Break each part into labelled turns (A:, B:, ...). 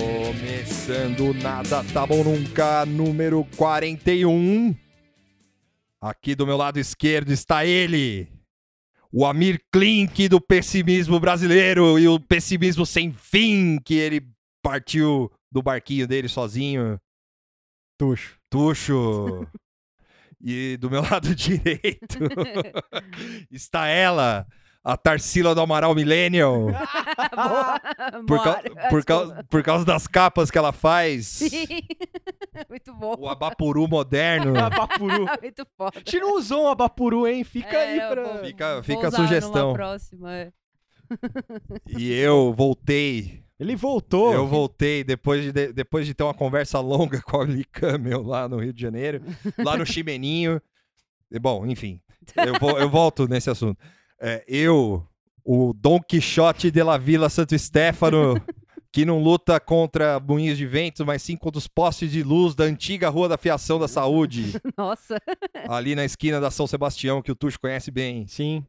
A: Começando Nada Tá Bom Nunca, número 41. Aqui do meu lado esquerdo está ele, o Amir Klink do pessimismo brasileiro e o pessimismo sem fim que ele partiu do barquinho dele sozinho.
B: Tuxo.
A: Tuxo. e do meu lado direito está ela, a Tarsila do Amaral Millennial.
C: Boa,
A: Por,
C: bora.
A: cau- por, cau- por causa das capas que ela faz.
C: Sim. Muito bom. Tá
A: O Abapuru moderno.
B: Abapuru.
C: Muito foda.
B: gente não usou um abapuru, hein? Fica
C: É,
B: aí
C: eu
B: pra.
C: vou-
A: Fica-
C: vou
A: fica a
C: usar numa
A: sugestão.
C: próxima, é.
A: E eu voltei.
B: Ele voltou.
A: Eu voltei depois de, de- depois de ter uma conversa longa com a Lee Camel lá no Rio de Janeiro, lá no Chimeninho. E, Bom, enfim, eu, vou- eu volto nesse assunto. É, eu, o Dom Quixote de la Vila Santo Stefano, que não luta contra moinhos de vento, mas sim contra os postes de luz da antiga Rua da Fiação da Saúde,
C: Nossa.
A: ali na esquina da São Sebastião, que o Tuxo conhece bem.
B: Sim.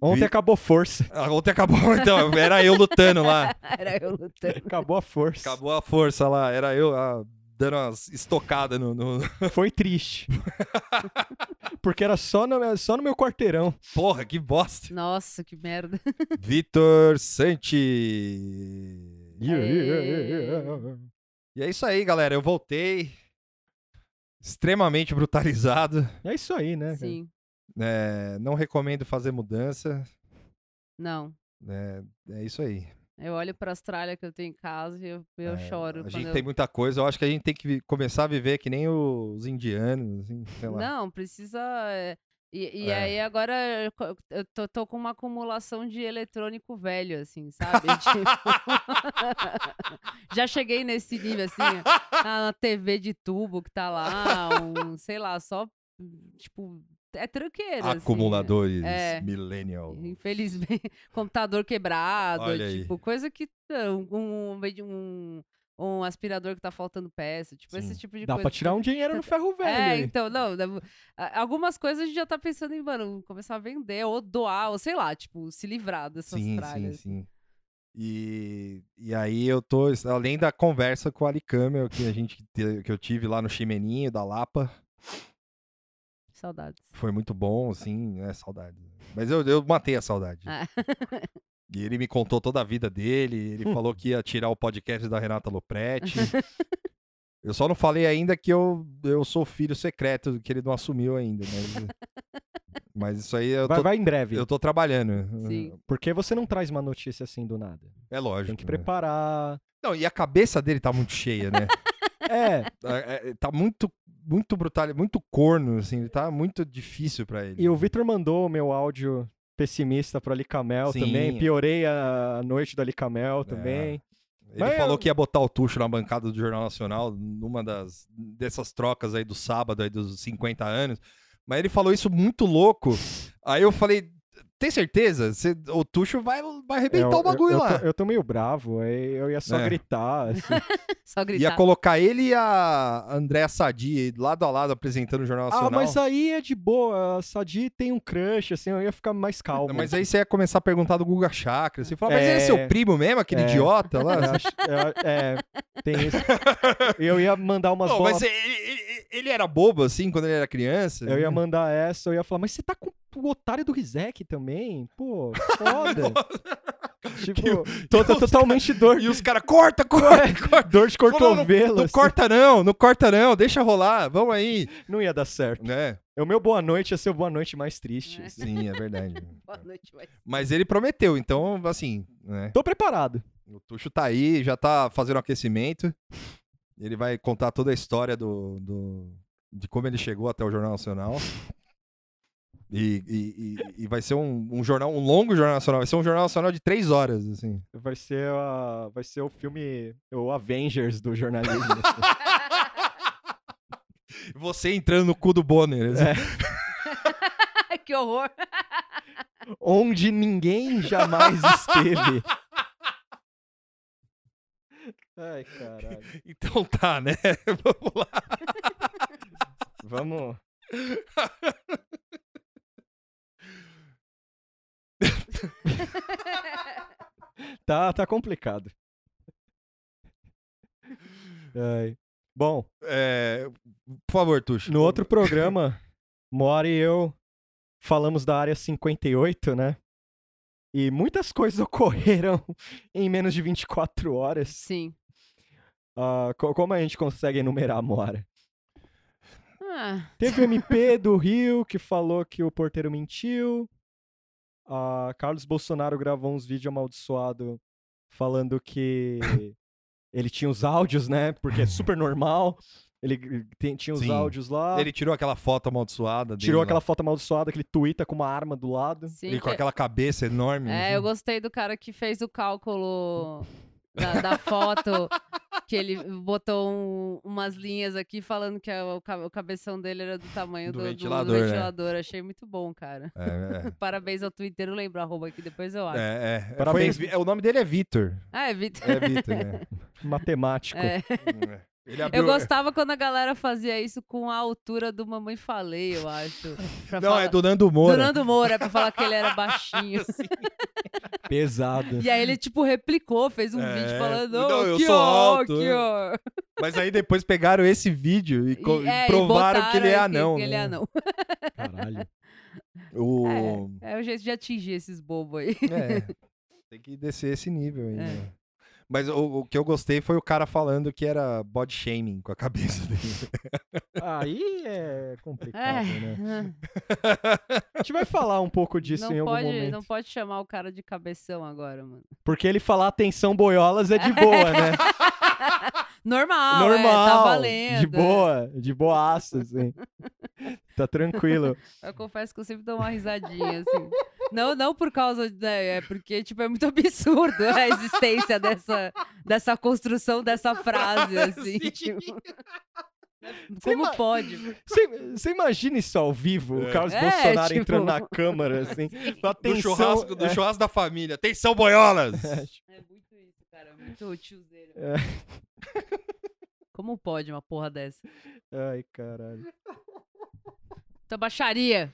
B: Ontem
A: Vi-
B: acabou força.
A: Ah, Ontem acabou, então, era eu lutando lá.
C: Era eu lutando.
B: Acabou a força.
A: Acabou a força lá, era eu ah, dando umas estocadas no, no-
B: Foi triste. Porque era só no, só no meu quarteirão.
A: Porra, que bosta.
C: Nossa, que merda.
A: Vitor Santi.
C: Yeah, yeah, yeah, yeah.
A: E é isso aí, galera. Eu voltei. Extremamente brutalizado.
B: É isso aí,
A: Uhum.
B: né? cara?
C: Sim.
A: É, não recomendo fazer mudança.
C: Não.
A: É, é isso aí.
C: Eu olho pra Austrália que eu tenho em casa e eu, eu choro.
A: É, A
C: quando
A: gente
C: eu-
A: tem muita coisa. Eu acho que a gente tem que vi- começar a viver que nem os indianos. Assim, sei lá.
C: Não, precisa. é, E, e
A: É.
C: aí agora eu co- eu tô, tô com uma acumulação de eletrônico velho, assim, sabe? Tipo, Já cheguei nesse nível, assim, na na TV de tubo que tá lá, um, sei lá, só, tipo, é tranqueira, assim.
A: Acumuladores
C: É.
A: millennial.
C: Infelizmente, computador quebrado,
A: Olha aí.
C: tipo, coisa que ah, um, um, um, um aspirador que tá faltando peça, tipo,
A: Sim.
C: esse tipo de
B: Dá
C: coisa.
B: pra tirar um dinheiro no ferro velho.
C: É,
B: aí.
C: então, não, dá- a- algumas coisas a gente já tá pensando em, mano, começar a vender ou doar, ou sei lá, tipo, se livrar dessas
A: Sim, sim,
C: tralhas.
A: sim. E, e aí eu tô, além da conversa com o Ali Camel que a gente te- que eu tive lá no Chimeninho da Lapa,
C: Saudades.
A: foi muito bom, assim, é saudade. Mas eu, eu matei a saudade.
C: Ah.
A: E ele me contou toda a vida dele, ele falou que ia tirar o podcast da Renata Lopretti. Eu só não falei ainda que eu, eu sou filho secreto, que ele não assumiu ainda, mas, mas isso aí eu
B: vai,
A: tô,
B: vai em breve.
A: eu tô trabalhando.
C: Sim.
B: Porque você não traz uma notícia assim do nada.
A: É lógico.
B: Tem que
A: né?
B: preparar.
A: Não, e a cabeça dele tá muito cheia, né?
B: É,
A: É, é, tá muito, muito brutal, é muito corno, assim, ele tá muito difícil pra ele.
B: e o Victor mandou o meu áudio pessimista pro Alicamel
A: Sim. É. também.
B: também. Piorei a noite do Alicamel também.
A: Ele
B: Mas
A: falou
B: eu-
A: que ia botar o Tuxo na bancada do Jornal Nacional, numa das, dessas trocas aí do sábado, aí dos 50 anos. Mas ele falou isso muito louco. Aí eu falei, tem certeza? Cê- o Tuxo vai, vai arrebentar o bagulho lá.
B: Eu tô, meio bravo, aí eu ia só
A: É.
B: gritar. assim.
C: Só
A: Ia
C: gritar.
A: colocar ele e a Andréa Sadi aí, lado a lado apresentando o Jornal
B: ah,
A: Nacional.
B: mas aí é de boa. A Sadi tem um crush, assim, eu ia ficar mais calmo.
A: Mas aí você ia começar a perguntar do Guga Chakra. Você fala, mas ele é
B: É.
A: seu primo mesmo, aquele
B: É.
A: idiota
B: Eu
A: lá?
B: acho- eu- é, tem isso. Eu ia mandar umas
A: Não,
B: bolas.
A: mas ele, ele- ele era bobo, assim, quando ele era criança?
B: Eu ia mandar essa, eu ia falar, mas você tá com o otário do Rizek também? Pô, foda. tipo, tô, tô totalmente dor,
A: E os caras, corta, corta, corta.
B: dor de
A: Falou, não-
B: cotovelo.
A: Não
B: assim.
A: corta não, não corta não, deixa rolar, vamos aí.
B: Não ia dar certo.
A: Né?
B: O meu boa noite ia ser o boa noite mais triste.
C: É.
B: assim.
A: Sim, é verdade.
C: Boa noite, vai.
A: Mas ele prometeu, então, assim, né?
B: Tô preparado.
A: O Tuxo tá aí, já tá fazendo aquecimento. Ele vai contar toda a história do, do- de como ele chegou até o Jornal Nacional. E, e- e- e vai ser um, um jornal, um longo jornal nacional. Vai ser um jornal nacional de três horas, assim.
B: Vai ser, a, vai ser o filme, o Avengers do jornalismo. assim.
A: Você entrando no cu do Bonner. assim.
C: Ai, que horror.
B: Onde ninguém jamais esteve. Ai, caralho.
A: Então tá, né? Vamos lá.
B: Vamos. Tá, tá complicado. Ai. Bom,
A: É, por favor, Tuxo.
B: no outro programa, Mora e eu falamos da área 58, né? E muitas coisas ocorreram em menos de 24 horas.
C: Sim.
B: Ah, co- como a gente consegue enumerar a Mora?
C: Ah,
B: Teve o MP do Rio que falou que o porteiro mentiu. Ah, Carlos Bolsonaro gravou uns vídeos amaldiçoados falando que ele tinha os áudios, né? Porque é super normal. Ele gr- tem- tinha os
A: Sim.
B: áudios lá.
A: Ele tirou aquela foto amaldiçoada dele.
B: tirou
A: lá.
B: aquela foto amaldiçoada que ele tuita com uma arma do lado.
C: sim.
A: Ele com
C: que-
A: aquela cabeça enorme. assim.
C: É, eu gostei do cara que fez o cálculo da, da foto, que ele botou um- umas linhas aqui falando que a- o, ca- o cabeção dele era do tamanho
A: Do
C: do, do- do
A: ventilador, né?
C: ventilador. Achei muito bom, cara.
A: É, é.
C: Parabéns ao Twitter, eu lembro o arroba aqui, depois eu acho.
A: É, é.
B: Parabéns.
A: Foi- é, o nome dele é Vitor.
C: Ah, é, Vitor.
A: É Vitor, né?
B: Matemático.
C: É.
A: Hum, Ele abriu-
C: Eu gostava quando a galera fazia isso com a altura do Mamãe Falei, eu acho. pra
A: Não,
C: falar-
A: é do Nando Moura.
C: Durando Moura, pra falar que ele era baixinho.
B: Pesado.
C: E aí ele, tipo, replicou, fez um
A: É,
C: vídeo falando,
A: não,
C: "Ô,
A: eu
C: que
A: sou
C: ó,
A: alto,
C: que
A: é."
C: ó."
A: Mas aí depois pegaram esse vídeo e, co-
C: E-
A: e
C: é, e
A: provaram que ele é
C: botaram
A: anão.
C: Que ele é
A: né?
C: anão.
B: Caralho.
A: O...
C: É o jeito de atingir esses bobos aí.
A: É. Tem que descer esse nível aí.
C: É.
A: né? Mas o, o que eu gostei foi o cara falando que era body shaming com a cabeça dele.
B: Aí é complicado, né?
C: É.
B: A gente vai falar um pouco disso em
C: Não
B: algum
C: pode,
B: momento.
C: não pode chamar o cara de cabeção agora, mano.
B: Porque ele falar atenção boiolas é de boa, né?
C: Normal,
B: Normal.
C: é, tá valendo.
B: De
C: é.
B: boa, de boaça, assim. tá tranquilo.
C: Eu confesso que eu sempre dou uma risadinha, assim. Não, não por causa de. né, É porque, tipo, é muito absurdo a existência dessa, dessa construção dessa frase,
A: É,
C: assim. tipo. Como
B: ima-
C: pode?
B: Você imagina isso ao vivo, o
A: É.
B: Carlos
C: É,
B: Bolsonaro
C: tipo-
B: entrando na câmara, assim.
A: Do
B: atenção,
A: churrasco, do
B: é.
A: churrasco da família. Atenção, boiolas!
C: É muito isso, cara. Muito tiozeiro.
B: É.
C: Como pode uma porra dessa?
B: Ai, caralho.
C: Então, baixaria.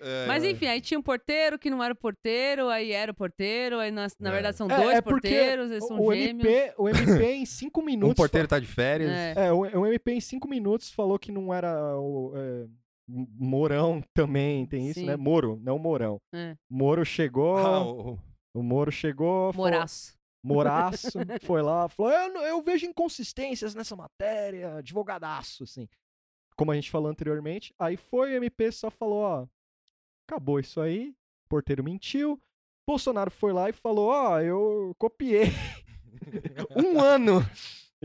A: É.
C: Mas enfim, aí tinha um porteiro que não era o porteiro, aí era o porteiro, aí na, na
A: É.
C: verdade são
B: É,
C: dois
B: é porque
C: porteiros, eles são
B: O, o
C: gêmeos.
B: MP, o MP em cinco minutos.
A: Um porteiro tá de férias.
C: É.
B: fa- É, o, o MP em cinco minutos falou que não era o. é, M- Mourão também tem isso,
C: Sim.
B: né? Moro, não Mourão.
C: É.
B: Moro chegou,
A: Ah, o- o-
B: o Moro chegou, falou-
C: Moraço.
B: Moraço foi lá, falou: eu, não- eu vejo inconsistências nessa matéria, advogadaço, assim. Como a gente falou anteriormente. Aí foi, o MP só falou: ó, acabou isso aí, o porteiro mentiu. Bolsonaro foi lá e falou: ó, eu copiei um ano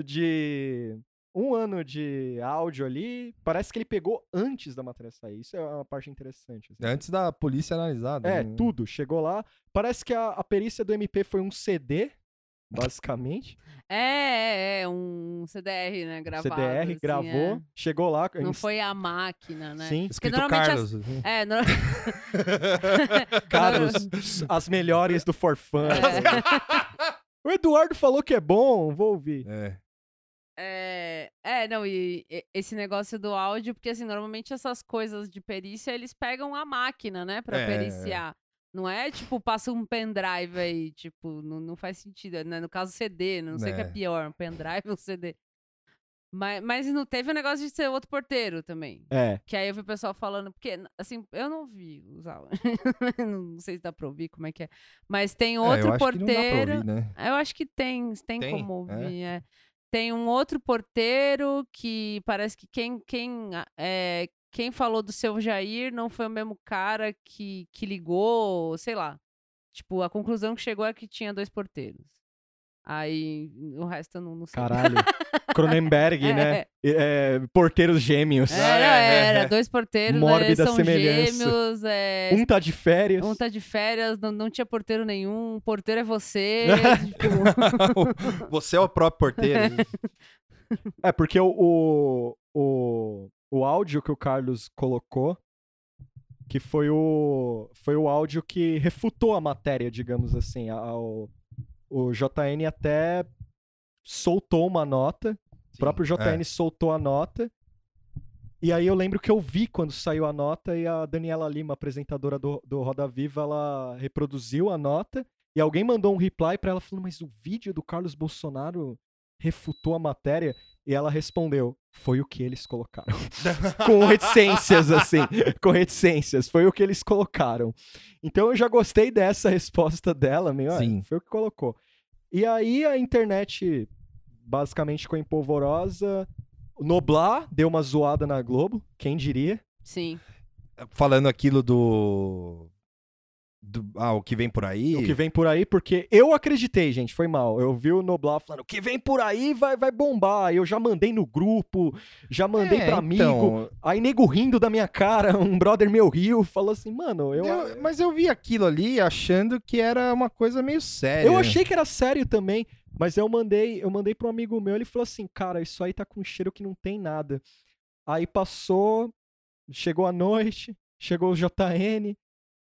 B: de. Um ano de áudio ali. Parece que ele pegou antes da matéria sair. Isso é uma parte interessante. assim.
A: Antes da polícia analisada.
B: É,
A: né?
B: tudo. Chegou lá. Parece que a, a perícia do MP foi um CD, basicamente.
C: É, é, é, um CDR, né? Gravado.
B: CDR
C: assim,
B: gravou. Chegou lá.
C: é. Não foi a máquina, né?
B: Sim,
A: Escrito
C: normalmente as-
A: Carlos. assim.
C: É, no-
B: caros, as melhores do Forfã. O Eduardo falou que é bom, vou ouvir.
A: É.
C: É, é, não, e e- esse negócio do áudio, porque assim, normalmente essas coisas de perícia, eles pegam a máquina, né, pra
A: É, é, é.
C: periciar. Não é tipo, passa um pendrive aí, tipo, não, não faz sentido. Né? No caso, CD, não sei o que é
A: É.
C: pior, um pendrive ou um CD. Mas, mas não teve o negócio de ser outro porteiro também.
B: É.
C: Que aí eu vi o pessoal falando, porque, assim, eu não vi os áudios. não sei se dá pra ouvir como é que é. Mas tem
A: É, eu
C: outro
A: acho que não dá pra
C: porteiro.
A: ouvir, né?
C: Eu acho que tem, tem,
A: Tem?
C: como
A: É?
C: ouvir. é. Tem um outro porteiro que parece que quem, quem, a- é, quem falou do seu Jair não foi o mesmo cara que, que ligou, sei lá. Tipo, a conclusão que chegou é que tinha dois porteiros. Aí o resto eu não, não sei.
B: Caralho. Cronenberg,
C: É,
B: né?
C: é.
B: É, porteiros gêmeos.
A: Ah,
C: Era,
A: é.
C: era, dois porteiros, eles
B: Mórbida
C: são
B: semelhança.
C: gêmeos, é,
B: Um tá de férias.
C: um tá de férias, não, não tinha porteiro nenhum, porteiro é você. tipo,
A: Você é o próprio porteiro.
B: É, porque o, o, o, o áudio que o Carlos colocou, que foi o, foi o áudio que refutou a matéria, digamos assim. a- a- o, o JN até soltou uma nota, o
A: É.
B: próprio JN soltou a nota. E aí eu lembro que eu vi quando saiu a nota e a Daniela Lima, apresentadora do, do Roda Viva, ela reproduziu a nota e alguém mandou um reply pra ela falando, mas o vídeo do Carlos Bolsonaro refutou a matéria e ela respondeu: foi o que eles colocaram. com reticências, assim. Com reticências. Foi o que eles colocaram. Então eu já gostei dessa resposta dela, meio. "Ah,
A: Sim.
B: Foi o que colocou. E aí a internet basicamente ficou em polvorosa. Noblar deu uma zoada na Globo, quem diria?
C: Sim.
A: Falando aquilo do... do. Ah, o que vem por aí.
B: O que vem por aí, porque eu acreditei, gente, foi mal. Eu vi o Noblar falando, o que vem por aí vai, vai bombar. Eu já mandei no grupo, já mandei
A: É,
B: pra amigo.
A: então,
B: Aí nego rindo da minha cara, um brother meu riu, falou assim, mano, eu, eu,
A: eu- mas eu vi aquilo ali achando que era uma coisa meio séria.
B: achei que era sério também, mas eu mandei, eu mandei pra um amigo meu, ele falou assim, cara, isso aí tá com cheiro que não tem nada. Aí passou, chegou a noite, chegou o JN,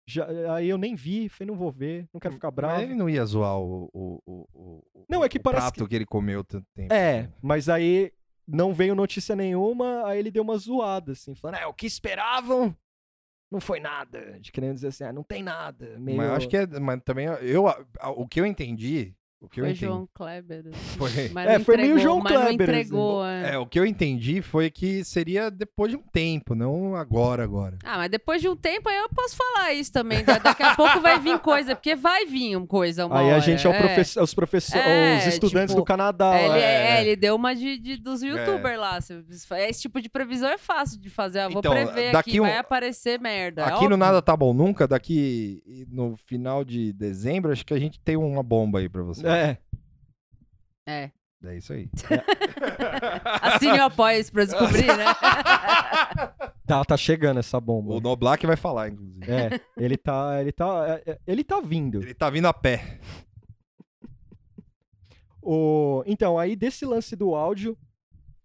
B: já- aí eu nem vi, falei, não vou ver, não quero ficar
A: Mas
B: bravo.
A: ele não ia zoar o, o, o- o-
B: Não, é que
A: o
B: parece
A: prato que... ele comeu tanto tempo.
B: É, mas aí não veio notícia nenhuma, aí ele deu uma zoada, assim, falando, é, o que esperavam não foi nada. De querendo dizer assim, ah, não tem nada. Meio...
A: Mas eu acho que é. Mas também eu, a- a- o que eu entendi. O que eu
C: Foi
A: entendi
C: João Kleber. assim.
A: foi.
C: Mas
B: É,
C: não
B: foi meio
C: entregou,
B: João
C: mas
B: Kleber, assim.
C: Não entregou, é.
A: É, o que eu entendi foi que seria depois de um tempo, não agora, agora.
C: Ah, mas depois de um tempo aí eu posso falar isso também. da- Daqui a pouco vai vir coisa, porque vai vir um coisa uma
B: Aí
C: hora.
B: a gente é, o
C: é.
B: professor, os professores,
C: É,
B: os estudantes
C: tipo,
B: do Canadá.
C: É, ele,
B: lá.
C: é,
A: é.
C: ele deu uma de, de- dos youtubers
B: É.
C: lá. se- se- Esse tipo de previsão é fácil de fazer. ah, vou
A: Então,
C: prever
A: daqui
C: aqui,
A: um-
C: vai aparecer merda. é
A: Aqui no
C: óbvio.
A: Nada Tá Bom Nunca, daqui no final de dezembro, acho que a gente tem uma bomba aí pra você. É,
B: É.
C: É.
A: isso aí.
C: Assine o Assim apoio pra descobrir, né?
B: Tá, tá chegando essa
A: O
B: bomba.
A: Noblar que vai falar, inclusive.
B: É, ele tá, ele tá, é, é, ele tá vindo.
A: Ele tá vindo a pé.
B: O... Então, aí desse lance do áudio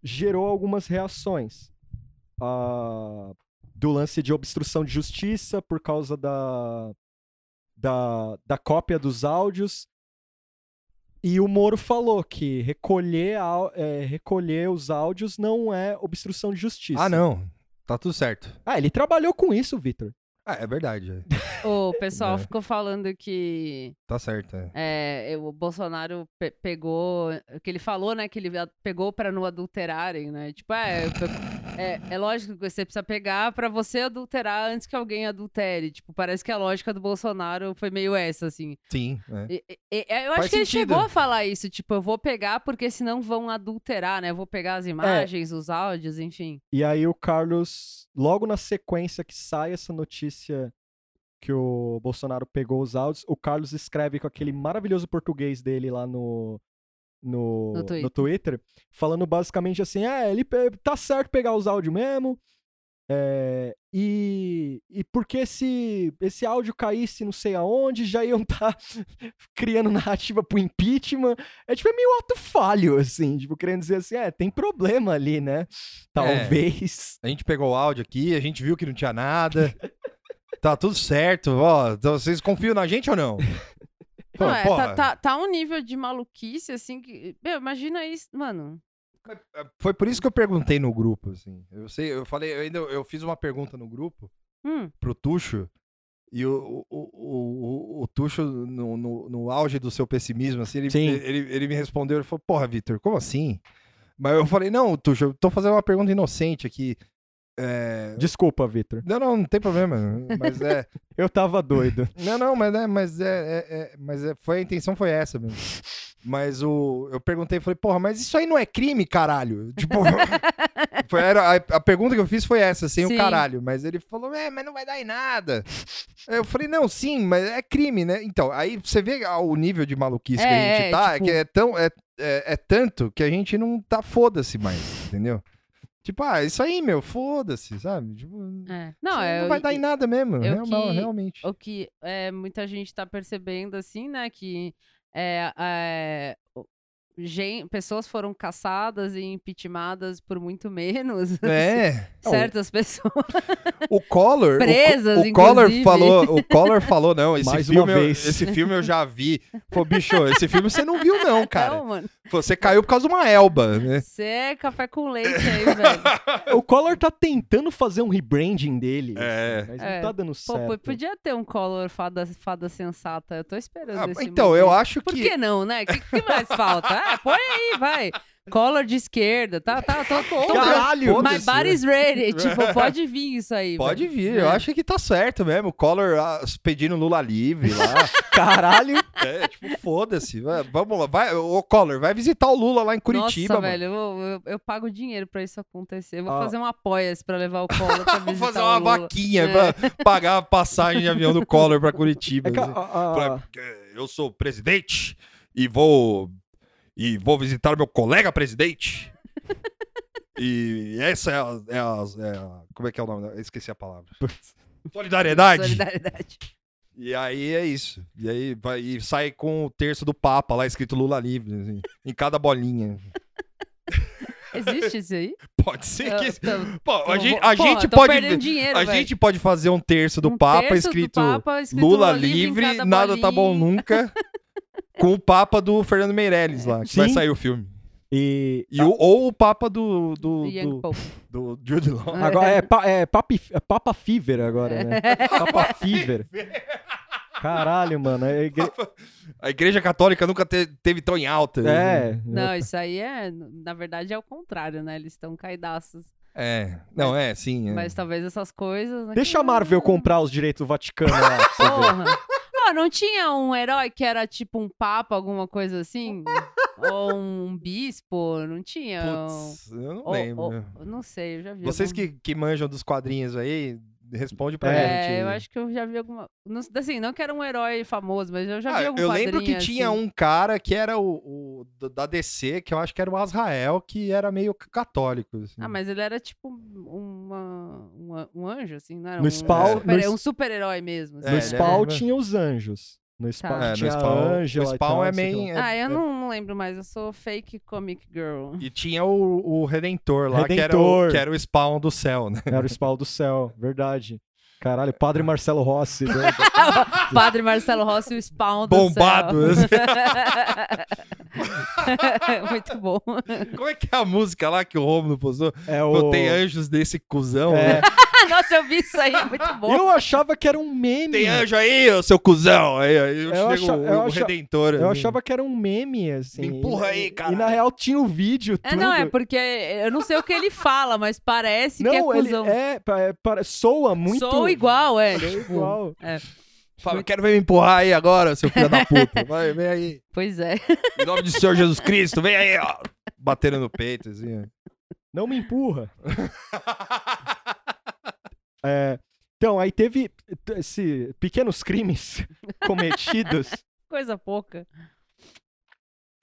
B: gerou algumas reações. Ah, do lance de obstrução de justiça por causa da, da, da cópia dos áudios. E o Moro falou que recolher, au- é, recolher os áudios não é obstrução de justiça.
A: Ah, não. Tá tudo certo.
B: Ah, ele trabalhou com isso, Vitor.
A: Ah, é verdade. é.
C: o pessoal
A: É.
C: ficou falando que
A: Tá certo. é.
C: é, o Bolsonaro pe- pegou. Que ele falou, né? Que ele a- pegou pra não adulterarem, né? Tipo, é, pe- é, é lógico que você precisa pegar pra você adulterar antes que alguém adultere. Tipo, parece que a lógica do Bolsonaro foi meio essa, assim.
A: Sim. é.
C: E- e- e- eu
A: Faz
C: acho que ele
A: sentido.
C: chegou a falar isso, tipo, eu vou pegar porque senão vão adulterar, né? Eu vou pegar
A: É.
C: as imagens, os áudios, enfim.
B: E aí o Carlos, logo na sequência que sai essa notícia que o Bolsonaro pegou os áudios, o Carlos escreve com aquele maravilhoso português dele lá no
C: No
B: no, no Twitter.
C: Twitter.
B: falando basicamente assim, é, ele pe- tá certo pegar os áudios mesmo. é, e, e porque se esse áudio caísse não sei aonde, já iam tá estar criando narrativa pro impeachment. É tipo, é meio ato falho, assim, tipo, querendo dizer assim, é, tem problema ali, né? Talvez.
A: A gente pegou o áudio aqui, a gente viu que não tinha nada. tá tudo certo. Ó, então vocês confiam na gente ou não? Pô,
C: não, é,
A: porra,
C: tá, tá, tá um nível de maluquice, assim, que. Meu, imagina isso, mano.
A: Foi por isso que eu perguntei no grupo, assim. Eu sei, eu falei, eu ainda eu fiz uma pergunta no grupo
C: Hum,
A: pro Tuxo. E o, o, o, o- o Tuxo, no, no, no auge do seu pessimismo, assim, ele,
B: Sim.
A: ele, ele me respondeu, ele falou, porra, Vitor, como assim? Mas eu falei, não, Tuxo, eu tô fazendo uma pergunta inocente aqui. É,
B: Desculpa, Vitor.
A: Não, não, não tem problema. Mas é.
B: Eu tava doido.
A: Não, não, mas é, mas é, é- é- mas é- foi a intenção foi essa mesmo. Mas o eu perguntei, falei, porra, mas isso aí não é crime, caralho? Tipo, foi- era, a, a pergunta que eu fiz foi essa, sem
C: Sim.
A: o caralho, mas ele falou, é, mas não vai dar em nada. Eu falei, não, sim, mas é crime, né? Então, aí você vê ah, o nível de maluquice que a
C: É,
A: gente
C: é,
A: tá, é
C: tipo-
A: que é tão é, é, é tanto que a gente não tá foda-se mais, entendeu? Tipo, ah, isso aí, meu, foda-se, sabe? Tipo,
C: é.
A: isso
C: Não,
A: aí
C: é.
A: não vai dar em nada mesmo,
C: eu
A: real-
C: que-
A: realmente.
C: o que é, muita gente tá percebendo, assim, né? Que é, é, o- gen- pessoas foram caçadas e impeachmentadas por muito menos.
A: É,
C: Certas pessoas.
A: o Collor. o-
C: Presas,
A: o, Collor
C: inclusive.
A: falou, o Collor falou não, esse
B: Mais
A: filme
B: uma
A: eu,
B: vez.
A: esse filme eu já vi. Pô, bicho, esse filme você não viu não, cara.
C: Não, mano.
A: Você caiu por causa de uma elba, né?
C: Você é café com leite aí, velho.
B: O Collor tá tentando fazer um rebranding dele,
A: É.
B: assim, mas
C: É.
B: não tá dando
C: Pô,
B: certo.
C: pô, podia ter um Collor fada, fada sensata. Eu tô esperando
A: Ah,
C: esse
A: então,
C: momento.
A: eu acho
C: Por
A: que.
C: que... não, né? O que, que mais falta? Ah, põe aí, vai. Collor de esquerda, tá, tá, tô, tô, tô
B: Caralho!
A: Foda-se, né?
C: My body's ready. Tipo, pode vir isso aí.
A: Pode
C: velho.
A: vir, eu
C: É.
A: acho que tá certo mesmo. O Collor ah, pedindo Lula livre lá.
B: Caralho!
A: é, tipo, foda-se. vai- Vamos lá, vai, ô Collor, vai visitar o Lula lá em Curitiba, mano.
C: Nossa, velho, eu, vou- eu, eu pago dinheiro pra isso acontecer. Eu vou
B: Ó.
C: fazer um apoia-se pra levar o Collor pra
A: Vamos
C: visitar
A: fazer um
C: o
A: uma
C: Lula. É.
A: vaquinha pra pagar a passagem de avião do Collor pra Curitiba.
B: É que a-
A: assim.
B: a- a-
A: Pra- eh, Eu sou presidente e vou e vou visitar meu colega presidente. e essa é a, é a- é a- como é que é o nome? da- Eu esqueci a palavra. Solidariedade.
C: Solidariedade.
A: E aí é isso. E aí vai, e sai com o terço do Papa lá escrito Lula livre assim, em cada bolinha.
C: Existe isso aí? Ah, tá.
A: Pode ser que
C: Eu- tô-
A: Pô, a
C: tô-
A: gente,
C: vou-
A: a
C: Porra,
A: gente
C: tô
A: pode
C: perdendo dinheiro,
A: a
C: velho.
A: gente pode fazer um terço do
C: Um
A: Papa
C: terço do
A: escrito
C: Papa, escrito
A: Lula
C: em
A: livre,
C: cada
A: nada tá bom
C: bolinha.
A: nunca. com o Papa do Fernando Meirelles lá, que vai
B: Sim.
A: sair o filme.
B: E.
C: Tá.
A: E o- ou o Papa do. do,
C: Young
A: do,
C: Pope.
A: do Jude Law.
B: Agora é, pa- é papi- é Papa Fever agora, né? Papa Fever. Caralho, mano. É, igre-
A: A Igreja Católica nunca te- teve tão em alta.
B: é,
C: Não, isso aí é. Na verdade é o contrário, né? Eles estão caidaços.
A: É. Não, é, sim. é.
C: Mas talvez essas coisas. né,
B: Deixa
C: que-
B: a Marvel comprar os direitos do Vaticano lá. pra você ver.
C: Porra. Ah, não tinha um herói que era tipo um papa, alguma coisa assim? Ou um bispo? Não tinha. um-
A: Putz, eu não
C: ou-
A: lembro.
C: ou- não sei, eu já vi.
A: Vocês
C: algum-
A: que, que manjam dos quadrinhos aí, responde pra
B: É,
A: gente.
C: É, eu acho que eu já vi alguma. Não, assim, não que era um herói famoso, mas eu já
A: Ah,
C: vi algum
A: eu lembro que
C: quadrinho,
A: tinha
C: assim.
A: um cara que era o, o do- da DC, que eu acho que era o Azrael, que era meio c- católico. assim.
C: Ah, mas ele era tipo uma, uma- um anjo, assim, não era?
B: No
C: um,
B: Spawn-
C: um super-
B: no-
C: um super-herói mesmo.
A: É,
B: no
A: ele
C: assim.
B: Spawn
A: era-
B: tinha os anjos. No Spawn
C: É, no
B: tinha
A: Spawn-
B: a Angela
A: o
B: e
A: Spawn
B: tal,
A: é
B: não sei o que lá.
A: meio.
C: Ah,
A: é-
C: eu não não lembro mais, eu sou fake comic girl.
A: E tinha o, o Redentor lá, que era o-
B: Redentor.
A: que era o Spawn do céu, né?
B: Era o Spawn do Céu, verdade. Caralho,
A: É.
B: Padre Marcelo Rossi. né?
C: Padre Marcelo Rossi, o Spawn do
A: Bombado.
C: céu. Muito bom.
A: Como é que é a música lá que o Romulo postou?
B: É o...
A: Pô, tem anjos desse cuzão, né?
B: É.
C: Nossa, eu vi isso aí, é muito bom.
B: Eu achava que era um meme.
A: Tem anjo aí, ô seu cuzão! Aí, aí eu,
B: Eu
A: chego,
B: acha-
A: o,
B: eu
A: o
B: acha-
A: Redentor.
B: Eu
A: assim.
B: achava que era um meme, assim.
A: Me empurra aí,
B: E
A: caralho.
B: na real tinha o vídeo, tudo.
C: É, não, é porque eu não sei o que ele fala, mas parece que é
B: Não, ele
C: cuzão.
B: é, pa- é, para- soa muito
C: Sou igual, é.
B: soa
C: tipo,
B: igual.
A: Fala, quero ver me empurrar aí agora, seu filho da puta. Vai, vem aí.
C: Pois é.
A: Em nome do Senhor Jesus Cristo, vem aí, ó. Batendo no peito, assim. ó.
B: Não me empurra. É, então, aí teve t- esse pequenos crimes cometidos.
C: Coisa pouca.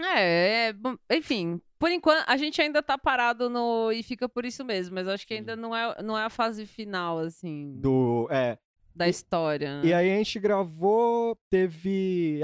C: É, é, bom, enfim, por enquanto a gente ainda tá parado no e fica por isso mesmo, mas acho que ainda não é, não é a fase final assim
B: Do, é,
C: da história.
B: E
C: né?
B: aí a gente gravou, teve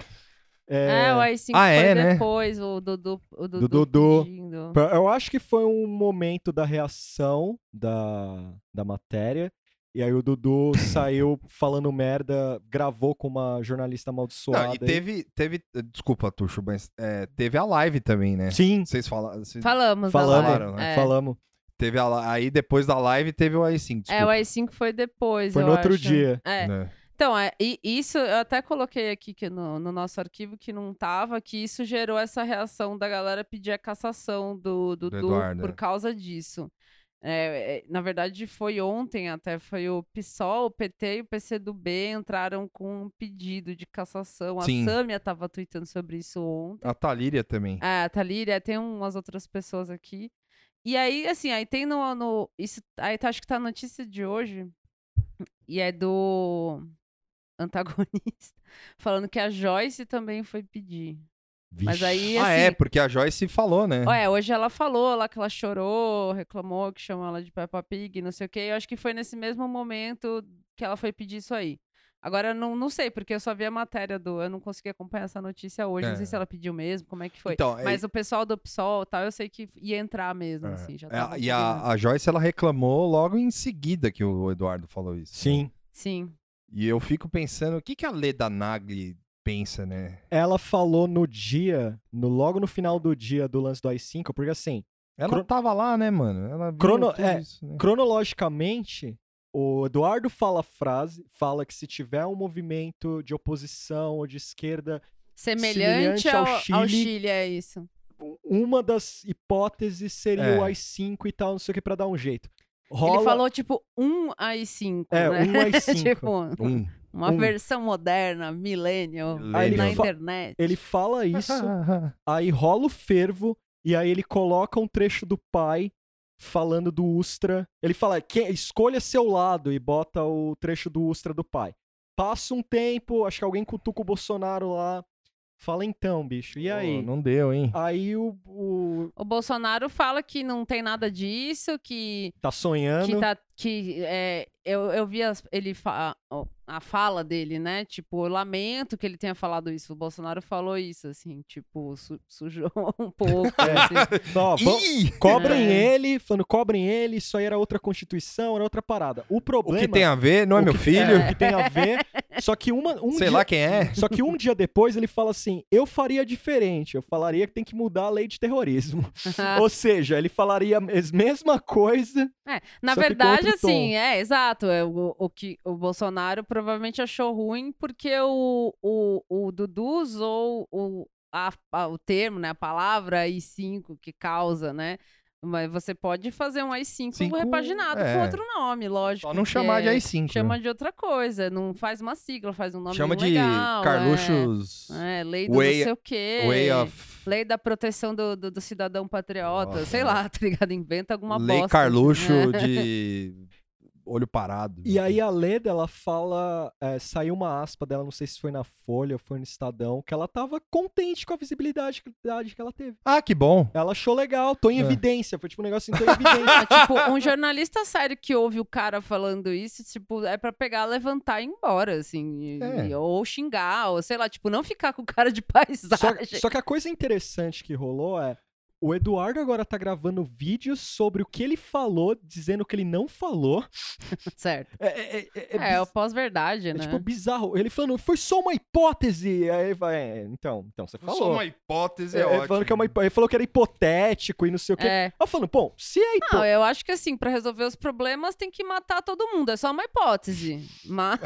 C: É,
B: É,
C: o AI-5
A: Ah,
C: foi
A: é, né?
C: depois, o Dudu, o Dudu,
B: Dudu.
C: pedindo.
B: pra- Eu acho que foi um momento da reação da, da matéria. E aí o Dudu saiu falando merda, gravou com uma jornalista amaldiçoada.
A: Não, e
B: aí.
A: teve, teve. Desculpa, Tuxo, mas é, teve a live também, né?
B: Sim,
A: Vocês falaram. vocês-
C: Falamos,
B: Falamos,
C: da live.
A: né?
C: É.
B: falamos.
A: Teve a, li- aí depois da live teve o AI5.
C: É, o AI-5 foi depois,
B: Foi no
C: eu
B: outro
C: acho.
B: dia.
C: É.
A: né?
C: Então, é, e isso eu até coloquei aqui que no, no nosso arquivo que não tava, que isso gerou essa reação da galera pedir a cassação do, do,
A: Do
C: Du
A: Eduardo,
C: por
A: é.
C: causa disso. É, é, na verdade, foi ontem até, foi o PSOL, o PT e o PCdoB entraram com um pedido de cassação.
A: Sim.
C: A Sâmia tava tweetando sobre isso ontem.
A: A Talíria também.
C: É, a Thalíria, tem umas outras pessoas aqui. E aí, assim, aí tem no. no isso, aí tá- acho que tá a notícia de hoje. E é do antagonista. Falando que a Joyce também foi pedir. Mas aí,
A: ah,
C: assim.
A: é, porque a Joyce falou, né?
C: ó, é, hoje ela falou lá que ela chorou, reclamou que chamou ela de Peppa Pig, não sei o quê. Eu acho que foi nesse mesmo momento que ela foi pedir isso aí. Agora, eu não, não sei, porque eu só vi a matéria do. Eu não consegui acompanhar essa notícia hoje. Não sei
A: É.
C: se ela pediu mesmo, como é que foi.
A: Então, é-
C: Mas o pessoal do PSOL e tal, eu sei que ia entrar mesmo,
A: é.
C: assim, já
A: É,
C: tava
A: e
C: combinado.
A: a, a Joyce, ela reclamou logo em seguida que o Eduardo falou isso.
B: Sim.
C: Sim.
A: E eu fico pensando, o que, que a Leda Nagli pensa, né?
B: Ela falou no dia, no, logo no final do dia do lance do AI-5, porque assim,
A: Ela
B: Cro-
A: tava lá, né, mano? Ela viu
B: Crono-
A: tudo
B: é,
A: isso, né?
B: cronologicamente, o Eduardo fala a frase, fala que se tiver um movimento de oposição ou de esquerda
C: Semelhante,
B: Semelhante
C: ao,
B: ao
C: ao Chile.
B: Chile.
C: é isso.
B: uma das hipóteses seria
A: É.
B: o AI-5 e tal, não sei o que, pra dar um jeito. Rola...
C: Ele falou tipo 1 ai 5,
B: É,
C: né?
B: 1 ai 5.
C: tipo,
A: Um.
C: uma
B: um.
C: versão moderna, millennial,
A: Aí ele
C: na
A: fa-
C: internet.
B: Ele fala isso, aí rola o fervo, e aí ele coloca um trecho do pai falando do Ustra. Ele fala, "Que- escolha seu lado, e bota o trecho do Ustra do pai. Passa um tempo, acho que alguém cutuca o Bolsonaro lá, fala então, bicho, e aí? Ah,
A: Pô, não deu, hein?
B: Aí o, o-
C: O Bolsonaro fala que não tem nada disso, que
B: tá
C: que,
B: sonhando,
C: tá, que é, eu, eu vi as- ele fa- ó, a fala dele, né? Tipo, eu lamento que ele tenha falado isso. O Bolsonaro falou isso, assim, tipo, su- sujou um pouco.
B: É.
C: assim.
B: Ó, vamos-
A: Ih!
B: Cobrem
C: É.
B: ele, falando, cobrem ele, isso aí era outra constituição, era outra parada. O
A: O
B: problema.
A: que tem a ver? Não é
B: o
A: meu
B: que-
A: filho?
B: é, o que tem a ver. Só que uma, um
A: Sei
B: dia,
A: lá quem é.
B: Só que um dia depois ele fala assim: eu faria diferente, eu falaria que tem que mudar a lei de terrorismo. Ou seja, ele falaria a mes- mesma coisa.
C: É, na
B: Só que com
C: verdade,
B: outro
C: assim,
B: tom.
C: é, exato. é, o, o que o Bolsonaro provavelmente achou ruim porque o, o, o Dudu usou o, a- a- o termo, né, a palavra I5 que causa, né? Mas você pode fazer um I5
A: Cinco,
C: repaginado
A: é.
C: com outro nome, lógico.
A: Só não chamar de
C: porque
A: AI5.
C: É, Chama
A: né?
C: de outra coisa, não faz uma sigla, faz um nome
A: Chama de
C: legal,
A: Carluxos
C: É, é, lei do
A: Way-
C: não sei o quê.
A: Way of...
C: Lei da proteção do, do, do cidadão patriota,
A: Nossa.
C: sei lá, tá ligado? Inventa alguma
A: Lei
C: bosta.
A: Carluxo
C: né?
A: de olho parado.
B: E aí a Leda, ela fala. é, saiu uma aspa dela, não sei se foi na Folha ou foi no Estadão, que ela tava contente com a visibilidade que que ela teve.
A: Ah, que bom.
B: Ela achou legal, tô em
A: É.
B: evidência. Foi tipo um negócio assim, tô em evidência.
C: É, tipo, um jornalista sério que ouve o cara falando isso, tipo, é pra pegar, levantar e ir embora, assim. e-
A: É.
C: e- ou xingar, ou sei lá, tipo, não ficar com cara de paisagem.
B: Só, só que a coisa interessante que rolou é. O Eduardo agora tá gravando vídeos sobre o que ele falou, dizendo que ele não falou.
C: Certo.
B: É, é, é, é,
C: É, o
B: biz-
C: pós-verdade,
B: é,
C: né?
B: tipo bizarro. Ele falando, foi só uma hipótese. Aí ele fala, é, então, então você falou.
A: hipótese,
B: É, ele falando que é uma hipó- ele falou que era hipotético e não sei o quê.
C: É. Ah,
B: Aí eu falando, bom, se é hipótese.
C: Não, eu acho que assim, pra resolver os problemas tem que matar todo mundo, é só uma hipótese. Mas,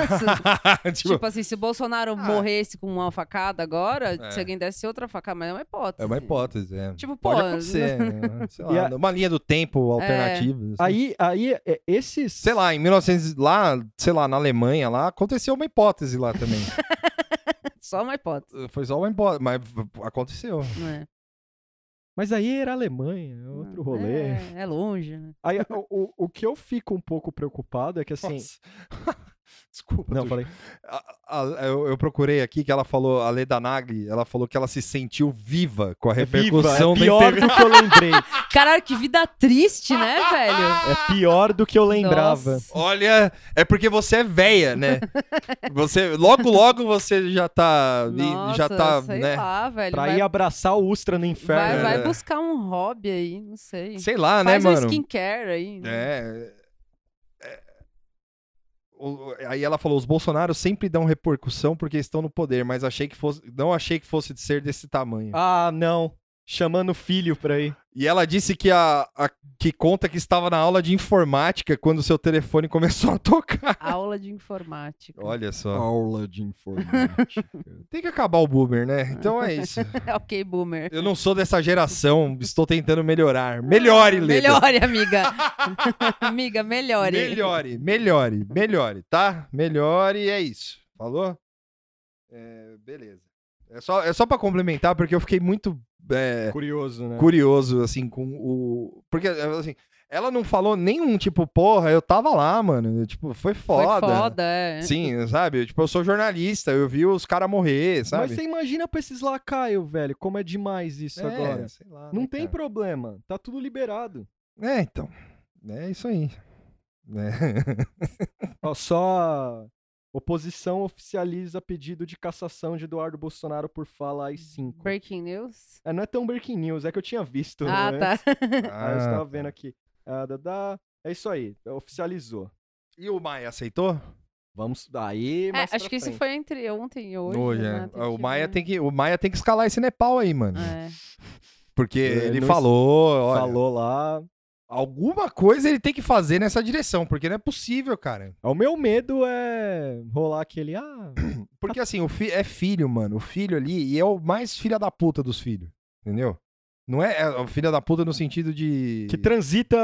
A: Tipo,
C: tipo assim, se o Bolsonaro morresse com uma facada agora,
A: É.
C: se alguém desse outra facada, mas é uma hipótese.
A: é uma hipótese, é.
C: Tipo, pô,
A: Pode acontecer, né? Sei
B: E
A: lá,
B: a-
A: uma linha do tempo alternativa. assim.
B: Aí, aí é, esses.
A: Sei lá, em 1900, lá, sei lá, na Alemanha, lá, aconteceu uma hipótese lá também.
C: só uma hipótese.
A: Foi só uma hipótese, mas aconteceu.
C: né?
B: Mas aí era Alemanha, é outro rolê.
C: Hum, É, é longe, né?
B: Aí o, o, o que eu fico um pouco preocupado é que assim.
A: Nossa. Desculpa.
B: Não,
A: tô-
B: falei.
A: a- a- eu, eu procurei aqui que ela falou, a Leda Nagli, ela falou que ela se sentiu viva com a repercussão
B: Viva, é pior
A: da internet.
B: do que eu lembrei.
C: Caralho, que vida triste, né, velho?
B: É pior do que eu lembrava.
C: Nossa.
A: Olha, é porque você é véia, né? Você, logo, logo você já tá. e- já
C: Nossa,
A: tá,
C: sei
A: né?
C: lá, velho.
B: Pra
C: vai,
B: ir abraçar o Ustra no
C: vai,
B: inferno.
C: vai
A: É.
C: buscar um hobby aí, não sei.
A: Sei lá,
C: Faz
A: né,
C: um
A: mano?
C: skincare aí. né?
A: É. é- o- o- Aí ela falou: os Bolsonaros sempre dão repercussão porque estão no poder, mas achei que fosse, não achei que fosse de ser desse tamanho.
B: Ah, não. Chamando o filho pra ir.
A: E ela disse que a, a- que conta que estava na aula de informática quando seu telefone começou a tocar.
C: Aula de informática.
A: Olha só.
B: Aula de informática.
A: Tem que acabar o boomer, né? Então é isso.
C: ok, boomer.
A: Eu não sou dessa geração, estou tentando melhorar. Melhore, Leda.
C: Melhore, amiga. amiga, melhore.
A: Melhore, melhore, melhore, tá? Melhore e é isso. Falou? É, beleza. É só, é só para complementar, porque eu fiquei muito é,
B: Curioso, né?
A: curioso, assim, com o. Porque, assim, ela não falou nenhum tipo, porra, eu tava lá, mano. Tipo, foi
C: Foi
A: foda.
C: foda, é.
A: Sim, sabe? Tipo, eu sou jornalista, eu vi os caras morrer, sabe?
B: Mas você imagina pra esses lacaio, velho, como é demais isso
A: É,
B: agora.
A: sei lá,
B: Não
A: né,
B: tem
A: cara?
B: problema, tá tudo liberado.
A: É, então. É isso aí. É.
B: Ó, só a oposição oficializa pedido de cassação de Eduardo Bolsonaro por fala
A: Hum.
B: AI-5.
C: Breaking news.
B: É, não é tão breaking news, é que eu tinha visto.
C: Ah,
B: né?
C: tá.
B: Ah,
A: tá.
B: eu estava vendo aqui. Ah, dá, dá. É isso aí, oficializou.
A: E o Maia aceitou?
B: Vamos aí,
C: É,
B: mais
C: acho
B: pra
C: que isso
B: frente.
C: foi entre ontem e hoje.
A: Hoje,
C: né?
A: é.
C: Tem
A: o,
C: que
A: Maia
C: ver.
A: tem que, o Maia tem que escalar esse Nepal aí, mano.
C: É.
A: Porque
B: Ele
A: ele
B: não-
A: falou, olha,
B: Falou lá.
A: alguma coisa ele tem que fazer nessa direção, porque não é possível, cara.
B: O meu medo é rolar aquele. Ah,
A: Porque assim, o fi é filho, mano. O filho ali, e é o mais filha da puta dos filhos. Entendeu? Não é, é o filha da puta no sentido de.
B: que transita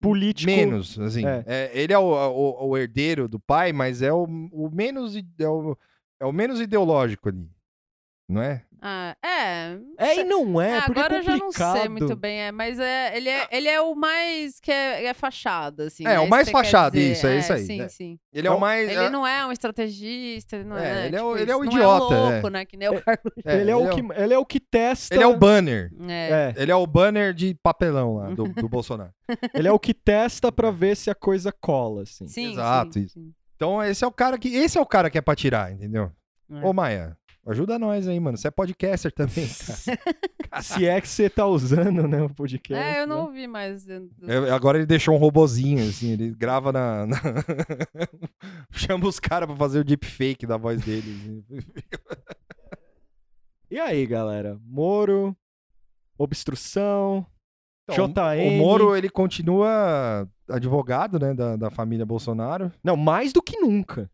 B: político.
A: menos, assim.
B: É.
A: É, ele é o, o- o herdeiro do pai, mas é o, o menos. i- É o, é o menos ideológico ali. Não é?
C: Ah, é. não
B: É
C: sei.
B: e não é,
C: É,
B: porque
C: agora
B: é
C: eu já não
B: complicado.
C: sei muito bem, é, mas é, ele, é, ele é o mais que é, é fachada, assim.
A: É, o
C: isso
A: mais
C: que você quer
A: fachada,
C: dizer.
A: isso, é isso aí,
C: Sim,
A: né?
C: sim.
A: Ele é o
B: Não,
A: mais.
C: Ele não é um estrategista, ele não é.
A: É,
C: né,
A: ele é o-
C: tipo
A: ele é
C: isso,
A: o
C: não
A: idiota,
C: É louco,
A: é.
C: né? Que nem o Carlos.
A: é,
B: ele, é o que, ele é o que testa.
A: ele é o banner.
C: Então, É.
B: É,
A: Ele é o banner de papelão lá do, do Bolsonaro.
B: ele é o que testa pra ver se a coisa cola, assim.
C: Sim,
A: Exato,
C: sim,
A: isso.
C: sim.
A: Então, esse é o cara que. Esse é o cara que é pra tirar, entendeu?
C: É.
A: Ô, Maia, ajuda nós aí, mano. Você é podcaster também, cara.
B: Se é que você tá usando, né, o podcast.
C: É, eu não
B: né?
C: ouvi mais. eu-
A: É, agora ele deixou um robozinho, assim, ele grava na. na- Chama os caras pra fazer o deepfake da voz dele. assim.
B: E aí, galera? Moro, obstrução,
A: Então,
B: JN.
A: O Moro, ele continua advogado, né, da, da família Bolsonaro.
B: Não, mais do que nunca.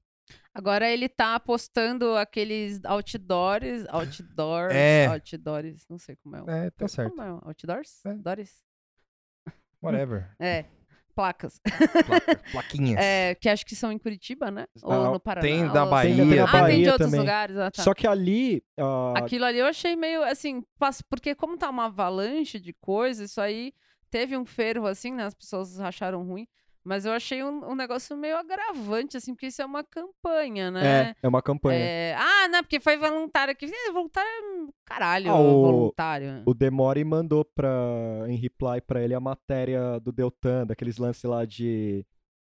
C: Agora ele tá postando aqueles outdoors, outdoors,
A: É.
C: outdoors, não sei como é. o-
A: É, tá certo.
C: Como é? o- Outdoors?
A: É.
C: Dores?
A: Whatever.
C: É, placas.
A: Pla- plaquinhas.
C: É, que acho que são em Curitiba, né?
A: Ah,
C: Ou no Paraná.
A: tem
C: ou
A: da
C: sei
A: Bahia,
C: lá.
A: tem
C: Ah, tem de
B: Bahia
C: outros
B: também.
C: lugares. Ah, tá.
B: Só que ali. ah,
C: Aquilo ali eu achei meio assim, pas- porque como tá uma avalanche de coisas, isso aí teve um fervo assim, né? As pessoas acharam ruim. Mas eu achei um, um negócio meio agravante, assim, porque isso é uma campanha, né?
B: é, é uma campanha.
C: É, ah, não, porque foi voluntário aqui. Ih, Voluntário é um caralho,
B: Ah, o-
C: voluntário.
B: O Demore mandou pra, em reply pra ele a matéria do Deltan, daqueles lances lá de.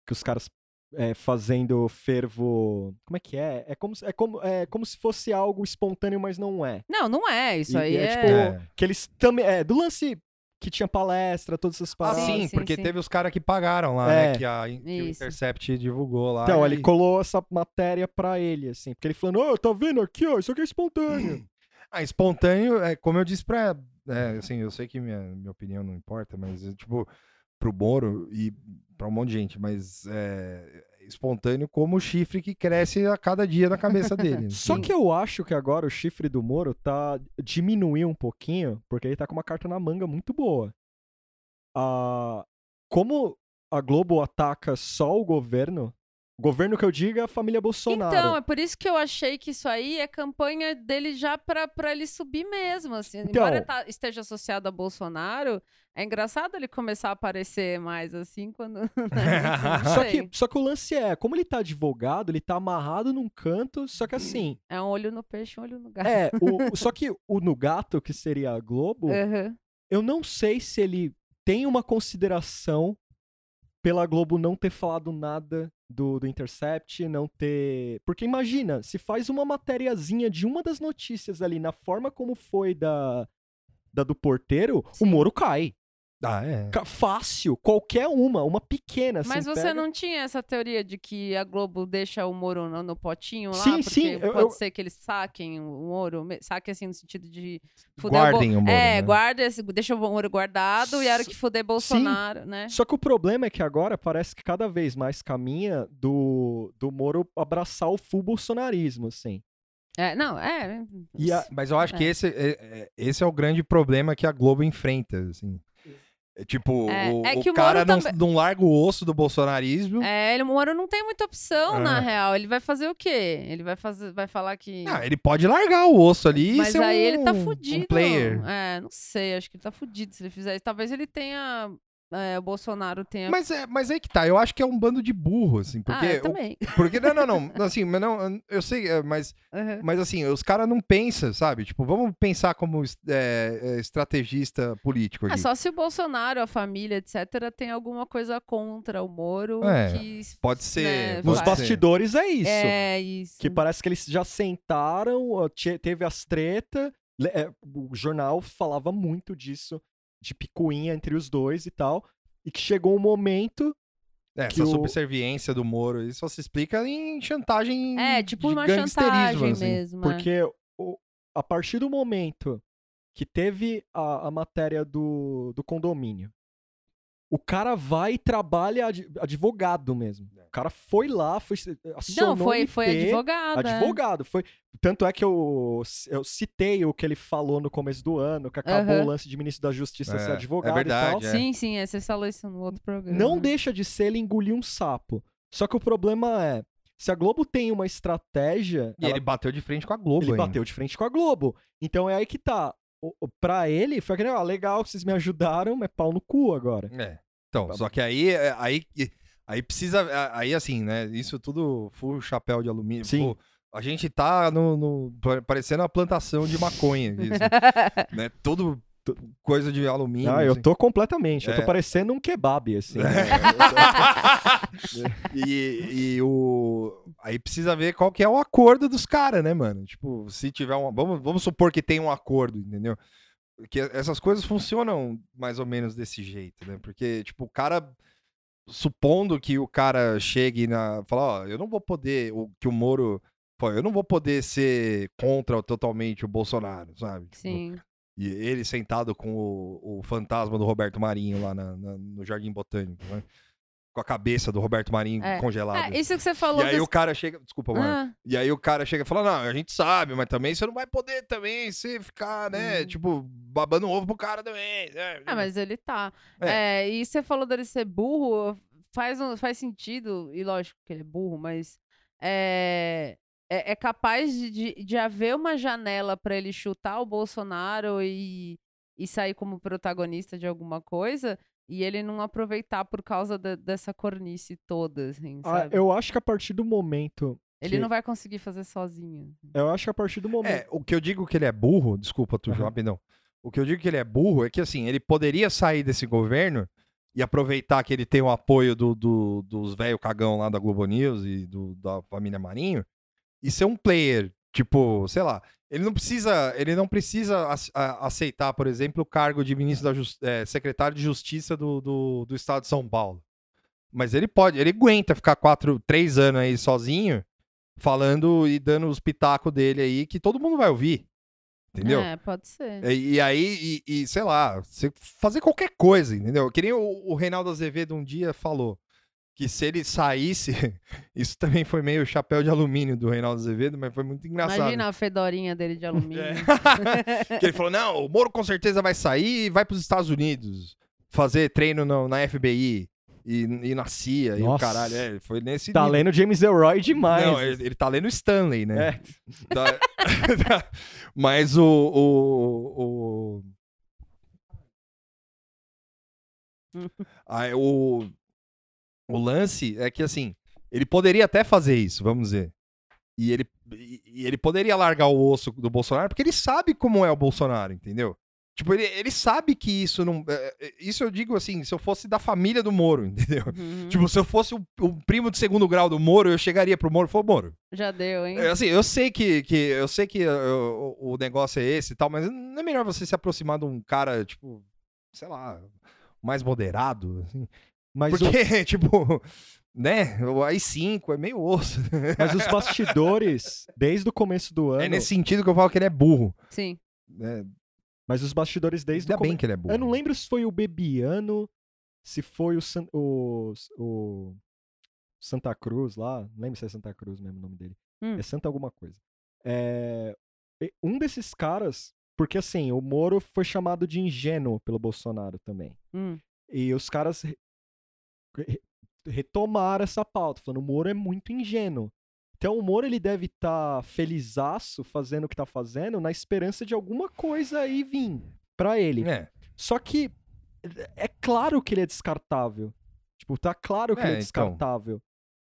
B: que os caras é, fazendo fervo. Como é que é? É como, se- é, como, é como se fosse algo espontâneo, mas não é.
C: Não, não é. Isso
B: E-
C: aí
B: e
C: é.
B: é, tipo,
A: É.
B: Que eles também. É, do lance que tinha palestra, todas essas
A: Ah,
B: paradas.
A: sim,
C: sim, sim,
A: porque
C: sim.
A: teve os caras que pagaram lá,
B: É.
A: né? Que, a, que o
C: Isso.
A: Intercept divulgou lá.
B: Então,
A: e-
B: ele colou essa matéria pra ele, assim. Porque ele falando, ô, tá vendo aqui, ó, isso aqui é espontâneo.
A: Ah, espontâneo, é, como eu disse pra. é, assim, eu sei que minha, minha opinião não importa, mas, é, tipo, pro Moro e pra um monte de gente, mas é, espontâneo como o chifre que cresce a cada dia na cabeça dele. né?
B: Só que eu acho que agora o chifre do Moro tá diminuiu um pouquinho, porque ele tá com uma carta na manga muito boa. Ah, como a Globo ataca só o governo, governo que eu diga é a família Bolsonaro.
C: Então, é por isso que eu achei que isso aí é campanha dele já pra, pra ele subir mesmo, assim.
B: Então-
C: Embora tá- esteja associado a Bolsonaro, é engraçado ele começar a aparecer mais, assim, quando... né? Não
B: Só
C: sei.
B: que, só que o lance é, como ele tá advogado, ele tá amarrado num canto, só que assim,
C: É um olho no peixe, um olho no gato.
B: é, o- só que o no gato, que seria a Globo,
C: Aham.
B: eu não sei se ele tem uma consideração pela Globo não ter falado nada do, do Intercept, não ter. Porque imagina, se faz uma matériazinha de uma das notícias ali, na forma como foi da, da do porteiro,
C: Sim.
B: o Moro cai.
A: Ah, é.
B: Ca- Fácil, qualquer uma, uma pequena. assim,
C: Mas você
B: pega.
C: não tinha essa teoria de que a Globo deixa o Moro no, no potinho lá?
B: Sim,
C: porque
B: sim, eu-
C: Pode
B: eu-
C: ser que eles saquem o Moro, me- saquem assim no sentido de... fuder
A: Guardem o Moro,
C: É,
A: né?
C: guarda, esse- deixa o Moro guardado e a hora que fuder Bolsonaro, né?
B: Só que o problema é que agora parece que cada vez mais caminha do, do Moro abraçar o full bolsonarismo, assim.
C: É, não, é...
B: E a-
A: Mas eu acho que
C: É.
A: esse é, é- esse é o grande problema que a Globo enfrenta, assim. É, tipo,
C: É,
A: o,
C: é
A: o
C: que o Moro
A: cara não,
C: também-
A: não larga o osso do bolsonarismo.
C: É, ele, o Moro não tem muita opção, na
A: É.
C: real. Ele vai fazer o quê? Ele vai fazer, vai falar que.
A: Ah, ele pode largar o osso ali e
C: Mas
A: ser um,
C: aí ele tá
A: um
C: fudido.
A: player.
C: É, não sei, acho que ele tá fudido se ele fizer isso. Talvez ele tenha. é, o Bolsonaro tenha.
A: Mas, é, mas aí que tá, eu acho que é um bando de burro, assim, porque...
C: ah, eu
A: o-
C: também.
A: porque não, não, não, assim, mas não, eu sei, é, mas
C: Aham.
A: Mas assim, os caras não pensam, sabe? Tipo, vamos pensar como es- é, é, estrategista político
C: Ah,
A: aqui.
C: só se o Bolsonaro, a família, etc., tem alguma coisa contra o Moro.
A: É,
C: que,
A: Pode ser.
C: né,
A: pode
B: Nos
A: ser.
C: faz.
B: bastidores é isso.
C: É isso.
B: Que parece que eles já sentaram, ó, te- teve as treta. le- é, O jornal falava muito disso, de picuinha entre os dois e tal. E que chegou um momento
A: É,
B: que
A: essa
B: o-
A: subserviência do Moro, isso só se explica em chantagem.
C: É, tipo
A: de
C: uma
A: gangsterismo,
C: chantagem
A: assim.
C: mesmo. é.
B: Porque o- a partir do momento que teve a, a matéria do, do condomínio, o cara vai e trabalha ad- advogado mesmo. O cara foi lá, foi se- acionou
C: é. Não, foi,
B: o
C: foi
B: IP,
C: advogada. é.
B: Tá advogado, foi. Tanto é que eu, eu citei o que ele falou no começo do ano, que acabou
C: Aham.
B: o lance de ministro da Justiça ser
A: É,
B: advogado
A: é verdade,
B: e tal.
A: é.
C: Sim, sim, é, você falou isso no outro programa.
B: Não deixa de ser ele engolir um sapo. Só que o problema é, se a Globo tem uma estratégia,
A: E
B: ela
A: ele bateu de frente com a Globo.
B: ele
A: ainda.
B: bateu de frente com a Globo. Então é aí que tá. O, o- pra ele, foi aquele, ó, legal, vocês me ajudaram, mas pau no cu agora.
A: É.
B: Tá
A: Então, só que aí, é, aí, aí precisa. a- Aí, assim, né? Isso tudo full chapéu de alumínio.
B: Sim.
A: full- a gente tá no, no- pa- parecendo uma plantação de maconha. isso, né? Tudo tu- coisa de alumínio.
B: Ah, eu
A: assim.
B: tô completamente. Eu
A: É.
B: tô parecendo um kebab, assim.
A: e, e o. Aí precisa ver qual que é o acordo dos caras, né, mano? Tipo, se tiver um. Vamos, vamos supor que tem um acordo, entendeu? Que essas coisas funcionam mais ou menos desse jeito, né? Porque, tipo, o cara. Supondo que o cara chegue na. Falar, ó, eu não vou poder. O, que o Moro. Pô, eu não vou poder ser contra totalmente o Bolsonaro, sabe? Tipo,
C: Sim. É,
A: e ele sentado com o, o fantasma do Roberto Marinho lá na- na- no Jardim Botânico, né? Com a cabeça do Roberto Marinho
C: É.
A: congelada.
C: É, isso que você
A: e
C: falou.
A: aí né?
C: dos-
A: o cara chega. Desculpa, mano.
C: Ah,
A: E aí o cara chega e fala: Não, a gente sabe, mas também você não vai poder também você ficar, né?
C: Hum.
A: Tipo, babando ovo pro cara também. né?
C: ah, mas ele tá.
A: É.
C: É, e você falou dele ser burro, faz, um- faz sentido, e lógico que ele é burro, mas é, é, é capaz de, de, de haver uma janela pra ele chutar o Bolsonaro e, e sair como protagonista de alguma coisa. E ele não aproveitar por causa da- dessa cornice toda, assim,
B: Ah,
C: sabe?
B: eu acho que a partir do momento.
C: Ele
B: que-
C: não vai conseguir fazer sozinho.
B: Eu acho que a partir do momento.
A: É, o que eu digo que ele é burro, desculpa, tu
B: Aham.
A: rapidão. O que eu digo que ele é burro é que assim, ele poderia sair desse governo e aproveitar que ele tem o apoio do, do- dos velho cagão lá da Globo News e do- da família Marinho e ser um player, tipo, sei lá, ele não precisa, ele não precisa ace- a- aceitar, por exemplo, o cargo de ministro da Jus- eh, secretário de Justiça do, do, do Estado de São Paulo. Mas ele pode, ele aguenta ficar quatro, três anos aí sozinho, falando e dando os pitacos dele aí, que todo mundo vai ouvir. Entendeu?
C: É, pode ser.
A: E, e aí, e, e, sei lá, você fazer qualquer coisa, entendeu? Que nem o, o Reinaldo Azevedo um dia falou que se ele saísse, isso também foi meio chapéu de alumínio do Reinaldo Azevedo, mas foi muito engraçado.
C: Imagina a fedorinha dele de alumínio.
B: É.
A: que ele falou: não, o Moro com certeza vai sair e vai para os Estados Unidos fazer treino na, na FBI e, e na CIA e o
B: Nossa.
A: caralho. É, foi nesse
B: Tá
A: nível.
B: lendo James Elroy demais.
A: Não, ele, ele tá lendo Stanley, né?
B: É.
A: Tá- Mas o, o, o... Aí, o. O lance é que, assim, ele poderia até fazer isso, vamos dizer. E ele, e- e ele poderia largar o osso do Bolsonaro, porque ele sabe como é o Bolsonaro, entendeu? Tipo, ele, ele sabe que isso não. é- é- Isso eu digo assim, se eu fosse da família do Moro, entendeu?
C: Uhum.
A: Tipo, se eu fosse o, o primo de segundo grau do Moro, eu chegaria pro Moro e falaria, Moro,
C: Já deu, hein?
A: é, assim, eu sei que, que eu sei que uh, o, o negócio é esse e tal, mas não é melhor você se aproximar de um cara, tipo, sei lá, mais moderado, assim.
B: Mas, o-
A: Porque, tipo, né, o AI5 é meio osso.
B: mas os bastidores, desde o começo do ano.
A: É nesse sentido que eu falo que ele é burro.
C: Sim.
A: Né?
B: Mas os bastidores desde
A: Ainda
B: o começo.
A: bem que ele é burro.
B: Eu não lembro se foi o Bebiano, se foi o, San- o, o Santa Cruz lá. Não lembro se é Santa Cruz mesmo o nome dele.
C: Hum.
B: É Santa alguma coisa. É, e- um desses caras, porque assim, o Moro foi chamado de ingênuo pelo Bolsonaro também.
C: Hum.
B: E os caras re- re- retomaram essa pauta, falando o Moro é muito ingênuo. Então o Moro ele deve estar felizaço fazendo o que tá fazendo na esperança de alguma coisa aí vir pra ele.
A: É,
B: Só que é claro que ele é descartável. Tipo, tá claro que
A: É,
B: ele
A: então.
B: é descartável.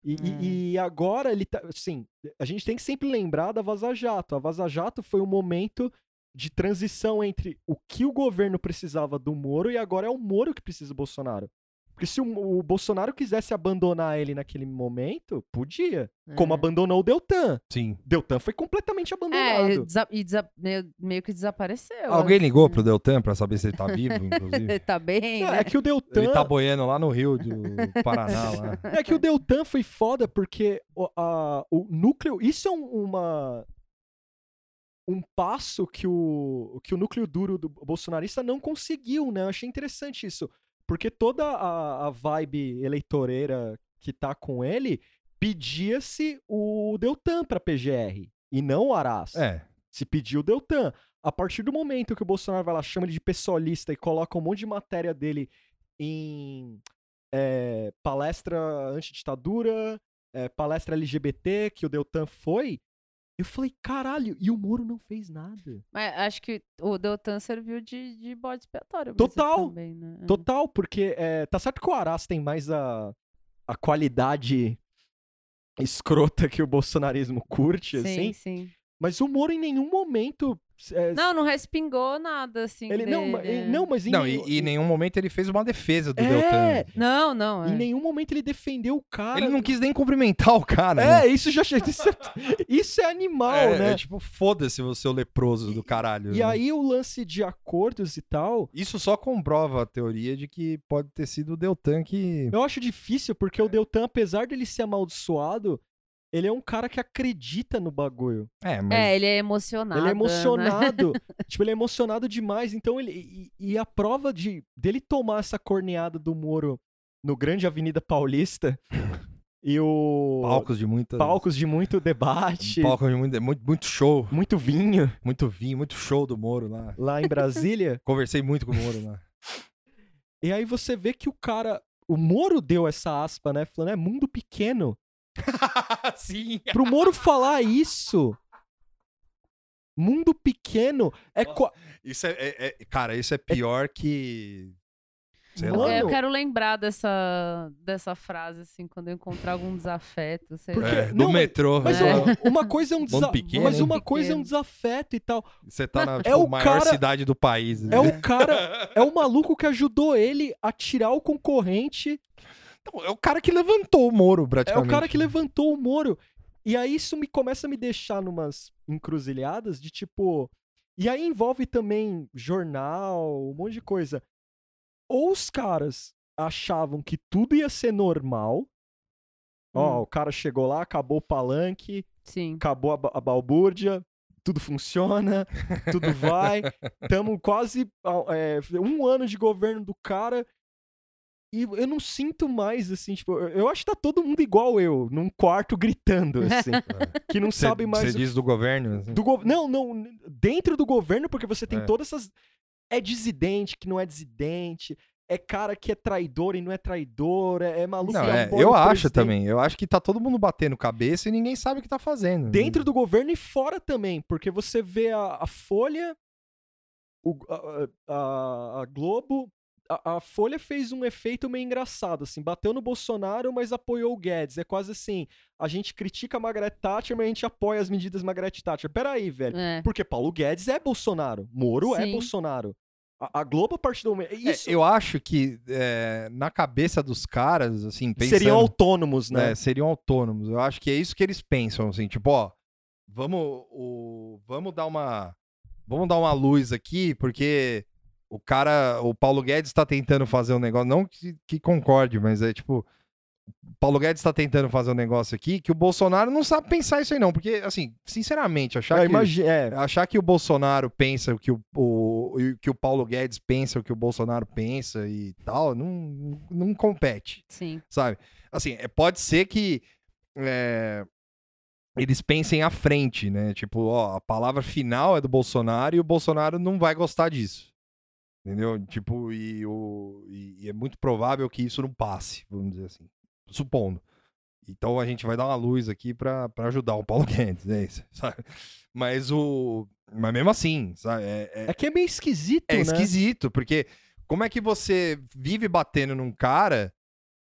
B: E, e-
C: Hum.
B: e agora ele tá. Assim, a gente tem que sempre lembrar da Vaza Jato. A Vaza Jato foi um momento de transição entre o que o governo precisava do Moro e agora é o Moro que precisa do Bolsonaro. Porque se o, o Bolsonaro quisesse abandonar ele naquele momento, podia.
C: É.
B: Como abandonou o Deltan.
A: Sim.
B: Deltan foi completamente
C: É,
B: abandonado.
C: ele desa- e desa- meio, meio que desapareceu. né?
A: Alguém ligou pro Deltan pra saber se ele tá vivo, inclusive?
C: Ele tá bem,
B: Não,
C: né?
B: é que o Deltan.
A: Ele tá boiando lá no Rio do Paraná. Lá.
B: É que o Deltan foi foda porque o, a- o núcleo. Isso é um, uma. Um passo que o, que o núcleo duro do bolsonarista não conseguiu, né? Eu achei interessante isso. Porque toda a, a vibe eleitoreira que tá com ele pedia-se o Deltan pra PGR e não o Arás.
A: É.
B: Se pediu o Deltan. A partir do momento que o Bolsonaro vai lá, chama ele de pessoalista e coloca um monte de matéria dele em é, palestra antiditadura, é, palestra LGBT, que o Deltan foi, eu falei, caralho, e o Moro não fez nada.
C: Mas acho que o Deltan serviu de, de bode expiatório. mesmo
B: Total.
C: Também, né? É.
B: Total, porque é, tá certo que o Arás tem mais a, a qualidade escrota que o bolsonarismo curte,
C: Sim,
B: assim,
C: sim.
B: mas o Moro em nenhum momento... é,
C: Não, não respingou nada, assim.
B: ele, não, ma-
C: dele,
B: e-
C: é.
B: não, mas em
A: Não,
B: nenhum-
A: e e em nenhum momento ele fez uma defesa do
B: É,
A: Deltan.
C: Não, não.
B: Em
C: é.
B: nenhum momento ele defendeu o cara.
A: Ele não quis nem cumprimentar o cara. né?
B: É, isso já isso é, isso é animal,
A: é,
B: né?
A: é tipo, foda-se você, o leproso do caralho.
B: E
A: né?
B: aí o lance de acordos e tal,
A: Isso só comprova a teoria de que pode ter sido o Deltan que.
B: eu acho difícil porque
C: É.
B: o Deltan, apesar dele ser amaldiçoado, ele é um cara que acredita no bagulho.
A: É, mas.
C: É, ele é emocionado.
B: ele é
C: né?
B: emocionado. tipo, ele é emocionado demais. Então ele e, e a prova de dele tomar essa corneada do Moro no Grande Avenida Paulista e o
A: Palcos de muita.
B: palcos de muito debate,
A: palcos de muito, muito, muito show,
B: muito vinho
A: muito vinho, muito show do Moro lá.
B: lá em Brasília.
A: Conversei muito com o Moro lá.
B: E aí você vê que o cara. O Moro deu essa aspa, né? Falando, é mundo pequeno. Ah,
A: Sim.
B: Pro Moro falar isso. Mundo pequeno é.
A: Nossa,
B: qua-
A: Isso é, é- é- Cara, isso é pior que. Sei
B: Mano,
A: lá.
C: É, eu quero lembrar dessa, dessa frase, assim, quando eu encontrar algum desafeto. Sei
B: Porque-
C: lá.
A: É, no
B: não, mas-
A: metrô,
B: Mas
A: né?
C: É.
B: ó, uma coisa é um
A: Mundo
B: desafeto.
A: pequeno,
B: Mas
A: hein?
B: uma coisa é um
C: Pequeno.
B: desafeto e tal.
A: Você tá na tipo,
B: é o
A: maior
B: cara-
A: cidade do país.
B: É
A: né?
B: o cara. É o maluco que ajudou ele a tirar o concorrente.
A: Não, é o cara que levantou o Moro,
B: É o
A: praticamente.
B: cara que levantou o Moro. E aí isso me começa a me deixar numas encruzilhadas de tipo. E aí envolve também jornal, um monte de coisa. Ou os caras achavam que tudo ia ser normal. Ó, o cara chegou lá, acabou o palanque,
C: Sim.
B: acabou a, ba- a balbúrdia, tudo funciona, tudo vai. Tamo quase ah, é, um ano de governo do cara. E eu não sinto mais, assim, tipo, eu- eu acho que tá todo mundo igual eu, num quarto gritando, assim. que não
A: Você-
B: sabe mais.
A: Você
B: o-
A: diz do governo? assim?
B: do gov- Não, não, n- dentro do governo, porque você tem
A: É.
B: todas essas. É dissidente, que não é dissidente. É cara que é traidor e não é traidor. É, é maluco.
A: Não,
B: que
A: é,
B: apoia
A: eu
B: o
A: acho
B: presidente.
A: também. Eu acho que tá todo mundo batendo cabeça e ninguém sabe o que tá fazendo.
B: Dentro do governo e fora também, porque você vê a, a Folha, o- a, a- a Globo. A, a Folha fez um efeito meio engraçado, assim, bateu no Bolsonaro, mas apoiou o Guedes. É quase assim: a gente critica a Margaret Thatcher, mas a gente apoia as medidas Margaret Thatcher. Peraí, velho.
C: É.
B: Porque Paulo Guedes é Bolsonaro, Moro é
C: Sim.
B: Bolsonaro. A, a Globo, a partir do momento.
A: É,
B: Isso
A: eu acho que é, na cabeça dos caras, assim, pensando...
B: seriam autônomos, né?
A: É, seriam autônomos. Eu acho que é isso que eles pensam, assim, tipo, ó, vamos, o, vamos dar uma, vamos dar uma luz aqui, porque o cara, o Paulo Guedes tá tentando fazer um negócio, não que, que concorde, mas é tipo, o Paulo Guedes tá tentando fazer um negócio aqui que o Bolsonaro não sabe pensar isso aí não, porque, assim, sinceramente, achar
B: Ah,
A: que...
B: imagi- é,
A: Achar que o Bolsonaro pensa o que o, o- o que o Paulo Guedes pensa, o que o Bolsonaro pensa e tal, não, não compete
C: Sim.
A: sabe? Assim, é, pode ser que é, eles pensem à frente, né? Tipo, ó, a palavra final é do Bolsonaro e o Bolsonaro não vai gostar disso. Entendeu? Tipo, e, o, e- e é muito provável que isso não passe, vamos dizer assim. Supondo. Então a gente vai dar uma luz aqui pra pra ajudar o Paulo Guedes, é isso, sabe? Mas o. Mas mesmo assim, sabe? É- é-
B: É que é meio esquisito,
A: é
B: né?
A: esquisito, porque como é que você vive batendo num cara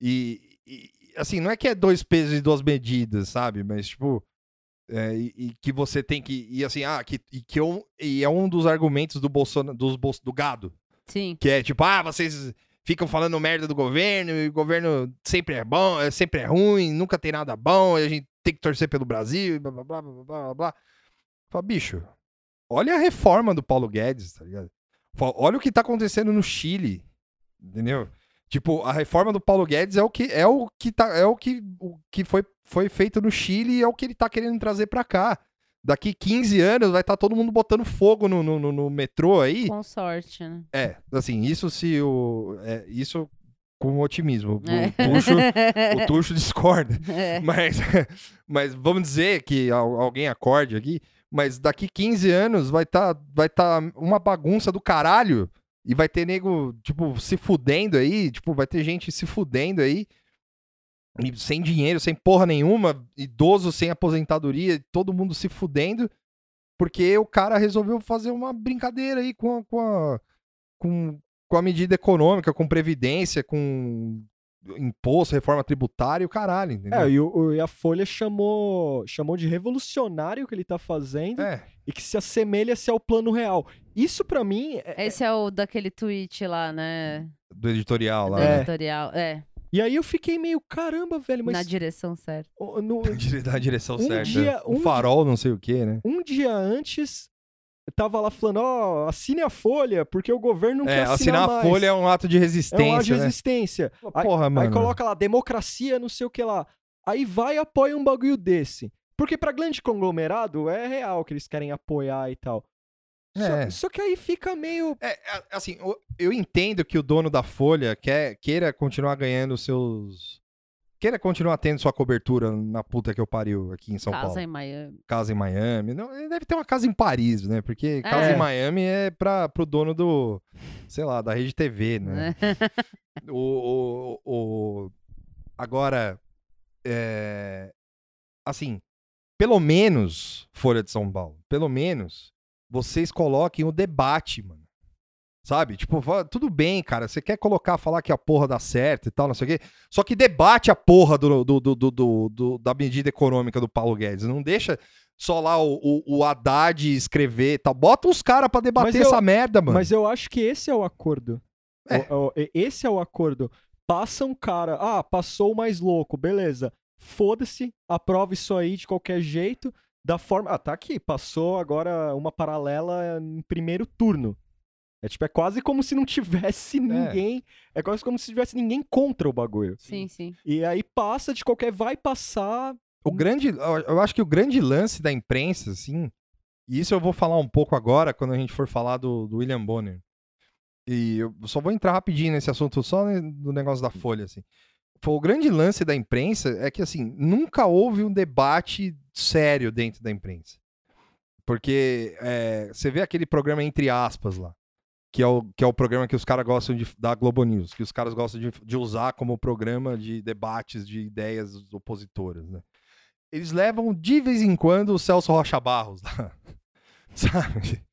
A: e, e- assim, não é que é dois pesos e duas medidas, sabe? Mas tipo, é, e, e que você tem que e assim, ah, que e que eu, e é um dos argumentos do Bolsonaro dos Bolso- do gado,
C: Sim.
A: que é tipo, ah, vocês ficam falando merda do governo, e o governo sempre é bom, é- sempre é ruim, nunca tem nada bom, e a gente tem que torcer pelo Brasil, e blá blá blá blá blá blá. blá. Fala, bicho, olha a reforma do Paulo Guedes, tá ligado? Fala, olha o que tá acontecendo no Chile, entendeu? Tipo, a reforma do Paulo Guedes é o que é o que tá, é o que, o que foi, foi feito no Chile e é o que ele tá querendo trazer pra cá. Daqui 15 anos vai estar todo mundo botando fogo no, no, no- no metrô aí.
C: Com sorte, né?
A: É, assim, isso se o. é, isso com otimismo. O,
C: É.
A: Tuxo, o Tuxo discorda.
C: É.
A: Mas, mas vamos dizer que al- alguém acorde aqui, mas daqui 15 anos vai estar vai tá uma bagunça do caralho e vai ter nego, tipo, se fudendo aí, tipo, vai ter gente se fudendo aí e sem dinheiro, sem porra nenhuma, idoso sem aposentadoria, todo mundo se fudendo porque o cara resolveu fazer uma brincadeira aí com a, com a, com, com a medida econômica, com previdência, com imposto, reforma tributária e o caralho, entendeu?
B: É, e, o- o- e a Folha chamou, chamou de revolucionário o que ele tá fazendo
A: É,
B: e que se assemelha-se ao plano real. Isso pra mim é-
C: Esse é o daquele tweet lá, né?
A: do editorial lá.
C: Do
A: né?
B: É.
C: editorial. É,
B: E aí eu fiquei meio, caramba, velho,
C: na
B: mas
C: direção certa.
B: o- no-
A: Dire- Da direção
B: Um
A: certa.
B: dia-
A: o
B: um
A: farol, não sei o que, né?
B: um dia antes eu tava lá falando, ó, assine a Folha, porque o governo não
A: É,
B: quer assinar,
A: assinar a
B: mais.
A: folha é um ato de
B: é um ato de
A: resistência, né?
B: resistência. Aí-
A: Porra, mano.
B: Aí coloca lá, democracia, não sei o que lá. Aí vai e apoia um bagulho desse. Porque pra grande conglomerado é real que eles querem apoiar e tal. Só-
A: É.
B: Só, que aí fica meio.
A: É, a- assim, o- eu entendo que o dono da Folha quer, queira continuar ganhando seus. Queira continuar tendo sua cobertura na puta que eu pariu aqui em São
C: casa
A: Paulo.
C: em Miami.
A: Casa em Miami. Não, ele deve ter uma casa em Paris, né? Porque casa
C: É.
A: em Miami é pra, pro dono do. Sei lá, da rede TV, né?
C: né?
A: O, o, o- agora, é, assim, pelo menos Folha de São Paulo, pelo menos vocês coloquem o debate, mano. Sabe? Tipo, fa- tudo bem, cara. Você quer colocar, falar que a porra dá certo e tal, não sei o quê. Só que debate a porra do, do, do, do- do- do- da medida econômica do Paulo Guedes. Não deixa só lá o, o, o Haddad escrever e tal. Bota os caras pra debater
B: eu-
A: essa merda, mano.
B: Mas eu acho que esse é o acordo.
A: É.
B: O- o- e- esse é o acordo. Passa um cara. Ah, passou o mais louco, beleza. Foda-se, aprova isso aí de qualquer jeito. Da forma. Ah, tá aqui. Passou agora uma paralela em primeiro turno. É tipo, é quase como se não tivesse ninguém. É quase como se tivesse ninguém contra o bagulho.
C: Sim, sim.
B: E aí passa de qualquer. Vai passar.
A: O grande, eu eu acho que o grande lance da imprensa, assim, e isso eu vou falar um pouco agora quando a gente for falar do, do William Bonner. E eu só vou entrar rapidinho nesse assunto, só ne- do negócio da Folha, assim. Foi o grande lance da imprensa é que, assim, nunca houve um debate sério dentro da imprensa. Porque é, você vê aquele programa entre aspas lá, que é o, que é o programa que os caras gostam de, da Globo News, que os caras gostam de, de usar como programa de debates de ideias opositoras, né? eles levam de vez em quando o Celso Rocha Barros lá. Sabe?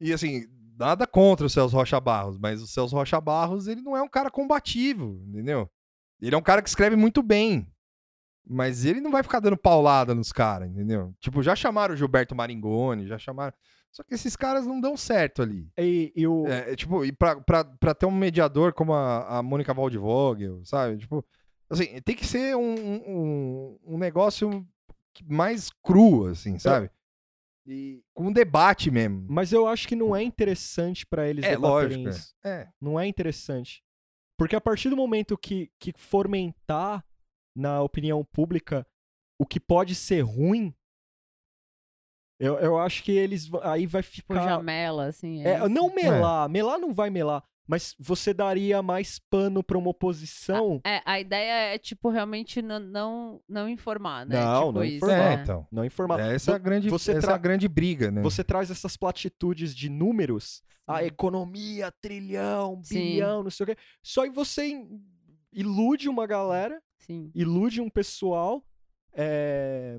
A: E assim, nada contra o Celso Rocha Barros, mas o Celso Rocha Barros, ele não é um cara combativo, entendeu? Ele é um cara que escreve muito bem. Mas ele não vai ficar dando paulada nos caras, entendeu? Tipo, já chamaram o Gilberto Maringoni, já chamaram. Só que esses caras não dão certo ali.
B: E, e o.
A: É, é, tipo, e pra, pra, pra ter um mediador como a, a Mônica Waldvogel, sabe? Tipo, assim, tem que ser um, um, um- um negócio que- mais cru, assim, sabe? E com um debate mesmo.
B: Mas eu acho que não é interessante pra eles
A: É,
B: debaterem
A: lógico, é.
B: isso.
A: É,
B: não é interessante. Porque a partir do momento que, que fomentar na opinião pública o que pode ser ruim, eu, eu acho que eles. va- Aí vai
C: Tipo,
B: ficar.
C: jamela, assim. é
B: É,
C: isso.
B: não melar, melar não vai melar, mas você daria mais pano pra uma oposição.
C: É, a ideia é, tipo, realmente não, não, não informar, né?
B: Não,
C: tipo
B: não
C: isso,
A: é,
B: informar.
C: né?
A: então.
B: Não informar.
A: É essa a grande,
B: você
A: essa
B: tra-
A: a grande briga, né?
B: Você traz essas platitudes de números, a
C: Sim.
B: economia, trilhão,
C: Sim.
B: bilhão, não sei o quê. Só aí você in- ilude uma galera
C: Sim.
B: ilude um pessoal. é,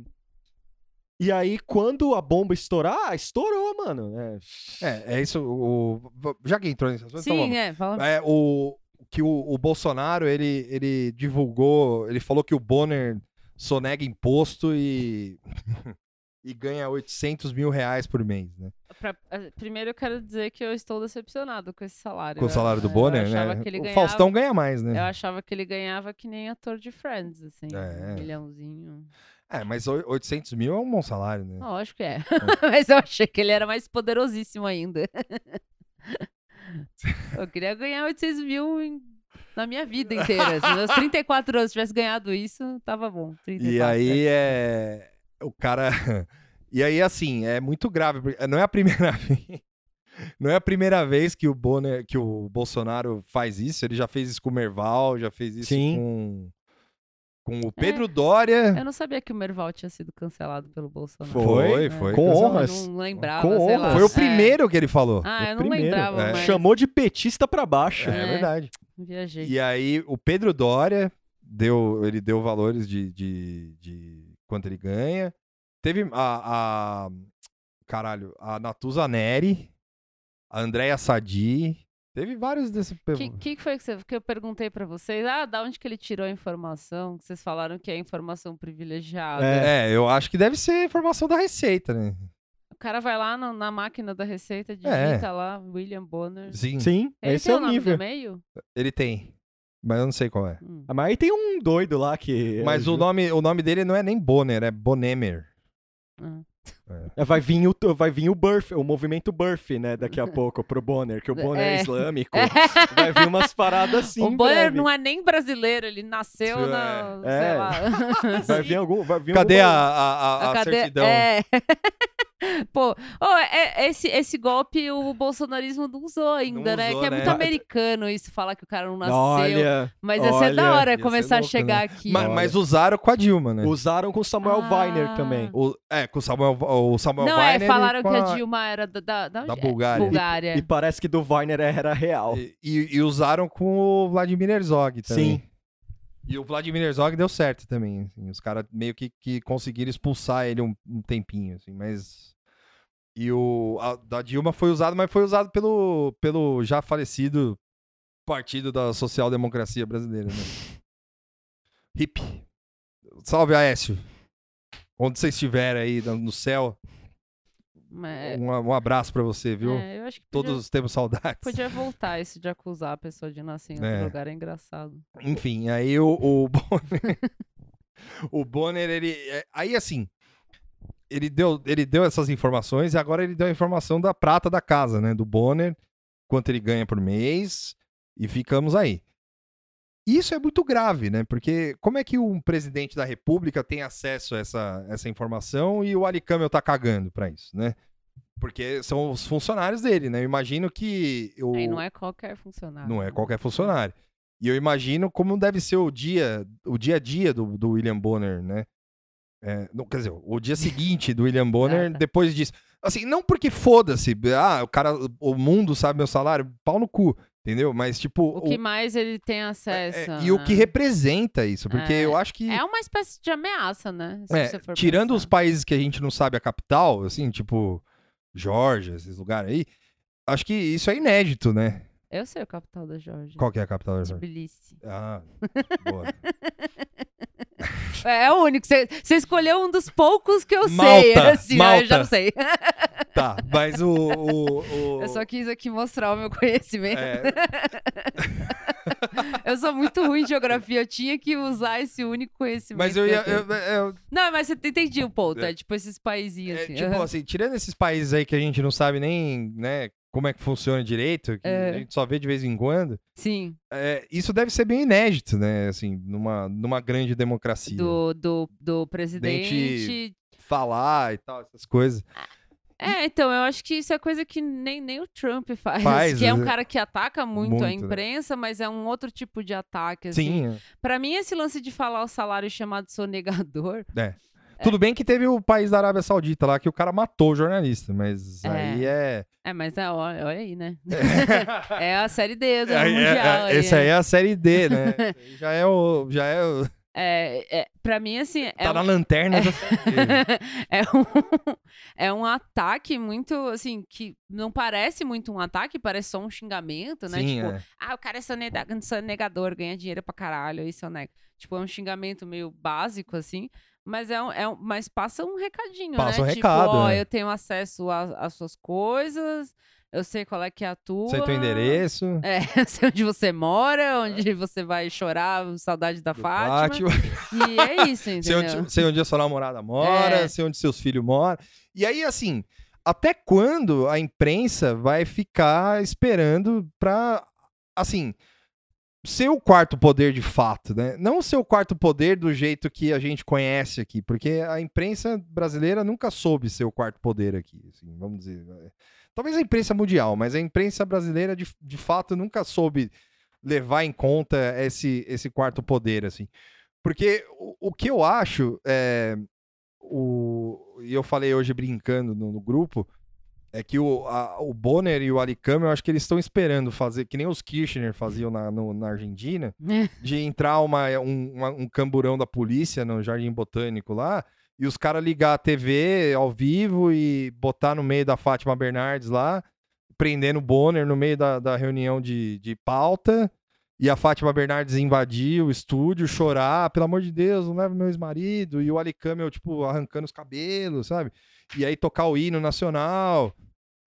B: E aí, quando a bomba estourar, ah, estourou, mano. É,
A: É, é isso. o- Já que entrou nesse assunto, então
C: Sim,
A: vamos.
C: é. Fala...
A: É, o que o, o Bolsonaro ele, ele divulgou, ele falou que o Bonner sonega imposto e e ganha 800 mil reais por mês, né?
C: Pra- eh, primeiro eu quero dizer que eu estou decepcionado com esse salário.
A: Com o
C: Eu-
A: salário do
C: eu
A: Bonner,
C: achava
A: né?
C: que ele
A: O
C: ganhava-
A: Faustão ganha mais, né?
C: Eu achava que ele ganhava que nem ator de Friends, assim,
A: É.
C: um milhãozinho.
A: É, mas oi- 800 mil é um bom salário, né?
C: Ah, Lógico que é. Mas eu achei que ele era mais poderosíssimo ainda. eu queria ganhar 800 mil em- na minha vida inteira. Se meus 34 anos tivesse ganhado isso, tava bom. 34,
A: E aí é. O cara. E aí, assim, é muito grave, porque não é a primeira vez. Não é a primeira vez que o Bonner, que o Bolsonaro faz isso. Ele já fez isso com o Merval, já fez isso
B: Sim.
A: com. Com
C: É.
A: o Pedro Dória.
C: Eu não sabia que o Merval tinha sido cancelado pelo Bolsonaro.
A: Foi,
C: né?
A: foi.
B: Com
C: Eu
B: honras.
C: Não lembrava,
B: Com
C: sei lá.
B: honras.
A: Foi o
C: É.
A: primeiro que ele falou.
C: Ah,
B: O
C: eu não
B: primeiro.
C: lembrava,
A: É.
C: mas
B: Chamou de petista pra baixo.
A: É,
C: É.
A: verdade.
C: viajei.
A: E aí, o Pedro Dória deu, ele deu valores de, de, de quanto ele ganha. Teve a, a- caralho, a Natuza Neri, a Andréa Sadi. Teve vários desse
C: O
A: pe-
C: que, que que foi que, você- que eu perguntei pra vocês? Ah, da onde que ele tirou a informação? Que vocês falaram que é informação privilegiada.
A: É, eu acho que deve ser informação da Receita, né?
C: O cara vai lá na, na máquina da
A: É.
C: receita, digita lá, William Bonner.
A: Sim,
B: Sim,
C: Ele
B: esse
C: tem
B: é
C: o
B: o
C: nome
B: nível.
C: do e-mail?
A: ele tem. Mas eu não sei qual é.
C: Hum.
B: Ah, Mas aí tem um doido lá que. é,
A: Mas o nome, o nome dele não é nem Bonner, é Bonemer.
C: Ah.
B: É, Vai vir o, vai vir o Burf, o movimento Burf, né? Daqui a pouco, pro Bonner, que o Bonner é,
C: É.
B: islâmico. Vai vir umas paradas assim.
C: o
B: em
C: Bonner
B: breve.
C: não é nem brasileiro, ele nasceu
A: Isso,
C: na.
B: é. É.
C: Sei lá.
B: Vai vir algum. Vai vir
A: Cadê a,
B: alguma-
A: a, a, a
C: Cadê-
A: certidão?
C: É. Pô, ô, é- é- esse, esse golpe o bolsonarismo não usou ainda, né?
A: usou,
C: Que é
A: né?
C: muito americano isso, falar que o cara não nasceu.
B: Olha,
C: mas ia ser da
B: olha,
A: ia
C: hora
A: ser
C: começar
A: louco,
C: a chegar aqui.
A: Ma-
B: Olha.
A: mas usaram com a Dilma, né?
B: É. usaram com o Samuel
C: Ah.
B: Weiner também.
A: O- é, com o Samuel, o Samuel
C: não,
A: Weiner.
C: é,
A: e
C: falaram
A: com
C: que a Dilma era da, da, da,
A: Da
C: onde é?
A: Bulgária.
C: Bulgária.
B: E parece que do Weiner era real.
A: E, e- e usaram com o Vladimir Herzog também.
B: Sim.
A: E o Vladimir Herzog deu certo também. assim, os caras meio que, que conseguiram expulsar ele um, um tempinho, assim, mas. E o. a da Dilma foi usado, mas foi usado pelo, pelo já falecido Partido da Social Democracia Brasileira, né? Hip. Salve, Aécio. Onde você estiver aí no no céu,
C: Mas-
A: um, um abraço pra você, viu?
C: é, eu acho que podia-
A: Todos temos saudades.
C: Podia voltar isso de acusar a pessoa de nascer em outro
A: É.
C: lugar, é engraçado.
A: Enfim, aí o, o Bonner. o Bonner, ele. é, Aí assim. Ele deu, ele deu essas informações e agora ele deu a informação da prata da casa, né? Do Bonner, quanto ele ganha por mês, e ficamos aí. Isso é muito grave, né? Porque como é que um presidente da República tem acesso a essa, essa informação e o Alicâmio tá cagando pra isso, né? Porque são os funcionários dele, né? Eu imagino que. O...
C: Aí não é qualquer funcionário.
A: Não é
C: né?
A: qualquer funcionário. E eu imagino como deve ser o dia, o dia a dia do, do William Bonner, né? É, não, quer dizer, o dia seguinte do William Bonner,
C: Ah, tá.
A: depois disso. Assim, não porque foda-se, ah, o cara, o mundo sabe meu salário, pau no cu, entendeu? Mas tipo.
C: O que mais ele tem acesso.
A: é, e o que
C: né?
A: representa isso? Porque
C: É,
A: eu acho que.
C: É uma espécie de ameaça, né? Se
A: É,
C: você for
A: tirando os
C: pensar.
A: países que a gente não sabe a capital, assim, tipo Georgia, esses lugares aí, acho que isso é inédito, né?
C: Eu sei o capital da Georgia.
A: Qual que é a capital da
C: Tipo
A: Georgia?
C: Tbilisi.
A: Ah, boa.
C: É, é o único. Você você escolheu um dos poucos que eu sei.
A: Malta,
C: Assim, ah, eu
A: Malta.
C: já não sei.
A: Tá, mas o. o, o-
C: Eu só quis aqui mostrar o meu conhecimento.
A: é,
C: Eu sou muito ruim de geografia. Eu tinha que usar esse único conhecimento.
A: mas eu
C: que
A: ia.
C: tenho.
A: eu- é, eu-
C: Não, mas você entendi o ponto.
A: É.
C: É, tipo esses paizinhos
A: é,
C: assim.
A: tipo
C: aham.
A: assim, tirando esses países aí que a gente não sabe nem, né, como é que funciona direito, que
C: É.
A: a gente só vê de vez em quando,
C: Sim.
A: é, isso deve ser bem inédito, né, assim, numa, numa grande democracia.
C: do, do, do presidente.
A: Falar e tal, essas coisas.
C: É, então, eu acho que isso é coisa que nem, nem o Trump faz.
A: Faz,
C: que é um
A: é.
C: cara que ataca muito,
A: Muito, né?
C: a imprensa, mas é um outro tipo de ataque, assim.
A: Sim. é.
C: Pra mim, esse lance de falar o salário chamado sonegador. É.
A: Tudo bem que teve o país da Arábia Saudita lá que o cara matou o jornalista, mas
C: É.
A: aí é.
C: É, mas é, ó- olha, aí, né? é a série D do
A: Ah. É, é,
C: Mundial.
A: é,
C: aí,
A: esse
C: é.
A: aí é a série D, né? Esse aí já é o. Já é o-
C: É, é, pra mim, assim. é
A: tá
C: um-
A: na lanterna da série D.
C: é, um, é um ataque muito, assim, que não parece muito um ataque, parece só um xingamento, né?
A: Sim,
C: tipo,
A: é.
C: ah, o cara é soneda- é sonegador, ganha dinheiro pra caralho, isso nega. Tipo, é um xingamento meio um básico, assim. Mas, é um, é um- mas passa um recadinho,
A: Passa
C: né?
A: um
C: tipo,
A: recado,
C: ó,
A: é.
C: eu tenho acesso a- às suas coisas, eu sei qual é que é a tua.
A: Sei teu endereço. É.
C: É, eu sei onde você mora, onde você vai chorar, saudade da
A: do pátio.
C: Fátima. E é isso,
A: sei,
C: entendeu?
A: onde, sei onde a sua namorada mora,
C: É.
A: sei onde seus filhos moram. E aí, assim, até quando a imprensa vai ficar esperando pra, assim, ser o quarto poder de fato, né? Não ser o quarto poder do jeito que a gente conhece aqui, porque a imprensa brasileira nunca soube ser o quarto poder aqui, assim, vamos dizer. Talvez a imprensa mundial, mas a imprensa brasileira, de, de fato, nunca soube levar em conta esse, esse quarto poder, assim. Porque o, o que eu acho, é, o, e eu falei hoje brincando no, no grupo, é que o, a- o Bonner e o Alicama, eu acho que eles estão esperando fazer, que nem os Kirchner faziam na, no- na Argentina, de entrar uma, um, uma- um camburão da polícia no Jardim Botânico lá, e os caras ligar a TV ao vivo e botar no meio da Fátima Bernardes lá, prendendo o Bonner no meio da, da reunião de, de pauta, e a Fátima Bernardes invadir o estúdio, chorar, pelo amor de Deus, não leva meu ex-marido, e o Alicâmio, tipo, arrancando os cabelos, sabe? E aí tocar o hino nacional,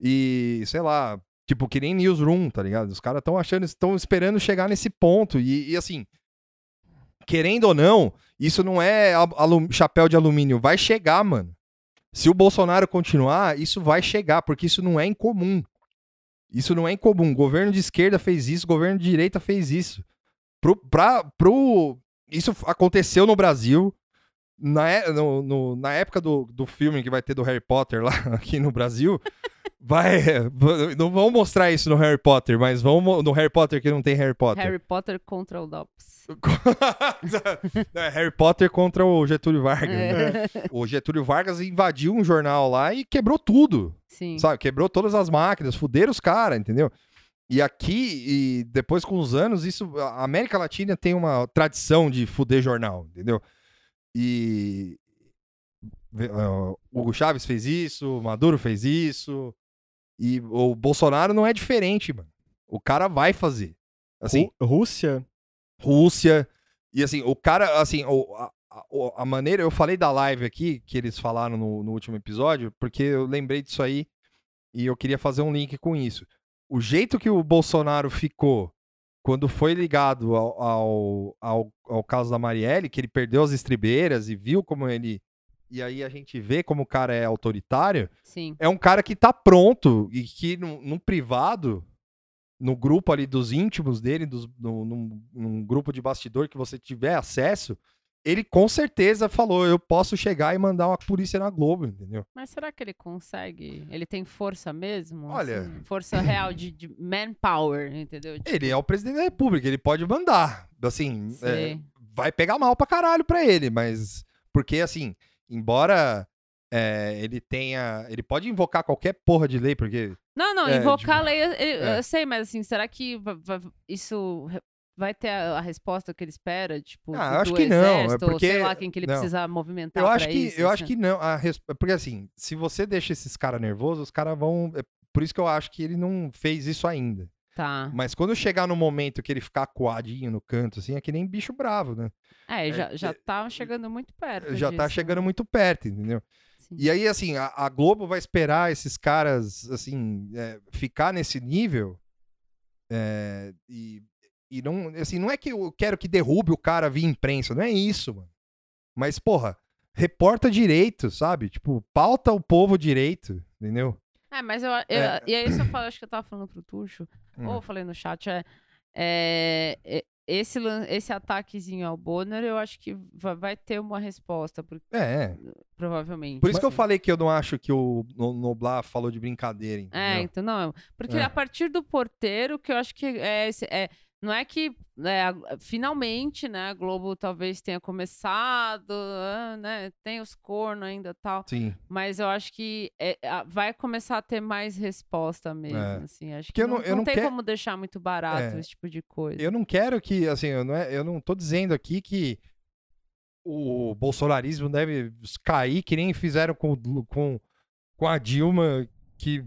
A: e sei lá, tipo, que nem Newsroom, tá ligado? Os caras estão achando, estão esperando chegar nesse ponto, e, e assim, querendo ou não, isso não é a- alu- chapéu de alumínio, vai chegar, mano. Se o Bolsonaro continuar, isso vai chegar, porque isso não é incomum. Isso não é incomum. Governo de esquerda fez isso, governo de direita fez isso. Pro, pra, pro... Isso f- aconteceu no Brasil. Na, é- no- no- na época do, do filme que vai ter do Harry Potter lá aqui no Brasil, vai. Não vão mostrar isso no Harry Potter, mas vão mo- no Harry Potter que não tem Harry Potter.
C: Harry Potter contra o Dops.
A: Não, é Harry Potter contra o Getúlio Vargas. né?
C: É,
A: O Getúlio Vargas invadiu um jornal lá e quebrou tudo.
C: Sim.
A: Sabe? Quebrou todas as máquinas, fuderam os caras, entendeu? E aqui, e depois com os anos, isso. A América Latina tem uma tradição de fuder jornal, entendeu? E. Ve- ah, Hugo Chaves fez isso, Maduro fez isso. E o Bolsonaro não é diferente, mano. O cara vai fazer. Assim,
B: Ru- Rússia?
A: Rússia. E assim, o cara, assim, o- a, a- o- a maneira. Eu falei da live aqui, que eles falaram no, no último episódio, porque eu lembrei disso aí e eu queria fazer um link com isso. O jeito que o Bolsonaro ficou quando foi ligado ao, ao, ao, ao caso da Marielle, que ele perdeu as estribeiras e viu como ele. E aí a gente vê como o cara é autoritário
C: Sim.
A: é um cara que tá pronto e que no, no privado, no grupo ali dos íntimos dele, dos, no, num, num grupo de bastidor que você tiver acesso, ele com certeza falou: eu posso chegar e mandar uma polícia na Globo, entendeu?
C: Mas será que ele consegue? Ele tem força mesmo?
A: Olha-
C: assim? força real de, de manpower, entendeu? Tipo,
A: Ele é o presidente da República, ele pode mandar. Assim, é,
C: Sei.
A: vai pegar mal pra caralho pra ele, mas. Porque, assim, embora é, ele tenha. Ele pode invocar qualquer porra de lei, porque.
C: Não, não,
A: É,
C: invocar
A: tipo,
C: a lei, eu, eu-
A: é.
C: eu sei, mas assim, será que va- va- isso re- vai ter a, a resposta que ele espera? Tipo,
A: Ah,
C: do-
A: eu acho
C: do
A: que não, é
C: exército, ou
A: porque-
C: sei lá quem que ele
A: não.
C: precisa movimentar
A: Eu
C: pra
A: acho que,
C: isso,
A: eu acho
C: assim.
A: que não. a res- Porque assim, se você deixa esses caras nervosos, os caras vão. é por isso que eu acho que ele não fez isso ainda.
C: Tá.
A: Mas quando chegar no momento que ele ficar coadinho no canto, assim, é que nem bicho bravo, né?
C: É, já, já
A: é-
C: tá chegando muito perto
A: Já tá
C: disso,
A: chegando
C: né?
A: muito perto, entendeu?
C: Sim.
A: E aí, assim, a, a Globo vai esperar esses caras, assim, é, ficar nesse nível. é, e, e não, assim, não é que eu quero que derrube o cara via imprensa, não é isso, mano. Mas, porra, reporta direito, sabe? Tipo, pauta o povo direito, entendeu?
C: É, mas eu, eu-
A: É.
C: E aí, se eu falo, acho que eu tava falando pro Tuxo,
A: Hum.
C: ou eu falei no chat, é. é, é, esse, lan- esse ataquezinho ao Bonner, eu acho que va- vai ter uma resposta, por-
A: É, é.
C: provavelmente.
A: Por isso que eu
C: assim.
A: falei que eu não acho que o No- Noblar falou de brincadeira,
C: É,
A: entendeu?
C: então não. Porque
A: É.
C: a partir do porteiro, que eu acho que é, esse- é- não é que é, a- finalmente, né, a Globo talvez tenha começado, ah, né, tem os cornos ainda tal,
A: Sim.
C: mas eu acho que é, a- vai começar a ter mais resposta mesmo,
A: É.
C: assim. Acho
A: Porque
C: que
A: eu
C: não,
A: não- eu
C: não
A: não
C: tem
A: quero-
C: como deixar muito barato
A: É.
C: esse tipo de coisa.
A: Eu não quero que, assim, eu não, é, eu não tô dizendo aqui que o bolsonarismo deve cair que nem fizeram com, o Lu- com, com a Dilma, que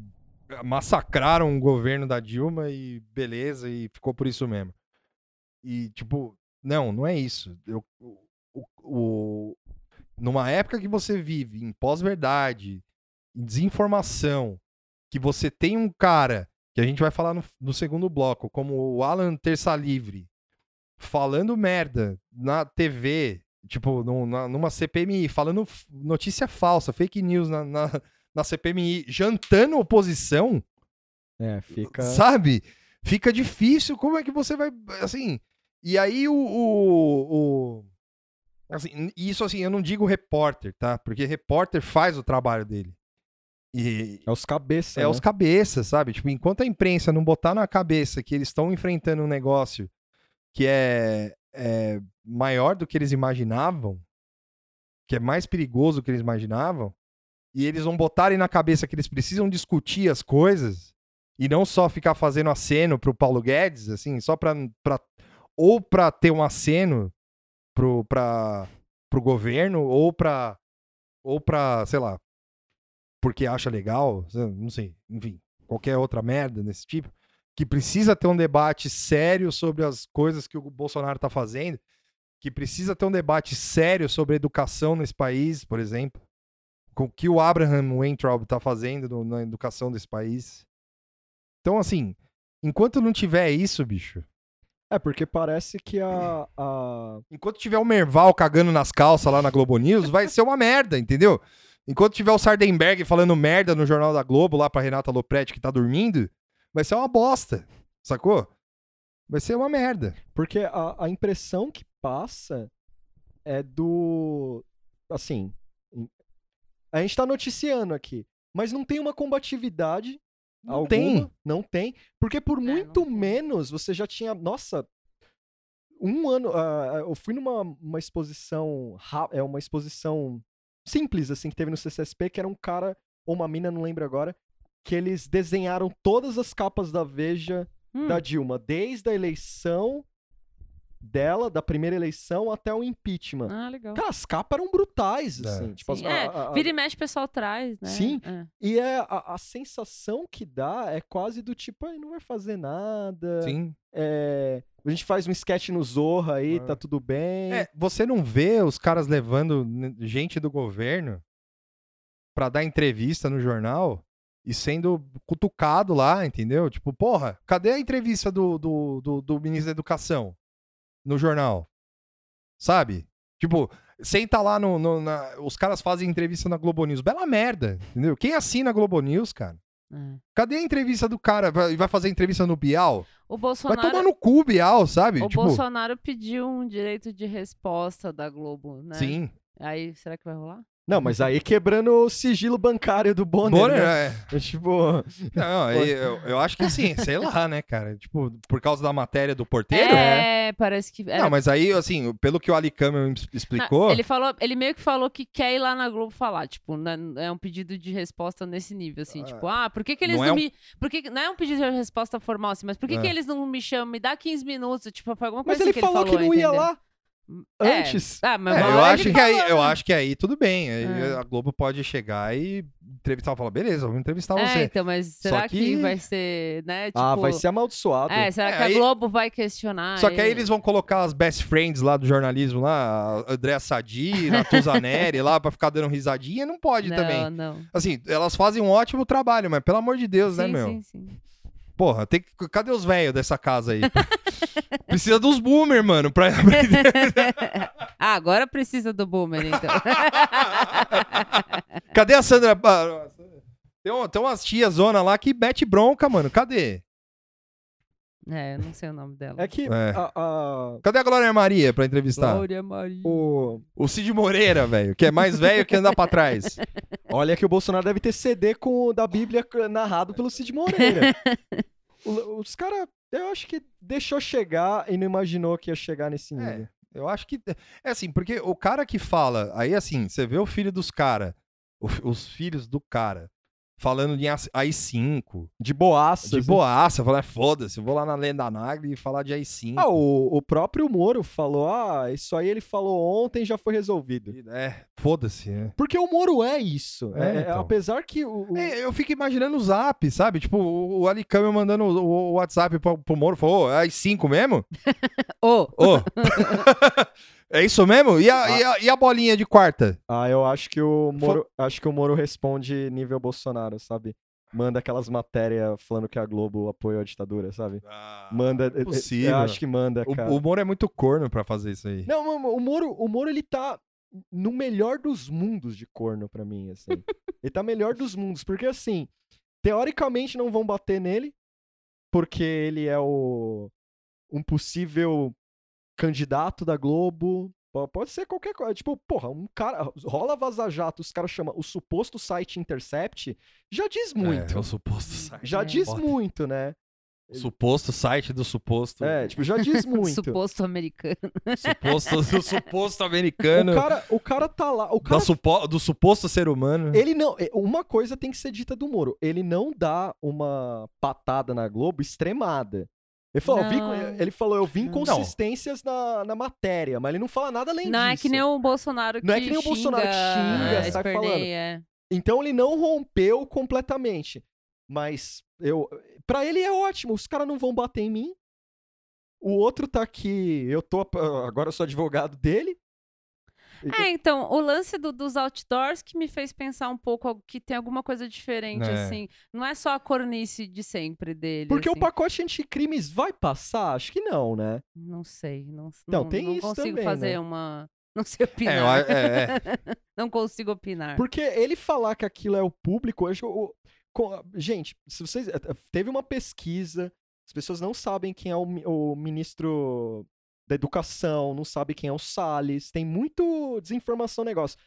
A: massacraram o governo da Dilma e beleza, e ficou por isso mesmo. E, tipo, não, não é isso. Eu, o, o- numa época que você vive em pós-verdade, em desinformação, que você tem um cara, que a gente vai falar no, no segundo bloco, como o Alan Terça Livre, falando merda na TV, tipo, num- na- numa CPMI, falando f- notícia falsa, fake news na, na, na CPMI, jantando oposição,
B: É, fica.
A: sabe? Fica difícil. Como é que você vai. Assim. E aí o. o- o- assim, n- isso assim, eu não digo repórter, tá? Porque repórter faz o trabalho dele. E.
B: É os cabeças.
A: É os cabeças, sabe? Tipo, enquanto a imprensa não botar na cabeça que eles estão enfrentando um negócio que é, é maior do que eles imaginavam, que é mais perigoso do que eles imaginavam, e eles não botarem na cabeça que eles precisam discutir as coisas e não só ficar fazendo aceno pro Paulo Guedes, assim, só pra. pra ou pra ter um aceno pro, pra, pro governo, ou pra. Ou pra, sei lá, porque acha legal, sei lá, não sei, enfim, qualquer outra merda desse tipo, que precisa ter um debate sério sobre as coisas que o Bolsonaro tá fazendo, que precisa ter um debate sério sobre a educação nesse país, por exemplo, com o que o Abraham Weintraub tá fazendo no- na educação desse país. Então, assim, enquanto não tiver isso, bicho,
B: É, porque parece que a. a-
A: enquanto tiver o Merval cagando nas calças lá na Globo News, vai ser uma merda, entendeu? Enquanto tiver o Sardenberg falando merda no Jornal da Globo lá pra Renata Lopretti que tá dormindo, vai ser uma bosta, sacou? Vai ser uma merda.
B: Porque a, a impressão que passa é do. Assim. em- A gente tá noticiando aqui. Mas não tem uma combatividade.
A: Não
B: alguma,
A: tem.
B: Não tem. Porque por
C: não
B: muito
C: tem.
B: menos você já tinha. Nossa. Um ano. ah, eu fui numa uma exposição. ra- É uma exposição simples, assim, que teve no CCSP, que era um cara, ou uma mina, não lembro agora, que eles desenharam todas as capas da Veja
C: Hum,
B: da Dilma, desde a eleição dela, da primeira eleição até o impeachment.
C: Ah, legal.
B: Cara, as capas eram brutais,
A: É.
B: assim. Tipo,
C: Sim,
B: as-
C: é,
B: a- a-
C: Vira e mexe, o pessoal traz, né?
B: Sim.
C: É.
B: E é, a, a sensação que dá é quase do tipo, "Ai, não vai fazer nada.
A: Sim.
B: é, a gente faz um sketch no Zorra aí,
A: É.
B: tá tudo bem.
A: É, você não vê os caras levando n- gente do governo pra dar entrevista no jornal e sendo cutucado lá, entendeu? Tipo, porra, cadê a entrevista do, do, do, do ministro da Educação no jornal? Sabe? Tipo, senta lá no. no- na- os caras fazem entrevista na Globo News. Bela merda, entendeu? Quem assina a Globo News, cara?
C: É.
A: Cadê a entrevista do cara? Vai vai fazer entrevista no Bial?
C: O
A: Vai
C: Bolsonaro.
A: tomar no cu, Bial, sabe?
C: O
A: tipo,
C: Bolsonaro pediu um direito de resposta da Globo, né?
A: sim.
C: Aí, será que vai rolar?
B: Não, mas aí quebrando o sigilo bancário do Bonner,
A: Bonner,
B: né?
A: é.
B: É Tipo,
A: Não,
B: Pô.
A: e eu, eu acho que assim, sei lá, né, cara? Tipo, por causa da matéria do porteiro?
C: É, parece que. era-
A: Não, mas aí, assim, pelo que o Ali Câmara
C: Na-
A: explicou,
C: Ele falou, ele meio que falou que quer ir lá na Globo falar, tipo, né, é um pedido de resposta nesse nível, assim,
A: Ah,
C: tipo, ah, por que que eles
A: não
C: não,
A: é um-
C: me, por que que- não é um pedido de resposta formal, assim, mas por que que
A: É.
C: eles não me chamam, me dá 15 minutos, tipo, foi alguma
B: mas
C: coisa
B: ele
C: assim que
B: falou que não ia
C: entendeu?
B: lá
C: É.
B: antes.
C: Ah, mas
A: É,
C: uma
A: eu,
C: hora
A: acho
C: ele
A: que aí,
C: fala,
A: eu
C: né?
A: acho que aí tudo bem. Aí
C: É.
A: A Globo pode chegar e entrevistar e falar, beleza, vamos entrevistar
C: É,
A: você.
C: então, mas
A: Só
C: será que...
A: que-
C: vai ser, né, tipo...
B: Ah, vai ser amaldiçoado.
C: É, será
A: É,
C: que
A: aí-
C: a Globo vai questionar?
A: Só que aí
C: ele?
A: eles vão colocar as best friends lá do jornalismo, lá, a Andréa Sadi, Natuza Neri lá, pra ficar dando risadinha, não pode
C: não,
A: também.
C: Não,
A: Assim, elas fazem um ótimo trabalho, mas pelo amor de Deus, né,
C: Sim,
A: meu?
C: sim, sim.
A: Porra, tem que... cadê os velhos dessa casa aí? Precisa dos boomer, mano, pra aprender.
C: Ah, agora precisa do boomer, então.
A: cadê a Sandra? Ah, Tem, um- tem umas tia zona lá que mete bronca, mano. Cadê?
C: é, eu não sei o nome dela.
B: É que
A: É. tá.
B: a- a-
A: Cadê a Glória Maria pra entrevistar?
C: Glória Maria.
B: o,
A: O Cid Moreira, velho, que é mais velho que andar pra trás.
B: Olha que o Bolsonaro deve ter CD com o da Bíblia narrado pelo Cid Moreira. O- Os caras, eu acho que deixou chegar e não imaginou que ia chegar nesse nível.
A: É, eu acho que. É assim, porque o cara que fala. Aí, assim, você vê o filho dos caras, os filhos do cara, falando de AI5,
B: De né? boaça.
A: de boaça, falando, "Ah, foda-se, eu vou lá na Lenda Nagre e falar de AI5.
B: Ah, o, o próprio Moro falou: ah, isso aí ele falou ontem já foi resolvido.
A: É, foda-se, né?
B: Porque o Moro é isso.
A: É,
B: É, é,
A: então.
B: Apesar que o. o-
A: É, eu fico imaginando o zap, sabe? Tipo, o, o Ali Câmbio mandando o, o WhatsApp pro, pro Moro, falou, "Ô, é às 5 mesmo?
C: Ô,
A: Ô! É isso mesmo? E a,
B: Ah.
A: e a- e a bolinha de quarta?
B: Ah, eu acho que o Moro, acho que o Moro responde nível Bolsonaro, sabe? Manda aquelas matérias falando que a Globo apoiou a ditadura, sabe? Manda, é, eu- eu-
A: Ah, possível.
B: eu acho que manda,
A: O,
B: cara.
A: o Moro é muito corno pra fazer isso aí.
B: Não, mano, o Moro, o Moro ele tá no melhor dos mundos de corno pra mim, assim. ele tá melhor dos mundos, porque assim, teoricamente não vão bater nele, porque ele é o um possível candidato da Globo. Po- Pode ser qualquer coisa. Tipo, porra, um cara. Rola Vaza Jato, os caras chamam o suposto site Intercept. Já diz muito.
A: É, o suposto site.
B: Já
C: É.
B: diz
A: Bota.
B: muito, né?
A: O Suposto site do suposto.
B: É, tipo, já diz muito.
C: Suposto americano.
A: Suposto, do suposto
B: o,
A: americano.
B: cara, o cara tá lá. O cara
A: da supo- do suposto ser humano.
B: Ele não. é, Uma coisa tem que ser dita do Moro. Ele não dá uma patada na Globo extremada. Ele falou, eu vi co-
C: Não.
B: ele falou, eu vi
C: Não.
B: inconsistências na, na matéria, mas ele não fala nada além
C: Não
B: disso.
C: é que nem o Bolsonaro que
B: Não é que nem o Bolsonaro que xinga,
C: é,
B: sai
C: Sperney,
B: falando.
C: é.
B: Então ele não rompeu completamente. Mas eu. Pra ele é ótimo, os caras não vão bater em mim. O outro tá aqui. Eu tô. Agora eu sou advogado dele.
C: É, então, o lance do- dos outdoors que me fez pensar um pouco algo- que tem alguma coisa diferente,
A: É.
C: assim. Não é só a cornice de sempre dele.
B: Porque
C: assim.
B: o pacote anticrimes vai passar? Acho que não, né?
C: Não sei. Não,
B: Então,
C: não,
B: tem
C: não
B: isso
C: consigo
B: também,
C: fazer
B: né?
C: uma. Não
A: É,
C: sei opinar.
A: eu- é, é.
C: Não consigo opinar.
B: Porque ele falar que aquilo é o público, eu acho que o- co- gente, se vocês é, teve uma pesquisa, as pessoas não sabem quem é o, mi- o ministro da educação, não sabem quem é o Salles, tem muito desinformação no negócio.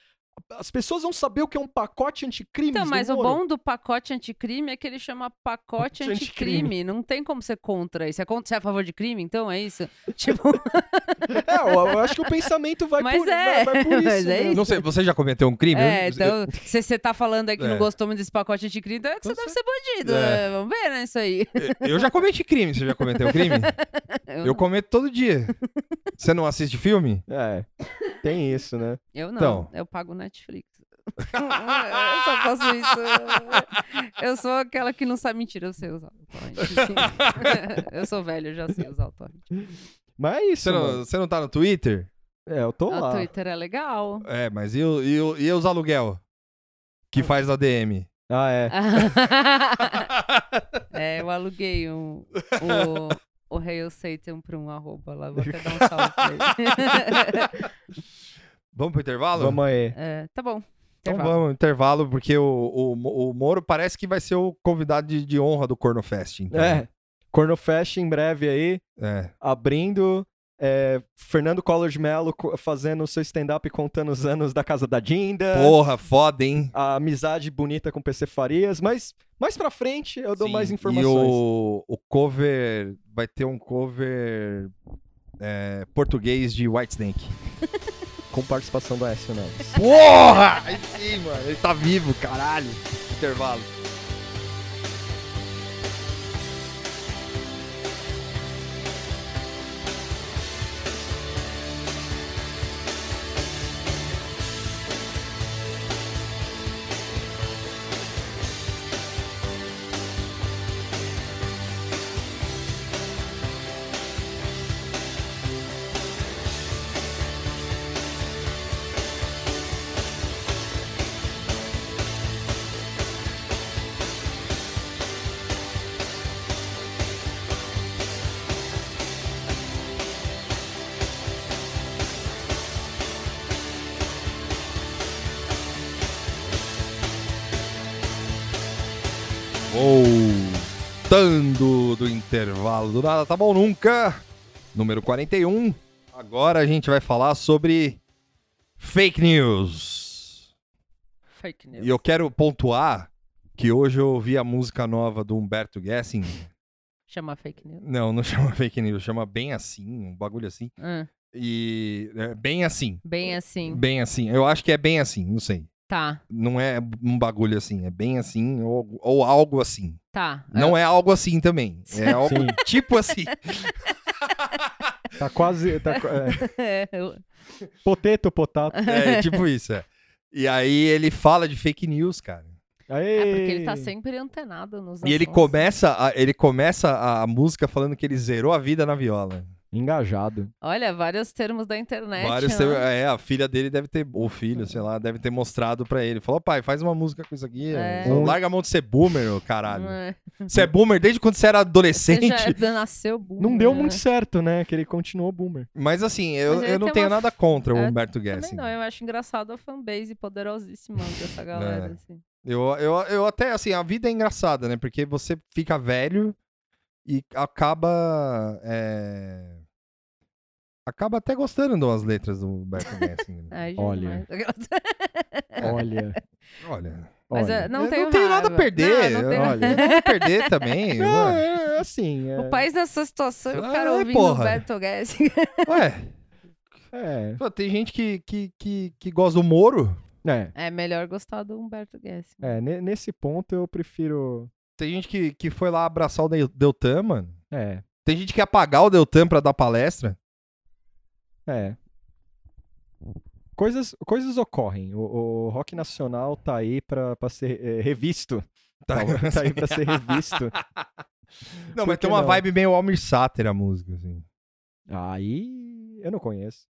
B: As pessoas vão saber o que é um pacote anticrime.
C: Então, mas o bom do pacote anticrime é que ele chama pacote
B: Pacote
C: anticrime.
B: anticrime.
C: Não tem como ser contra isso. É contra, você é a favor de crime, então é isso? Tipo,
B: É, eu, eu acho que o pensamento vai,
C: Mas
B: por,
C: é,
B: vai, vai por isso.
C: mas é
B: mesmo.
A: Não sei, você já cometeu um crime?
C: é,
A: Eu-
C: então, se você tá falando aí que
A: É.
C: não gostou muito desse pacote anticrime, então é que
B: Com
C: você deve ser bandido.
A: É.
C: né? Vamos ver, né, isso aí.
A: eu, eu já cometi crime. Você já cometeu um crime?
C: Eu,
A: Eu cometo todo dia. Você não assiste filme?
B: É, tem isso, né?
C: eu não,
A: então.
C: eu pago Netflix. eu só faço isso. Eu sou aquela que não sabe mentira, eu sei usar o torrent. sim. eu sou velho, eu já sei usar o torrent.
B: Mas é isso.
A: Você não,
B: mano.
A: você não tá no Twitter?
B: É, eu tô
C: O
B: lá.
C: Twitter é legal.
A: É, mas e, o- e, o- e os aluguel? Que faz a DM?
B: Ah, é.
C: É, eu aluguei um, o, o Hail Satan pra um arroba lá. Vou até dar um salve pra ele.
A: Vamos pro intervalo?
B: Vamos aí.
C: É, tá bom.
A: Então
C: Intervalo.
A: vamos, intervalo, porque o, o, Mo- o Moro parece que vai ser o convidado de, de honra do Corno Fest. Então.
B: É. Cornofest em breve aí.
A: É.
B: abrindo. é, Fernando Collor de Mello co- fazendo o seu stand-up e contando os anos da casa da Dinda.
A: Porra, foda, hein?
B: A amizade bonita com PC Farias. Mas mais pra frente eu dou
A: Sim,
B: mais
A: E
B: informações.
A: o, o cover. Vai ter um cover é, português de Whitesnake.
B: Com participação do Aécio Neves.
A: Porra! Aí sim, mano. Ele tá vivo, caralho. Intervalo. Voltando do intervalo do Nada Tá Bom Nunca, número 41. Agora a gente vai falar sobre fake news.
C: Fake news.
A: E eu quero pontuar que hoje eu ouvi a música nova do Humberto Gessing.
C: Chamar fake news.
A: Não, não chama fake news, chama bem assim, um bagulho assim.
C: Ah,
A: E é bem assim,
C: bem assim.
A: bem assim. Eu acho que é bem assim, não sei.
C: Tá,
A: Não é um bagulho assim, é bem assim ou, ou algo assim.
C: tá.
A: Não é algo assim também. É algo
B: Sim.
A: tipo assim.
B: Tá quase. Tá, qua- é,
C: É, eu-
B: poteto, potato.
A: É, tipo isso, é. E aí ele fala de fake news, cara.
B: Aê!
C: é porque ele tá sempre antenado nos
A: E ele
C: assuntos.
A: começa, a, ele começa a, a música falando que ele zerou a vida na viola.
B: Engajado.
C: Olha, vários termos da internet.
A: Vários
C: né?
A: teve- é, a filha dele deve ter, ou o filho, sei lá, deve ter mostrado pra ele. Falou, pai, faz uma música com isso aqui.
C: É.
A: Só Larga a mão de ser boomer, ô caralho.
C: É.
A: Você é boomer desde quando você era
C: Você
A: adolescente.
C: já é. nasceu burro.
B: Não deu
C: né?
B: muito certo, né? Que ele continuou boomer.
A: Mas assim, eu,
C: Mas ele
A: eu não
C: tem
A: tenho
C: uma
A: nada
C: f-
A: contra o
C: É,
A: Humberto assim.
C: Também
A: Guessing.
C: não, eu acho engraçado a fanbase poderosíssima
A: É.
C: dessa galera. assim.
A: Eu, eu, eu até, assim, a vida é engraçada, né? Porque você fica velho e acaba. é, Acaba até gostando das letras do Humberto Guessing. né?
C: Ai,
B: Olha.
C: jamais.
B: Olha.
A: Olha.
C: Mas é,
B: olha.
C: não
A: eu
C: tenho
A: não tenho nada a
C: raiva.
A: perder.
C: Não, não tenho-
A: Olha, eu não vou perder também.
B: Não,
A: ué.
B: é, é assim. É,
C: O país nessa situação, o cara
A: Ah,
C: ouvindo
A: porra.
C: Humberto Guessing.
A: Ué,
B: é,
A: pô, tem gente que, que, que, que gosta do Moro.
B: é,
C: É melhor gostar do Humberto Guessing.
B: é, ne- nesse ponto eu prefiro.
A: Tem gente que, que foi lá abraçar o Del- Deltan, mano.
B: É,
A: Tem gente que ia pagar o Deltan pra dar palestra.
B: é. Coisas, coisas ocorrem. O, o rock nacional tá aí pra, pra ser é, revisto. Tá, tá aí pra ser revisto.
A: Não,
B: Por
A: mas
B: que
A: tem uma
B: não?
A: vibe meio Almir Sater a música, assim.
B: Aí eu não conheço.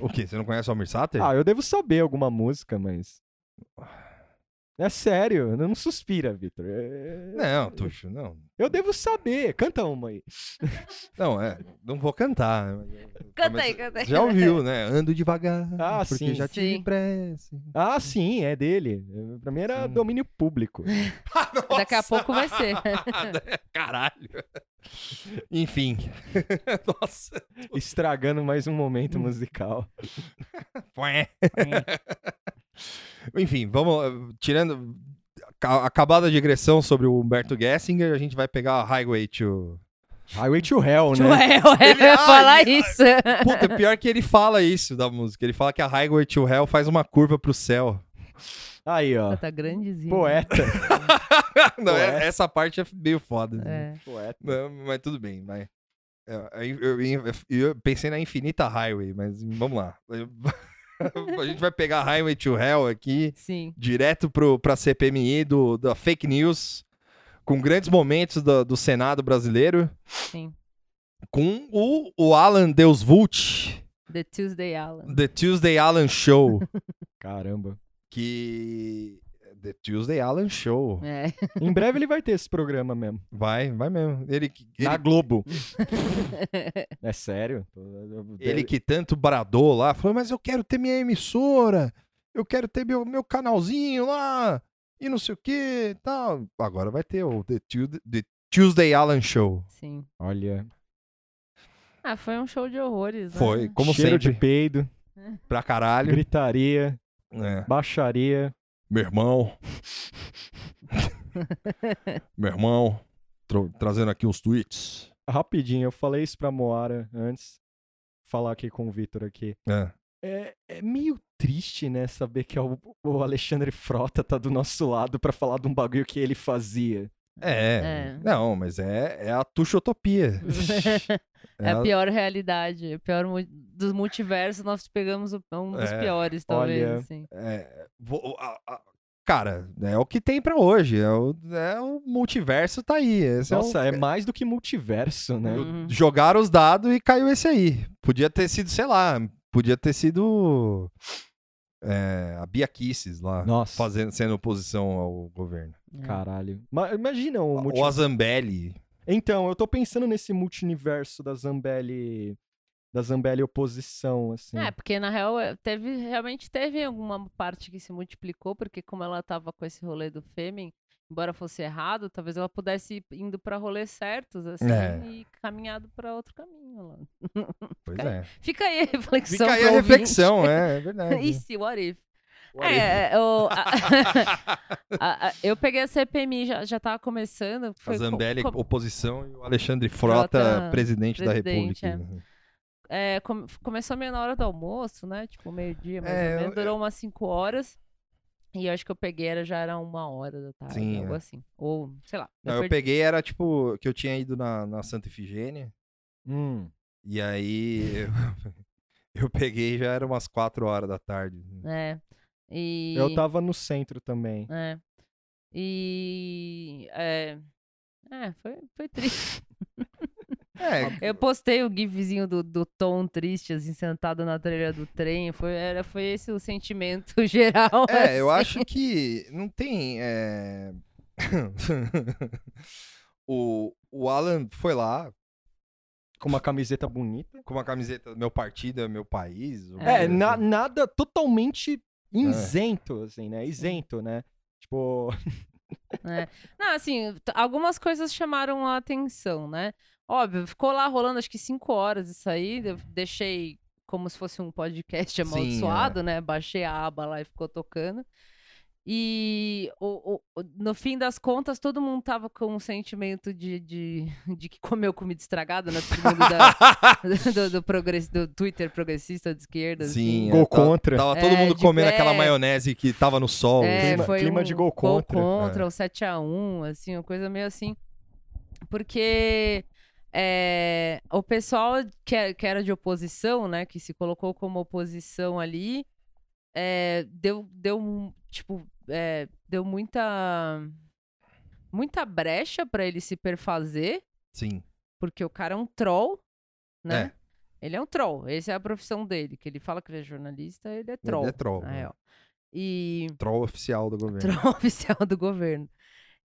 A: O quê? Você não conhece o Almir Sater?
B: Ah, eu devo saber alguma música, mas. É sério, não suspira, Vitor. É-
C: Né?
A: Não, Tuxo, não.
B: Eu devo saber. Canta uma aí.
A: Não, é. Não vou cantar. né?
C: Canta
A: Mas
C: aí, canta aí.
A: Já ouviu, né? Ando devagar.
B: Ah,
A: porque
B: sim,
A: já tive
C: sim.
A: pressa.
B: Ah, sim, é dele. É, Pra mim era
A: Sim.
B: domínio público.
C: Daqui a pouco vai ser.
A: Caralho. Enfim. Nossa.
B: Estragando mais um momento musical.
A: Põe. Enfim, vamos. eh, Tirando. ca- Acabada a digressão sobre o Humberto Gessinger, a gente vai pegar a Highway to.
B: Highway to Hell,
C: Ué,
B: né?
C: ué,
A: Tipo, Ele-
C: eu ia falar
A: ai,
C: isso.
A: Puta, é pior que ele fala isso da música. Ele fala que a Highway to Hell faz uma curva pro céu.
B: Aí, ó.
C: Tá grandezinho.
A: é.
B: Poeta.
A: Não,
B: Ué.
A: é- essa parte é meio foda. né?
C: É.
B: Poeta.
A: Não, mas tudo bem, vai. É, Eu, eu- eu- eu pensei na Infinita Highway, mas vamos lá. Eu- a gente vai pegar a Highway to Hell aqui,
C: Sim.
A: direto pro, pra CPMI do, da fake news, com grandes momentos do, do Senado brasileiro.
C: Sim.
A: Com o, o Alan Deusvult,
C: The Tuesday Alan.
A: The Tuesday Alan Show.
B: Caramba.
A: que The Tuesday Alan Show.
C: É.
B: Em breve ele vai ter esse programa mesmo.
A: Vai, vai mesmo. Ele, que- ele,
B: Na Globo. é sério?
A: ele que tanto bradou lá, falou, mas eu quero ter minha emissora, eu quero ter meu, meu canalzinho lá, e não sei o que tal. Agora vai ter o The, Tu- The Tuesday Alan Show.
C: Sim.
B: Olha.
C: Ah, foi um show de horrores, né?
A: Foi, como
B: cheiro
A: sempre,
B: de peido,
A: pra caralho.
B: gritaria,
A: É.
B: baixaria.
A: Meu irmão. meu irmão. Tro- trazendo aqui uns tweets.
B: Rapidinho, eu falei isso pra Moara antes. Falar aqui com o Vitor aqui.
A: É.
B: É, é meio triste, né, saber que o, o Alexandre Frota tá do nosso lado pra falar de um bagulho que ele fazia.
A: É.
C: É.
A: Não, mas é, é a tuxotopia.
C: É a
A: a-
C: pior realidade. O pior mu- dos multiversos, nós pegamos o- um dos
A: É.
C: piores, talvez.
B: Olha.
C: assim.
A: É, vo- a- a- cara, é o que tem pra hoje. É o, é o multiverso tá aí. Esse é o-
B: Nossa, é mais do que multiverso, né?
C: Uhum.
A: Jogaram os dados e caiu esse aí. Podia ter sido, sei lá, podia ter sido é, a Bia Kisses lá,
B: Nossa,
A: fazendo, sendo oposição ao governo.
C: É.
B: caralho. Ma- imagina um o multi...
A: Ou a Zambelli.
B: Então, eu tô pensando nesse multiverso da Zambelli... Da Zambelli oposição, assim.
C: É, porque na real é, teve, realmente teve alguma parte que se multiplicou, porque como ela tava com esse rolê do Fêmen, embora fosse errado, talvez ela pudesse ir indo pra rolês certos, assim,
A: É.
C: e caminhado pra outro caminho. lá.
A: Pois é.
C: Fica aí a reflexão.
A: Fica aí
C: pro
A: a
C: ouvinte.
A: reflexão, é, é verdade.
C: E se, what if? É, o- a- a- a- eu peguei a CPMI, já, já tava começando.
A: A
C: Foi co-
A: Zambelli,
C: co-
A: oposição, e o Alexandre Frota,
C: Frota,
A: presidente, da
C: presidente,
A: República.
C: é, come- começou meio na hora do almoço, né? Tipo, meio-dia, mais
A: É, eu-
C: ou menos. Durou umas 5 horas. E eu acho que eu peguei, era, já era uma hora da tarde,
A: Sim,
C: algo
A: é.
C: assim. Ou, sei lá.
A: Não, eu
C: perdi-
A: peguei, era tipo, que eu tinha ido na, na Santa Efigênia,
B: Hum.
A: e aí eu, eu peguei já era umas 4 horas da tarde. né.
C: É. E...
B: Eu tava no centro também.
C: É. E... É, é foi, foi triste.
A: É,
C: Eu postei o gifzinho do, do Tom triste, assim, sentado na trilha do trem. Foi, era, foi esse o sentimento geral.
A: é, eu
C: assim.
A: acho que não tem. é, o, o Alan foi lá
B: Com uma camiseta bonita.
A: com uma camiseta do meu partido, é meu país. alguma
B: É,
A: coisa
B: na-
A: assim.
B: nada totalmente
A: É.
B: isento, assim, né? Isento, né? Tipo,
C: Não, assim, t- algumas coisas chamaram a atenção, né? Óbvio, ficou lá rolando acho que cinco horas isso aí. Eu deixei como se fosse um podcast
A: Sim, é.
C: amaldiçoado, né? Baixei a aba lá e ficou tocando. E o- o- o- no fim das contas, todo mundo tava com um sentimento de, de, de que comeu comida estragada, né? Todo mundo da- do, do, progress- do Twitter progressista de esquerda. assim.
A: Sim, é,
B: Gol
A: tava-
B: contra.
A: Tava todo
C: É,
A: mundo
C: de
A: comendo
C: pé.
A: aquela maionese que tava no sol. assim.
C: É,
B: clima-
C: foi
B: clima
C: um
B: de gol contra.
A: É.
C: o 7x1, assim, uma coisa meio assim. Porque é, o pessoal que, é- que era de oposição, né, que se colocou como oposição ali, é, deu, deu, um- tipo, é, deu muita, muita brecha pra ele se perfazer,
A: Sim.
C: porque o cara é um troll, né? Ele é um troll, essa é a profissão dele, que ele fala que ele é jornalista, ele é troll.
A: Ele é troll.
C: na
A: né?
C: real. E
A: Troll oficial do governo.
C: patrão oficial do governo.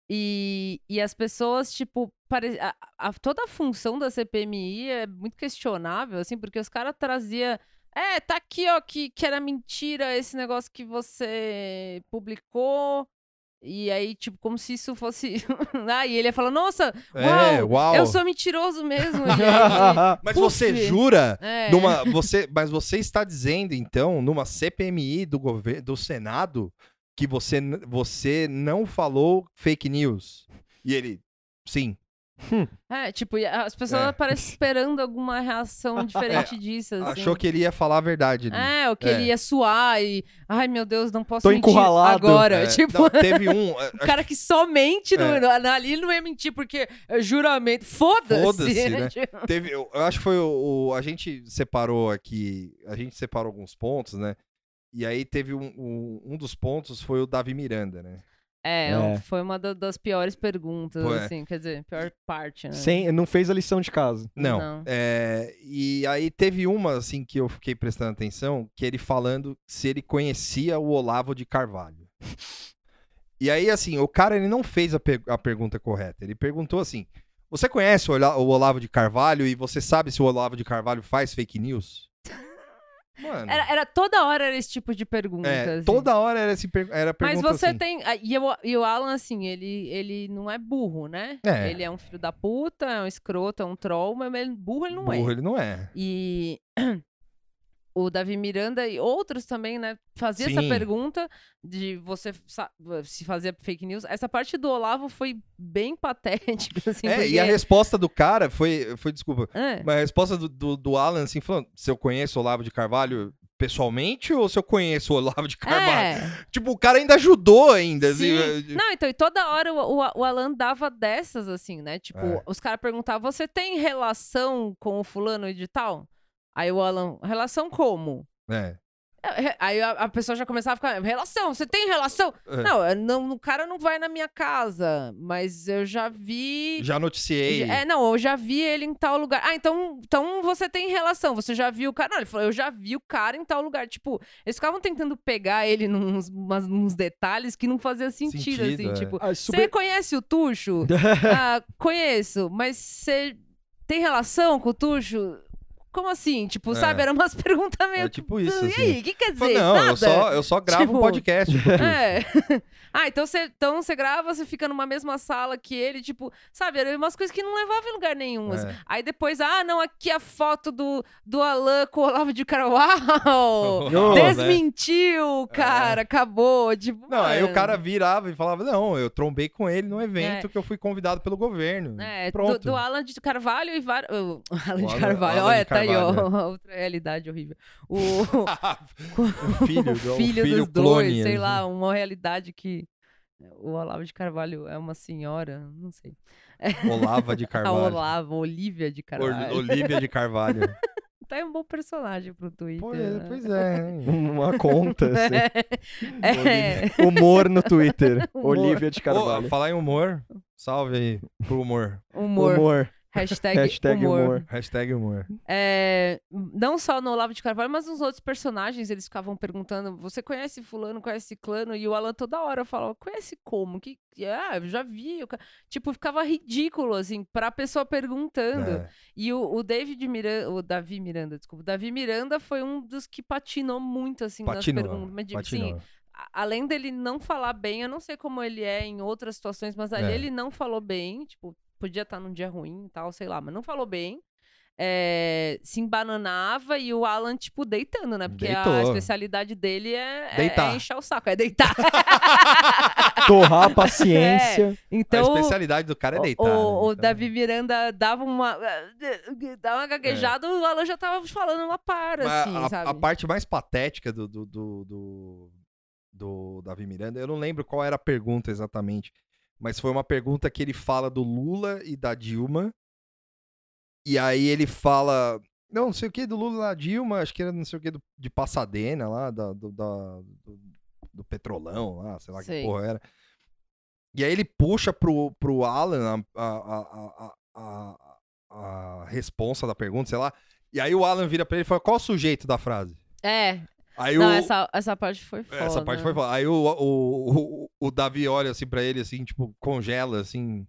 C: E, e as pessoas, tipo, pare... a, a- toda a função da CPMI é muito questionável, assim, porque os caras traziam. É, tá aqui, ó, que, que era mentira esse negócio que você publicou. E aí, tipo, como se isso fosse. ah, e ele ia falar, nossa,
A: É,
C: Uau,
A: uau.
C: eu sou mentiroso mesmo, gente.
A: Mas
C: Puf.
A: você jura?
C: É.
A: Numa, você, mas você está dizendo, então, numa CPMI do, governo, do Senado, que você, n- você não falou fake news. E ele, sim.
C: É, tipo, e as pessoas
A: É.
C: parecem esperando alguma reação diferente disso. Assim.
A: Achou que ele ia falar a verdade. ali.
C: É, o que
A: É.
C: ele ia suar e. Ai, meu Deus, não posso
B: Tô
C: mentir
B: encurralado.
C: agora.
A: É,
C: tipo,
A: não, teve um. é,
C: o cara que somente no,
A: É.
C: no- ali ele não ia mentir, porque é juramento. Foda-se!
A: Foda-se, né?
C: Tipo,
A: Teve, eu eu acho que foi o, o- A gente separou aqui. A gente separou alguns pontos, né? E aí teve um, um, um dos pontos foi o Davi Miranda, né?
C: É,
B: É.
C: um- foi uma da- das piores perguntas,
A: Foi.
C: assim, quer dizer, pior parte, né?
B: sem, não fez a lição de casa.
A: Não.
C: Não.
A: É, e aí teve uma, assim, que eu fiquei prestando atenção, que é ele falando se ele conhecia o Olavo de Carvalho. E aí, assim, o cara, ele não fez a, per- a pergunta correta. Ele perguntou assim, você conhece o, Ola- o Olavo de Carvalho e você sabe se o Olavo de Carvalho faz fake news? Mano,
C: Era, era- toda hora era esse tipo de pergunta.
A: é,
C: assim.
A: toda hora era, esse per- era a
C: Mas
A: pergunta
C: você
A: assim.
C: tem. ah, E, eu- e o Alan, assim, ele, ele não é burro, né?
A: É.
C: Ele é um filho da puta, é um escroto, é um troll, mas ele- burro ele não é.
A: Burro, ele não é.
C: E o Davi Miranda e outros também, né? Fazia
A: Sim.
C: essa pergunta de você sa- se fazia fake news. Essa parte do Olavo foi bem patética, assim.
A: é,
C: porque-
A: e a resposta do cara foi, foi desculpa,
C: É.
A: Mas a resposta do, do, do Alan, assim, falando, se eu conheço o Olavo de Carvalho pessoalmente ou se eu conheço o Olavo de Carvalho?
C: É.
A: Tipo, o cara ainda ajudou ainda.
C: Sim.
A: assim,
C: Não, então, e toda hora o, o, o Alan dava dessas, assim, né? Tipo,
A: É.
C: os caras perguntavam, você tem relação com o fulano e de tal? Aí o Alan, relação como?
A: é,
C: É, Aí a, a pessoa já começava a ficar, relação, você tem relação?
A: é.
C: Não, eu não, o cara não vai na minha casa, mas eu já vi.
A: Já noticiei.
C: É, não, eu já vi ele em tal lugar. Ah, então, então você tem relação, você já viu o cara. Não, ele falou, eu já vi o cara em tal lugar. Tipo, eles ficavam tentando pegar ele nos umas, uns detalhes que não fazia sentido, assim.
A: Sentido, é.
C: Tipo,
B: Ah,
C: você
B: super-
C: conhece o Tuxo? ah, conheço, mas você tem relação com o Tuxo? Como assim? Tipo,
A: É.
C: sabe? Eram umas perguntas meio.
A: É tipo isso,
C: E
A: assim.
C: aí, o que quer dizer?
A: Falei, não,
C: Nada?
A: eu só, eu só gravo um
C: Tipo-
A: podcast. com tudo.
C: É. ah, então você então você grava, você fica numa mesma sala que ele, tipo, sabe? Eram umas coisas que não levavam em lugar nenhum. assim.
A: É.
C: Aí depois, ah, não, aqui a foto do, do Alan com o Olavo de Carvalho.
A: Não, né? É.
C: Desmentiu, cara, acabou. Tipo,
A: Não, aí o
C: mano.
A: cara virava e falava, não, eu trombei com ele num evento que eu fui convidado pelo governo.
C: É, do,
A: Pronto.
C: do Alan de Carvalho e vários. O Alan
A: O
C: de
A: Alan-
C: Carvalho,
A: Alan
C: olha,
A: de
C: tá
A: Carvalho, né?
C: aí, ó, outra realidade horrível. O,
A: o filho,
C: o
A: do- o
C: filho
A: filho
C: dos
A: clone.
C: dois, sei
A: assim.
C: lá, uma realidade que o Olavo de Carvalho é uma senhora, não sei.
A: Olava de
C: A
A: Carvalho.
C: Ah, Olavo, Olivia de
A: Or-
C: Carvalho.
A: Olivia de Carvalho.
C: Tá aí um bom personagem pro Twitter.
A: pois,
C: né?
A: pois é. hein?
B: Uma conta, assim.
C: É,
B: Humor no Twitter.
C: Humor.
B: Olivia de
A: Ô,
B: Carvalho.
A: falar em humor, salve aí pro humor.
C: humor.
B: Humor.
C: Hashtag,
B: Hashtag
C: humor.
B: humor.
A: Hashtag humor.
C: É, não só no Olavo de Carvalho, mas nos outros personagens eles ficavam perguntando: você conhece fulano, conhece ciclano? E o Alan toda hora falava: conhece como? Que, ah, eu já vi. o ca-". Tipo, ficava ridículo, assim, pra pessoa perguntando.
A: É.
C: E o, o David Miranda, o Davi Miranda, desculpa, o Davi Miranda foi um dos que patinou muito, assim, nas
A: Patinou.
C: perguntas. Mas, tipo, assim,
A: Patinou.
C: a- além dele não falar bem, eu não sei como ele é em outras situações, mas ali
A: É.
C: ele não falou bem, tipo, podia estar num dia ruim e tal, sei lá, mas não falou bem. É, se embananava e o Alan, tipo, deitando, né? Porque a
A: Deitou.
C: especialidade dele é, é-
A: Deitar.
C: é encher o saco, é deitar.
B: Torrar a paciência.
A: a
C: Então,
A: especialidade do cara é
C: o-
A: deitar. né?
C: O,
A: Então,
C: o
A: É.
C: Davi Miranda dava uma. eh, dava uma gaguejada, o Alan já tava falando uma para,
A: Mas
C: assim,
A: a,
C: sabe?
A: a parte mais patética do, do, do, do- do Davi Miranda, eu não lembro qual era a pergunta exatamente, mas foi uma pergunta que ele fala do Lula e da Dilma. E aí ele fala. Não, não sei o que, do Lula e da Dilma, acho que era não sei o que de Passadena lá, da, do, da- do, do Petrolão lá, sei lá
C: Sei.
A: que porra era. E aí ele puxa pro, pro Alan a, a, a, a, a, a responsa da pergunta, sei lá. E aí o Alan vira pra ele e fala: qual o sujeito da frase?
C: É.
A: Aí
C: Não,
A: o-
C: essa, né? essa parte foi foda.
A: É,
C: É,
A: essa parte foi foda. Aí o, o, o, o Davi olha assim pra ele, assim, tipo, congela, assim.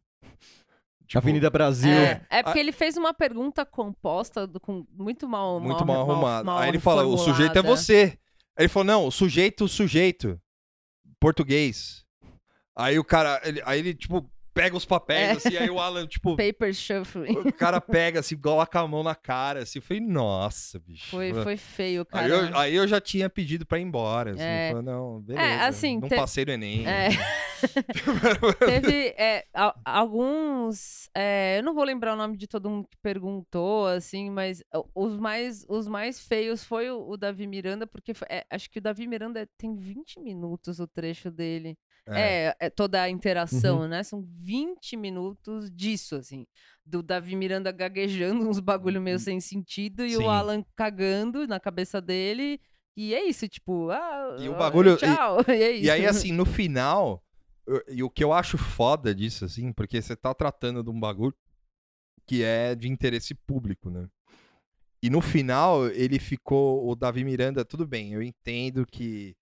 A: Tipo,
B: Avenida Brasil.
C: É, é
A: A-
C: porque ele fez uma pergunta composta, do- com muito mal
A: Muito mal arrumada.
C: mal
A: Aí ele fala: o sujeito é
C: formulada.
A: você. Aí ele falou: não, o sujeito, o sujeito. Português. Aí o cara, ele- aí ele, tipo, pega os papéis,
C: É.
A: assim, aí o Alan, tipo.
C: Paper shuffling.
A: O cara pega, assim, coloca a mão na cara, assim. Eu falei, nossa, bicho.
C: Foi, foi feio, cara.
A: Aí eu, ah, aí eu já tinha pedido pra ir embora. Assim,
C: É.
A: eu falei, não, beleza.
C: assim,
A: não
C: te-
A: passei no Enem.
C: É. Teve é, a- alguns. é, eu não vou lembrar o nome de todo mundo que perguntou, assim, mas o- os mais, os mais feios foi o, o Davi Miranda, porque foi- é, acho que o Davi Miranda tem 20 minutos o trecho dele. É, é toda a interação,
A: Uhum.
C: né? São 20 minutos disso, assim. Do Davi Miranda gaguejando uns bagulho meio sem sentido e
A: Uhum. Sim.
C: o Alan cagando na cabeça dele. E é isso, tipo, ah,
A: E o
C: ah,
A: bagulho- e-
C: tchau. E, é isso.
A: E aí, assim, no final, eu- e o que eu acho foda disso, assim, porque você tá tratando de um bagulho que é de interesse público, né? E no final, ele ficou, o Davi Miranda, tudo bem, eu entendo que.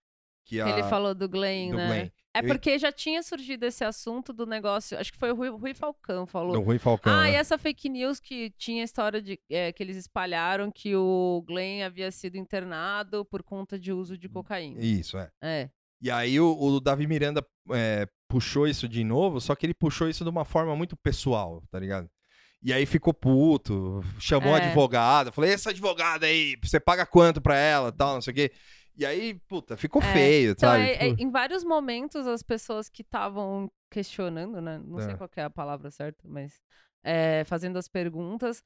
A: que a,
C: Ele falou do Glenn,
A: do
C: né?
A: Glenn,
C: É
A: Eu-
C: porque já tinha surgido esse assunto do negócio. Acho que foi o Rui, Rui Falcão falou.
A: do Rui Falcão.
C: Ah,
A: né?
C: e essa fake news que tinha a história de é, que eles espalharam que o Glenn havia sido internado por conta de uso de cocaína.
A: Isso, é.
C: É.
A: E aí o, o Davi Miranda é, puxou isso de novo, só que ele puxou isso de uma forma muito pessoal, tá ligado? E aí ficou puto, chamou
C: É.
A: a advogada, falou, essa advogada aí, você paga quanto pra ela, tal, não sei o quê. E aí, puta, ficou
C: É,
A: feio,
C: Então,
A: sabe?
C: é- é-
A: Tipo,
C: em vários momentos, as pessoas que estavam questionando, né? Não sei
A: É.
C: qual que é a palavra certa, mas é, fazendo as perguntas,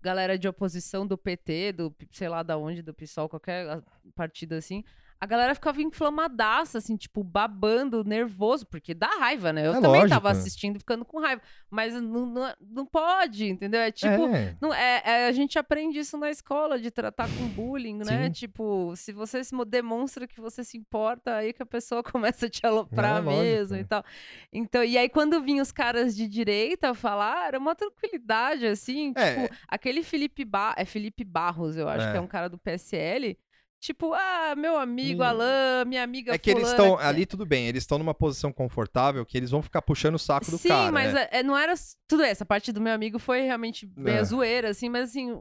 C: galera de oposição do PT, do P- sei lá da onde, do PSOL, qualquer a- partido assim, a galera ficava inflamadaça, assim, tipo, babando, nervoso, porque dá raiva, né? Eu
A: É
C: também
A: lógico.
C: tava assistindo ficando com raiva, mas não, não, não pode, entendeu? É tipo,
A: é.
C: não, é, é, a gente aprende isso na escola, de tratar com bullying, né?
A: Sim.
C: Tipo, se você se mo- demonstra que você se importa, aí que a pessoa começa a te aloprar
A: Não, é lógico,
C: mesmo
A: é.
C: e tal. Então, e aí quando vinham os caras de direita falar, era uma tranquilidade, assim.
A: É.
C: Tipo, aquele Felipe, ba é Felipe Barros, eu acho
A: É.
C: que é um cara do PSL. Tipo, ah, meu amigo
A: Hum.
C: Alain, minha amiga
A: É que eles
C: fulana,
A: estão ali, tudo bem, eles estão numa posição confortável que eles vão ficar puxando o saco do
C: Sim,
A: cara.
C: mas
A: é.
C: é- não era. s- Tudo bem, essa parte do meu amigo foi realmente bem
A: É.
C: zoeira, assim, mas assim.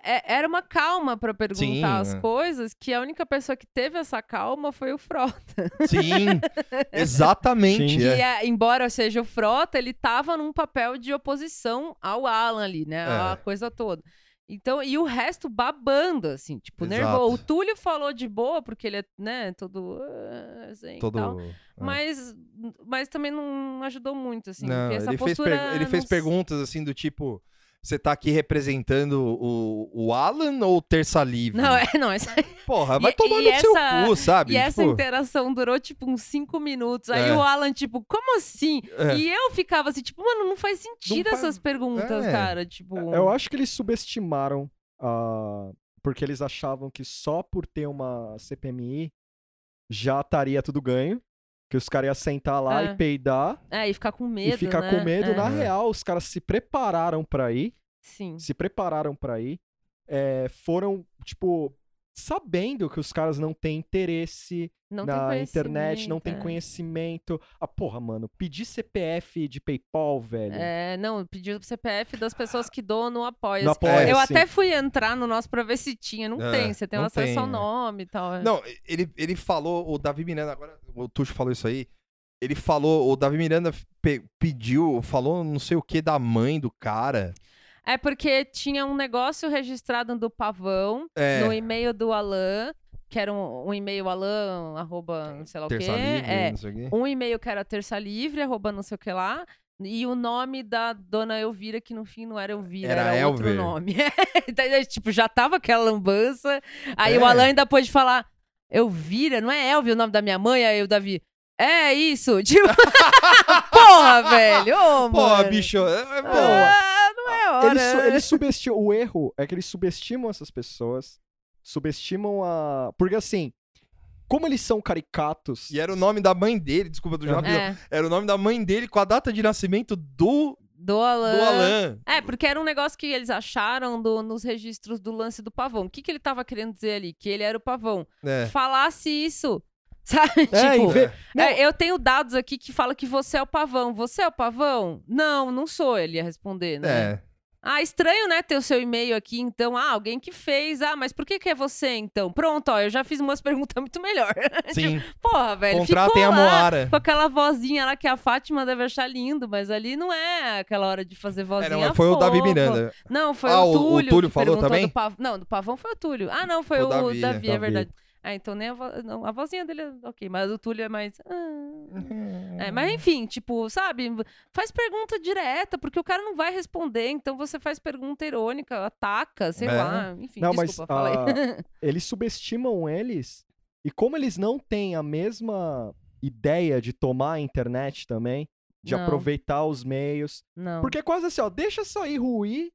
C: é- era uma calma pra perguntar
A: Sim,
C: as
A: é.
C: coisas, que a única pessoa que teve essa calma foi o Frota.
A: Sim, exatamente.
B: Sim.
A: é.
C: E, é, embora seja o Frota, ele tava num papel de oposição ao Alan ali, né? A
A: É.
C: coisa toda. Então, e o resto babando, assim, tipo,
A: Exato.
C: nervoso. O Túlio falou de boa, porque ele é, né, todo. ah, assim, e
A: Todo.
C: tal.
A: é.
C: Mas, mas também não ajudou muito, assim.
A: Não,
C: porque essa
A: ele, fez
C: postura
A: pergu- ele fez
C: não-
A: perguntas assim do tipo: você tá aqui representando o, o Alan ou o Terça Livre?
C: Não, é, não, essa,
A: Porra, vai
C: E-
A: tomar
C: e
A: no
C: essa-
A: seu cu, Uhum. sabe?
C: e essa
A: Tipo,
C: interação durou tipo uns cinco minutos. Aí
A: É.
C: o Alan, tipo, como assim?
A: é.
C: E eu ficava assim, tipo, mano, não faz sentido
A: faz-
C: essas perguntas,
A: É.
C: cara. Tipo.
B: Eu acho que eles subestimaram a. Porque eles achavam que só por ter uma CPMI já estaria tudo ganho. Que os caras iam sentar lá
C: É.
B: e peidar
C: É, e ficar com medo.
B: e ficar
C: né?
B: com medo.
C: É,
B: Na
A: É.
B: real, os caras se prepararam pra ir.
C: Sim.
B: se prepararam pra ir, é, foram, tipo, sabendo que os caras não têm interesse
C: Não tem
B: na internet, não tem
C: conhecimento, é.
B: conhecimento. Ah, porra, mano, pedir CPF de PayPal, velho.
C: É, É, não, pediu o CPF das pessoas que doam no apoia
B: No Apoia-se.
C: Eu até fui entrar no nosso pra ver se tinha. Não
A: É,
C: tem, você tem
A: não
C: acesso
A: tem,
C: ao
A: é.
C: nome e tal. é.
A: Não, ele, ele falou, o Davi Miranda, agora o Tuxo falou isso aí. Ele falou, o Davi Miranda pe- pediu, falou não sei o que da mãe do cara.
C: É porque tinha um negócio registrado do Pavão
A: É,
C: no e-mail do Alan, que era um, um e-mail Alan, arroba, sei lá o quê.
A: terça livre, né?
C: é,
A: não sei o quê.
C: um e-mail que era terça livre, arroba não sei o que lá. E o nome da dona Elvira, que no fim não era Elvira,
A: Era
C: era, outro
A: Elver.
C: nome. Então, é, tipo, já tava aquela lambança. Aí
A: É.
C: o Alan ainda pôde falar, Elvira, não é Elvia o nome da minha mãe? Aí o Davi, é isso. Tipo, porra, velho. Ô,
A: Pô,
C: mano.
A: bicho, é, é bom.
C: Ah, não é hora.
B: Eles, su- eles subestimam. O erro é que eles subestimam essas pessoas. Subestimam a. Porque assim, como eles são caricatos.
A: E era o nome da mãe dele, desculpa do Japa.
C: É,
A: Era o nome da mãe dele com a data de nascimento do,
C: do
A: do
C: Alan.
A: Alan.
C: É, porque era um negócio que eles acharam do- nos registros do lance do pavão. O que, que ele tava querendo dizer ali? Que ele era o pavão.
A: É.
C: Falasse isso. Sabe?
B: É,
C: tipo,
B: e vê- não.
C: é, eu tenho dados aqui que fala que você é o pavão. Você é o pavão? Não, não sou, ele ia responder, né?
A: É.
C: Ah, estranho, né, ter o seu e-mail aqui, então. Ah, alguém que fez. Ah, mas por que que é você, então? Pronto, ó, eu já fiz umas perguntas muito melhor.
A: Sim.
C: Porra, velho,
A: Contratem
C: ficou
A: a
C: lá
A: Moara.
C: com aquela vozinha lá que a Fátima deve achar lindo, mas ali não é aquela hora de fazer vozinha.
A: É, não, foi o Davi
C: fofa.
A: Miranda.
C: Não, foi
A: Ah, o-
C: o
A: o
C: Túlio.
A: Túlio
C: que
A: falou
C: perguntou
A: também?
C: do Pav- Não, do Pavão foi o Túlio. Ah, não, foi
A: Foi
C: o,
A: o Davi,
C: Davi,
B: Davi.
C: é verdade. Ah, então nem a, vo... não, a vozinha dele é ok, mas o Túlio é mais. ah. É, mas enfim, tipo, sabe? Faz pergunta direta, porque o cara não vai responder, então você faz pergunta irônica, ataca, sei
A: É.
C: lá. Enfim,
B: Não, mas
C: desculpa, falei.
B: ah, eles subestimam eles. E como eles não têm a mesma ideia de tomar a internet também, de
C: Não.
B: aproveitar os meios.
C: Não.
B: Porque é quase assim, ó, deixa só ir ruir,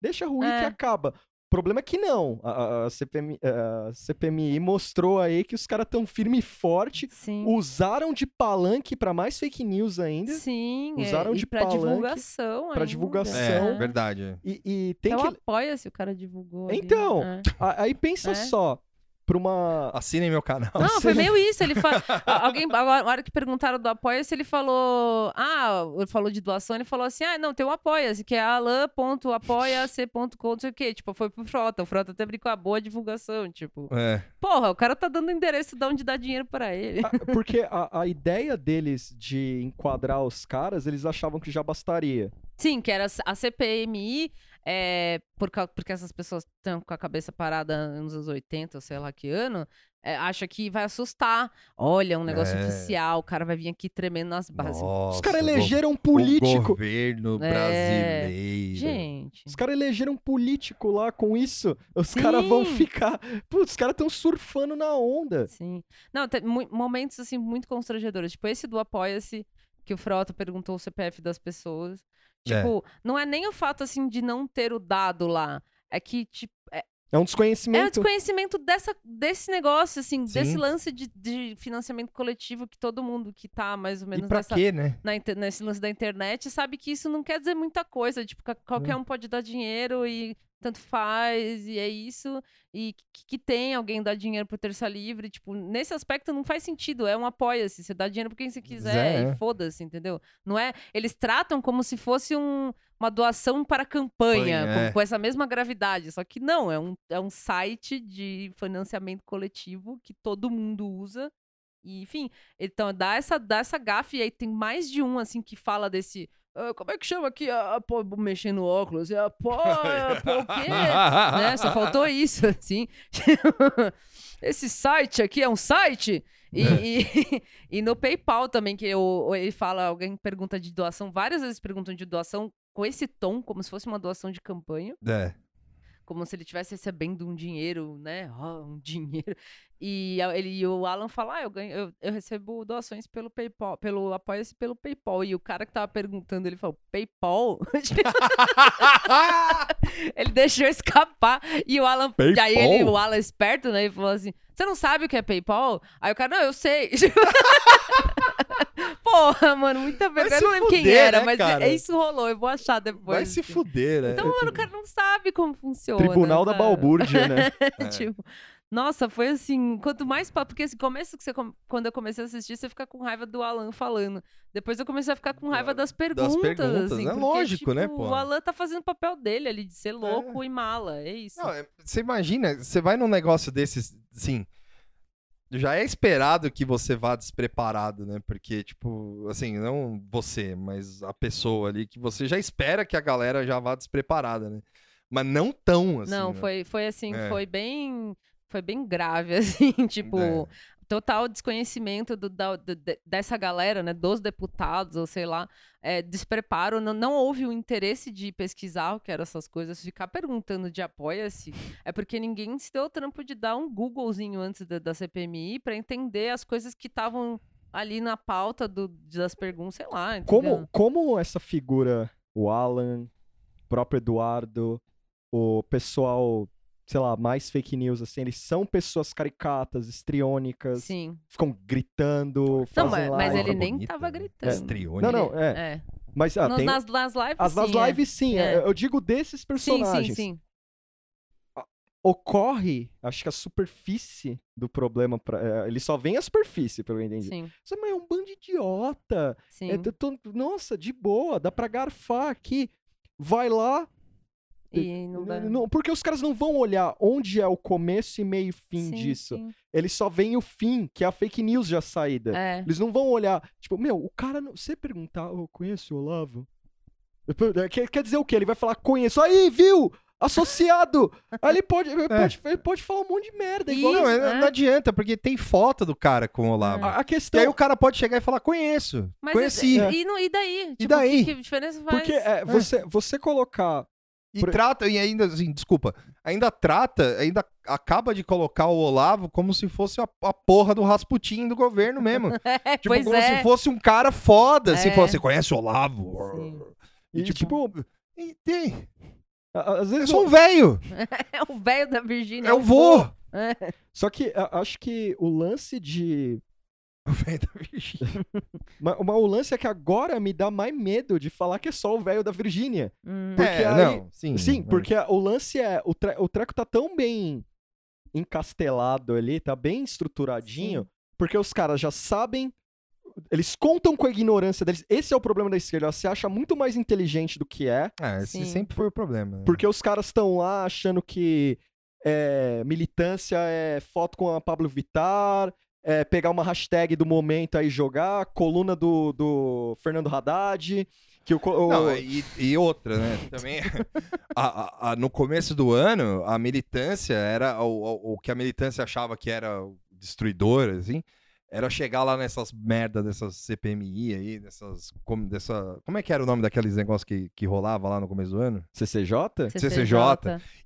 B: deixa ruir
C: É.
B: que acaba. O problema é que não. A, a- a CPMI, eh, a CPMI mostrou aí que os caras estão firme e forte.
C: Sim.
B: Usaram de palanque pra mais fake news ainda.
C: Sim,
B: usaram
C: é,
B: de
C: e pra
B: palanque,
C: divulgação
B: pra
C: ainda.
B: divulgação.
A: É, verdade. é.
B: E, e tem
C: então
B: que.
C: apoia se o cara divulgou. ali,
B: Então,
C: é.
B: a- Aí pensa
C: É.
B: só, pra uma.
A: Assinem meu canal.
C: Não, foi
B: Você-
C: meio isso. Ele fa... A- Alguém, agora, na hora que perguntaram do Apoia-se, ele falou. Ah, ele falou de doação, ele falou assim: ah, não, tem o Apoia-se, que é alan.apoia-se.com, não sei o quê. Tipo, foi pro Frota. O Frota até brincou, a boa divulgação. Tipo,
A: É.
C: porra, o cara tá dando o endereço de onde dá dinheiro pra ele.
B: Ah, Porque a, a ideia deles de enquadrar os caras, eles achavam que já bastaria.
C: Sim, que era a CPMI, é, por cau- porque essas pessoas estão com a cabeça parada nos anos 80, ou sei lá que ano, é, acha que vai assustar. Olha, um negócio
A: É.
C: oficial, o cara vai vir aqui tremendo nas bases.
B: os
A: Nossa,
B: caras
A: o go-
B: elegeram um
A: O
B: político.
A: governo
C: É.
A: brasileiro.
C: Gente.
B: Os caras elegeram um político lá com isso. Os caras vão
C: Sim.
B: ficar. Putz, os caras estão surfando na onda.
C: Sim. Não, tem mu- momentos assim muito constrangedores. Tipo, esse do Apoia-se, que o Frota perguntou o CPF das pessoas.
A: É.
C: Tipo, não é nem o fato assim de não ter o dado lá. É que, tipo, é,
B: É um
C: é o
B: desconhecimento.
C: desconhecimento dessa, desse negócio, assim,
A: Sim.
C: desse lance de, de financiamento coletivo que todo mundo que tá mais ou
A: E
C: menos
A: pra
C: nessa,
A: quê, né?
C: na inter- nesse lance da internet sabe que isso não quer dizer muita coisa. Tipo, ca-
A: É.
C: qualquer um pode dar dinheiro e tanto faz, e é isso. E que, que tem alguém dar dinheiro pro Terça Livre. Tipo, nesse aspecto não faz sentido. É um apoia-se. Você dá dinheiro pra quem você quiser
A: é.
C: e foda-se, entendeu? Não é. Eles tratam como se fosse um- uma doação para campanha,
A: Campanha,
C: com,
A: é.
C: com essa mesma gravidade. Só que não, é um, é um site de financiamento coletivo que todo mundo usa. E, enfim, então, dá essa, dá essa gafe, e aí tem mais de um, assim, que fala desse. "Ah, como é que chama aqui? A, a, pô, mexer no óculos? É a pô, pô, o quê? né? Só faltou isso, assim. Esse site aqui é um site? E, e- e no PayPal também, que eu, ele fala, alguém pergunta de doação, várias vezes perguntam de doação com esse tom, como se fosse uma doação de campanha
A: É.
C: como se ele estivesse recebendo um dinheiro, né? Ó, um dinheiro. E a- ele e o Alan fala: ah, eu ganho, eu, eu recebo doações pelo PayPal, pelo apoia-se pelo PayPal. E o cara que tava perguntando, ele falou: PayPal? ele deixou escapar. E o Alan, e aí ele,
A: PayPal?
C: o Alan esperto, né? Ele falou assim: você não sabe o que é PayPal? Aí o cara: não, eu sei. Porra, mano, muita
A: Vai
C: vergonha.
A: se
C: Eu não lembro quem
A: fuder,
C: era,
A: né,
C: mas
A: cara?
C: é isso rolou. Eu vou achar depois.
A: Vai se
C: assim.
A: fuder, né?
C: Então, mano, o cara ah. não sabe como funciona.
B: Tribunal da
C: sabe?
B: Balbúrdia, né?
A: É.
C: Tipo, nossa, foi assim, quanto mais papo, porque esse começo que você com- quando eu comecei a assistir, você fica com raiva do Alan falando. Depois eu comecei a ficar com raiva das perguntas,
A: perguntas,
C: assim,
A: é
C: porque,
A: lógico, né,
C: tipo,
A: pô? É.
C: O Alan tá fazendo o papel dele ali de ser louco e mala, é isso.
A: Não, é- você imagina, você vai num negócio desses, assim. Já é esperado que você vá despreparado, né? Porque, tipo, assim, não você, mas a pessoa ali, que você já espera que a galera já vá despreparada, né? Mas não tão, assim.
C: Não,
A: né?
C: foi foi assim,
A: É.
C: foi bem foi bem grave assim, tipo,
A: É.
C: total desconhecimento do, da- do- de- dessa galera, né, dos deputados, ou sei lá, é, despreparo, não, não houve o interesse de pesquisar o que eram essas coisas, ficar perguntando de apoia-se, é porque ninguém se deu o trampo de dar um Googlezinho antes da, da CPMI para entender as coisas que estavam ali na pauta do- das perguntas, sei lá, entendeu?
B: Como, como essa figura, o Alan, o próprio Eduardo, o pessoal, sei lá, mais fake news, assim, eles são pessoas caricatas, estriônicas,
C: Sim.
B: ficam gritando,
C: Não,
B: fazem
C: mas, mas
B: live.
C: ele nem
A: Bonita,
C: tava
A: né?
C: gritando.
A: Estriônica.
B: Não, não, é.
C: É.
B: Mas ah,
C: Nos-
B: tem...
C: nas, nas lives,
B: As das
C: sim, é.
B: lives, sim.
C: É.
B: é, Eu digo desses personagens.
C: Sim, sim, sim.
B: Ocorre, acho que a superfície do problema. pra- é, ele só vem a superfície, pelo que eu entendi.
C: Sim,
B: Nossa, mas é um bando de idiota.
C: sim.
B: É, eu tô- nossa, de boa, dá pra garfar aqui. Vai lá.
C: E não dá. né?
B: n- não- porque os caras não vão olhar onde é o começo e meio e
C: Sim,
B: fim disso.
C: sim.
B: Eles só veem o fim, que é a fake news já saída.
C: É.
B: Eles não vão olhar. Tipo, meu, o cara. Não... Você perguntar, eu conheço o Olavo? é, Quer, quer dizer o quê? Ele vai falar, conheço. Aí, viu? Associado! Aí ele pode, ele pode, ele pode falar um monte de merda. Igual...
A: Não,
C: Isso,
A: é-
C: né?
A: não adianta, porque tem foto do cara com o Olavo.
C: É.
B: A, a
A: E
B: questão.
A: aí o cara pode chegar e falar, conheço,
C: Mas
A: conheci.
C: E, e, não- e daí? Tipo, que-
A: daí?
C: Que, diferença faz?
B: É. Porque é, você, você colocar.
A: E
B: Por-
A: trata, e ainda assim, desculpa, ainda trata, ainda acaba de colocar o Olavo como se fosse a, a porra do Rasputin do governo mesmo.
C: É,
A: tipo,
C: pois
A: como
C: é.
A: se fosse um cara foda, se
C: É.
A: fosse, conhece o Olavo?
C: Sim.
A: E,
B: E,
A: tipo, e tem,
B: a- a- Às
A: eu
B: vezes.
A: sou um velho, É
C: É o velho da
B: É
C: Virgínia.
A: eu vou.
B: Só que a- acho que o lance de.
A: O velho tá da Virgínia.
B: ma- ma- o lance é que agora me dá mais medo de falar que é só o velho da Virgínia.
C: Hum.
B: Porque
A: É,
B: aí-
A: não, sim.
B: Sim,
A: mas-
B: porque o lance é. O, tre- o treco tá tão bem encastelado ali, tá bem estruturadinho, porque os caras já sabem. Eles contam com a ignorância deles. Esse é o problema da esquerda. Ela se acha muito mais inteligente do que é,
A: Ah, esse
C: Sim.
A: sempre foi o problema. né?
B: porque os caras estão lá achando que é, militância é foto com a Pablo Vittar, é pegar uma hashtag do momento aí e jogar, coluna do, do Fernando Haddad, que o. co- o-
A: Não, e, e outra, né? Também a- a- a- no começo do ano, a militância era o, o- o que a militância achava que era o destruidor, assim, era chegar lá nessas merda dessas CPMI aí, dessas. Como, dessa, como é que era o nome daqueles negócios que, que rolava lá no começo do ano?
C: Hum.
B: CCJ?
A: CCJ.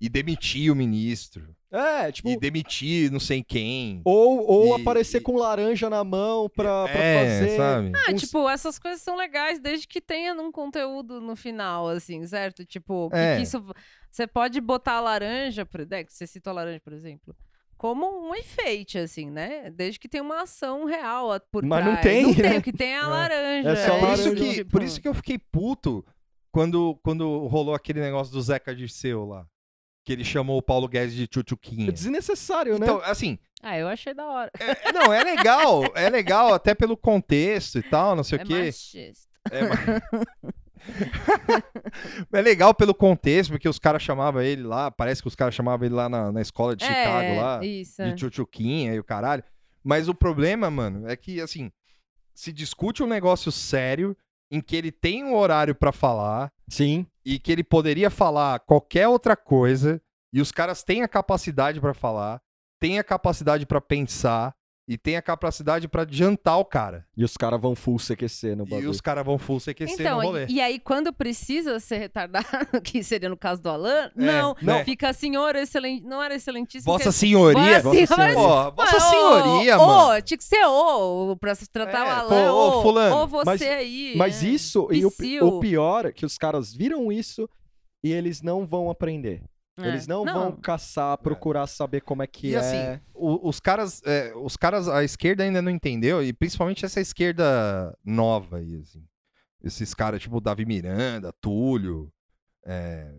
A: E demitir o ministro.
B: É, tipo.
A: E demitir não sei quem.
B: Ou, ou
A: E-
B: aparecer
A: e-
B: com laranja na mão pra, pra
A: é,
B: fazer.
A: sabe?
C: Ah,
B: uns-
C: tipo, essas coisas são legais desde que tenha um conteúdo no final, assim, certo? Tipo, que,
A: É.
C: que isso. Você pode botar a laranja, por... né, que você citou a laranja, por exemplo. Como um enfeite, assim, né? Desde que tenha uma ação real a- por
B: Mas não
C: trás.
B: tem,
C: Não tem,
B: né?
C: o que tem é tipo a
B: É.
C: laranja.
B: É só
A: É, por, isso
B: laranja.
A: que, por isso que eu fiquei puto quando, quando rolou aquele negócio do Zeca Dirceu lá. Que ele chamou o Paulo Guedes de
B: É
A: tchutchuquinha.
B: desnecessário, né?
A: Então, assim,
C: Ah, eu achei da hora.
A: é- é- não, é legal, é legal até pelo contexto e tal, não sei
C: é
A: o quê.
C: machista.
A: É, ma- É legal pelo contexto, porque os caras chamavam ele lá, parece que os caras chamavam ele lá na, na escola
C: É,
A: de Chicago lá
C: Isso.
A: de
C: é.
A: tchutchuquinha e o caralho. Mas o problema, mano, é que, assim, se discute um negócio sério em que ele tem um horário pra falar
B: Sim.
A: e que ele poderia falar qualquer outra coisa e os caras têm a capacidade pra falar, têm a capacidade pra pensar e têm a capacidade pra adiantar o cara.
B: E os caras vão full CQC no
A: E
B: É um bagulho.
A: os caras vão full CQC
C: Então,
A: no rolê.
C: e, e aí quando precisa ser retardado, que seria no caso do Alan, não,
A: né?
C: fica senhor excelente, não era excelentíssimo.
A: Vossa
C: que-
A: senhoria.
C: Vossa
B: Vossa
C: senhoria.
B: Senhoria.
A: Pô, Vossa
C: Ô,
A: senhoria,
C: ô,
A: mano.
C: Ô, tinha que ser ô, pra se tratar
A: É,
C: o Alan,
A: pô, ô,
C: ô,
A: fulano.
C: ô, você
B: Mas-
C: aí.
B: Mas
C: é.
B: isso, e o, pi-
C: Psyu.
B: o pior é que os caras viram isso e eles não vão aprender.
C: É.
B: Eles não, vão caçar, procurar saber como é que
A: E
B: é.
A: assim, o- os caras, é, os caras, a esquerda ainda não entendeu, e principalmente essa esquerda nova aí, assim. Esses caras, tipo Davi Miranda, Túlio, é,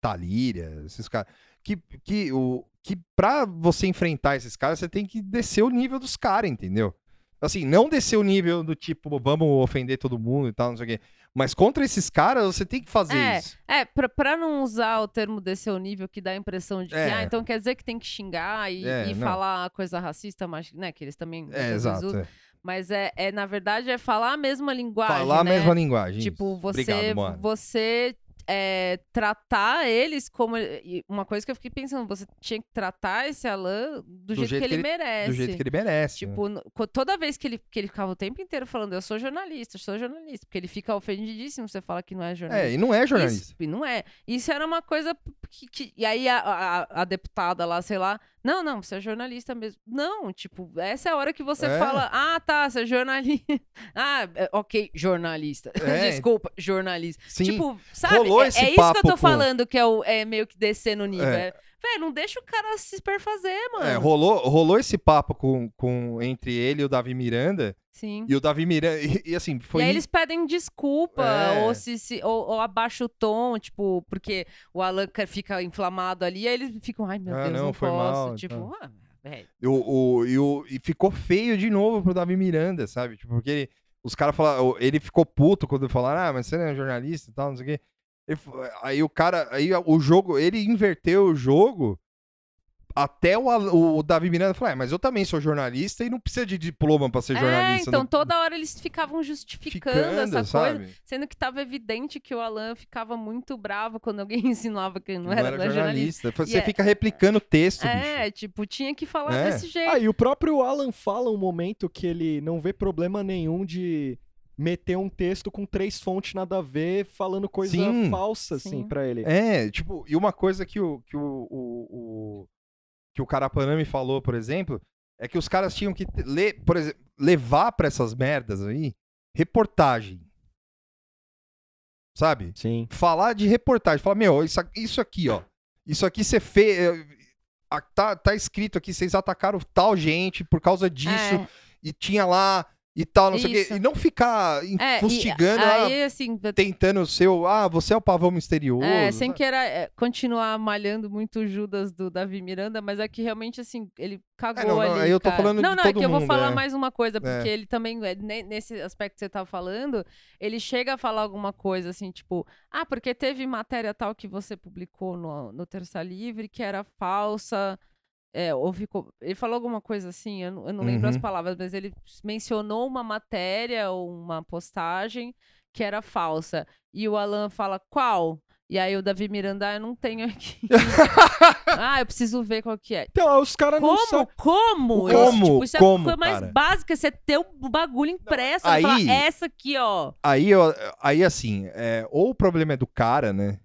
A: Talíria, esses caras. Que, que, o, que pra você enfrentar esses caras, você tem que descer o nível dos caras, entendeu? Assim, não descer o nível do tipo, vamos ofender todo mundo e tal, não sei o quê. Mas contra esses caras, você tem que fazer
C: É,
A: isso.
C: É, pra, pra não usar o termo descer o nível que dá a impressão de que,
A: É.
C: ah, então quer dizer que tem que xingar e,
A: É,
C: e
A: não.
C: falar coisa racista, mas, né, que eles também muitas
A: É,
C: vezes
A: exato.
C: usam.
A: é.
C: Mas é, é, na verdade, é falar a mesma linguagem,
A: Falar a
C: né?
A: mesma linguagem.
C: Tipo,
A: isso.
C: você,
A: Obrigado, mano.
C: você é, tratar eles como. e Uma coisa que eu fiquei pensando, você tinha que tratar esse Alan do, jeito, que ele, merece.
A: Do jeito que ele merece. né?
C: Tipo, no- co- toda vez que ele, que ele ficava o tempo inteiro falando, eu sou jornalista, eu sou jornalista, porque ele fica ofendidíssimo se você fala que não é jornalista.
A: É, e não é jornalista.
C: Isso, e não é. Isso era uma coisa que. que- e aí a, a- a deputada lá, sei lá, não, não, você é jornalista mesmo. Não, tipo, essa é a hora que você
A: É.
C: fala, ah, tá, você é jornalista. Ah, é, ok, jornalista.
A: É.
C: Desculpa, jornalista.
A: Sim.
C: Tipo, sabe?
A: Rolou
C: é,
A: esse
C: é isso
A: papo
C: que eu
A: com-
C: tô falando, que é, o, é meio que descer no nível.
A: É.
C: É. Véi, não deixa o cara se superfazer, mano.
A: É, rolou, rolou esse papo com, com, entre ele e o Davi Miranda.
C: Sim.
A: E o Davi Miranda. E, e assim, foi.
C: Uhum. E aí eles pedem desculpa,
A: É.
C: ou, se, se- ou, ou abaixa o tom, tipo, porque o Alan ca- fica inflamado ali, aí eles ficam, ai meu
A: Ah,
C: Deus,
A: não,
C: não,
A: foi
C: posso.
A: mal,
C: tipo,
A: então.
C: ah, velho.
A: o, o- e, o- e ficou feio de novo pro Davi Miranda, sabe? Tipo, porque ele- os caras falaram. Ele ficou puto quando falaram, ah, mas você não é jornalista e tal, não sei o quê. Ele fa- aí o cara. Aí o jogo. Ele inverteu o jogo. Até o, Al- o Davi Miranda falou: ah, mas eu também sou jornalista e não precisa de diploma pra ser
C: É,
A: jornalista. né?
C: então
A: não-
C: toda hora eles ficavam justificando essa coisa, sendo que tava evidente que o Alan ficava muito bravo quando alguém insinuava que ele não, era, da jornalista.
A: Você
C: é-
A: fica replicando o texto, bicho.
C: É, tipo, tinha que falar
A: É.
C: desse jeito.
B: Ah, e o próprio Alan fala um momento que ele não vê problema nenhum de meter um texto com três fontes nada a ver, falando coisa
A: Sim.
B: falsa, assim,
C: Sim.
B: pra ele.
A: É, tipo, e uma coisa que o que o, o, o- que o Carapanã falou, por exemplo, é que os caras tinham que te- ler, por exemplo, levar pra essas merdas aí reportagem. Sabe?
B: Sim.
A: Falar de reportagem, falar, meu, isso, a- isso aqui, ó. Isso aqui você fez, é, a- tá, tá escrito aqui, vocês atacaram tal gente por causa disso e tinha lá e tal, não sei o
C: É. Isso.
A: quê, e não ficar em-
C: É, é, e
A: fustigando, ah,
C: aí, assim,
A: tentando o seu, ah, você é o pavão misterioso.
C: É, sem
A: sabe?
C: querer é, continuar malhando muito o Judas do Davi Miranda, mas é que realmente, assim, ele cagou
A: É, não, não,
C: ali.
A: aí eu tô
C: cara.
A: falando de
C: Não, não, é
A: todo
C: que eu vou
A: mundo,
C: falar
A: é.
C: mais uma coisa, porque ele também, é, ne- nesse aspecto que você tá falando, ele chega a falar alguma coisa, assim, tipo, ah, porque teve matéria tal que você publicou no, no Terça Livre que era falsa. É, ou ficou... Ele falou alguma coisa assim, eu não, eu não lembro as
A: Uhum.
C: palavras, mas ele mencionou uma matéria ou uma postagem que era falsa. E o Alan fala, qual? E aí o Davi Miranda, "Ah, eu não tenho aqui. ah, eu preciso ver qual que é.
B: Então, os caras não
C: Como?
B: sabem.
C: Como?
A: Como?
C: Isso, tipo, isso é
A: Como,
C: a coisa mais
A: cara?
C: básica, você ter o bagulho impresso.
A: Aí-
C: Aí... Falar, essa aqui, ó.
A: Aí, eu- aí assim, é, ou o problema é do cara, né?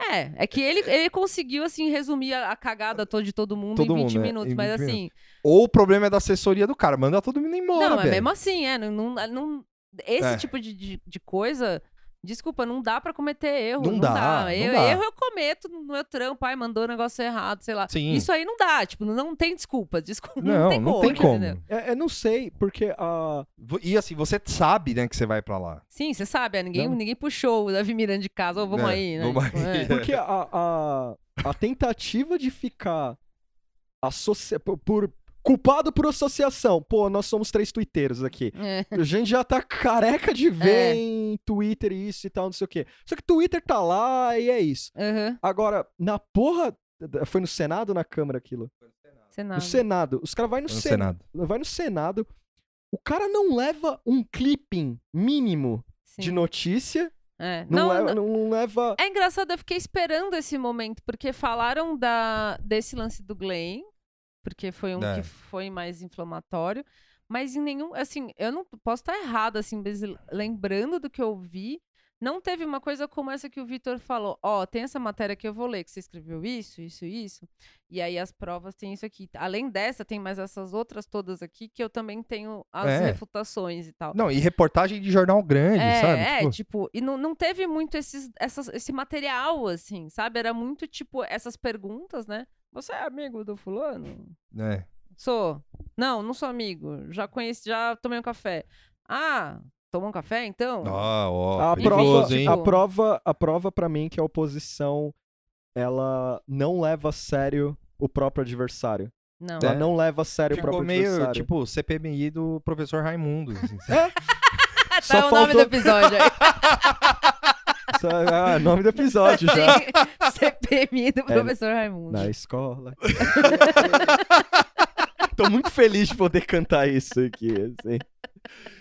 C: É, é que ele, ele conseguiu, assim, resumir a, a cagada toda de todo mundo
A: Todo
C: em 20
A: mundo, né?
C: minutos.
A: Em
C: mas
A: 20
C: assim,
A: Ou o problema é da assessoria do cara. Manda todo mundo embora,
C: não,
A: velho.
C: mas mesmo assim, é. Não, não- não- esse
A: É.
C: tipo de, de, de coisa, desculpa, não dá pra cometer erro.
A: Não
C: Não,
A: dá,
C: dá.
A: não
C: eu,
A: dá.
C: Erro eu cometo no meu trampo, ai, mandou um negócio errado, sei lá.
A: Sim.
C: Isso aí não dá, tipo, não tem desculpa. Desculpa, não,
A: Não,
C: tem como. entendeu?
B: É, eu não sei, porque a.
A: V- E assim, você sabe, né, que você vai pra lá.
C: Sim, você sabe, é, ninguém,
B: Não.
C: ninguém puxou o Davi Miranda de casa, ou vamos
A: É,
C: aí, né?
A: vamos
C: Tipo,
A: aí.
C: é.
B: Porque a, a, a tentativa de ficar associa... por, por- culpado por associação. Pô, nós somos três tuiteiros aqui.
C: É.
B: A gente já tá careca de
C: É.
B: ver em Twitter isso e tal, não sei o quê. Só que Twitter tá lá e é isso.
C: Aham,
B: Agora, na porra. Foi no Senado ou na Câmara aquilo?
C: Senado.
B: No Senado. Os caras vão no,
A: No
B: Senado.
A: Senado.
B: vai no Senado, o cara não leva um clipping mínimo
C: Sim.
B: de notícia,
C: É.
B: não,
C: Não,
B: leva, não leva-
C: É engraçado, eu fiquei esperando esse momento, porque falaram da, desse lance do Glenn, porque foi um
A: É.
C: que foi mais inflamatório, mas em nenhum, assim, eu não posso estar errada, assim, mas lembrando do que eu vi, Não teve uma coisa como essa que o Vitor falou. Ó, tem essa matéria que eu vou ler, que você escreveu isso, isso, isso. E aí as provas tem isso aqui. Além dessa, tem mais essas outras todas aqui que eu também tenho as
A: É.
C: refutações e tal.
A: Não, e reportagem de jornal grande,
C: é,
A: sabe?
C: é,
A: Tipo,
C: tipo, e não, não teve muito esses, essas, esse material, assim, sabe? Era muito, tipo, essas perguntas, né? Você é amigo do fulano?
A: é.
C: Sou. Não, não sou amigo. Já conheci, já tomei um café. Ah, tomou um café então?
A: Ah, ó,
B: A
A: perigoso,
B: prova,
A: hein?
B: a prova, a prova para mim é que a oposição ela não leva a sério o próprio adversário.
C: Não.
B: Ela
A: É.
B: não leva a sério o
A: Ficou
B: próprio
A: meio,
B: adversário.
A: tipo, CPMI do professor Raimundo. assim, sabe?
C: Ah,
B: só
C: tá o nome do
B: faltou-
C: episódio. aí.
B: Isso é- ah, nome do episódio já.
C: Sim, CPMI
A: É,
C: do professor Raimundo.
B: Na escola. Tô muito feliz de poder cantar isso aqui, assim.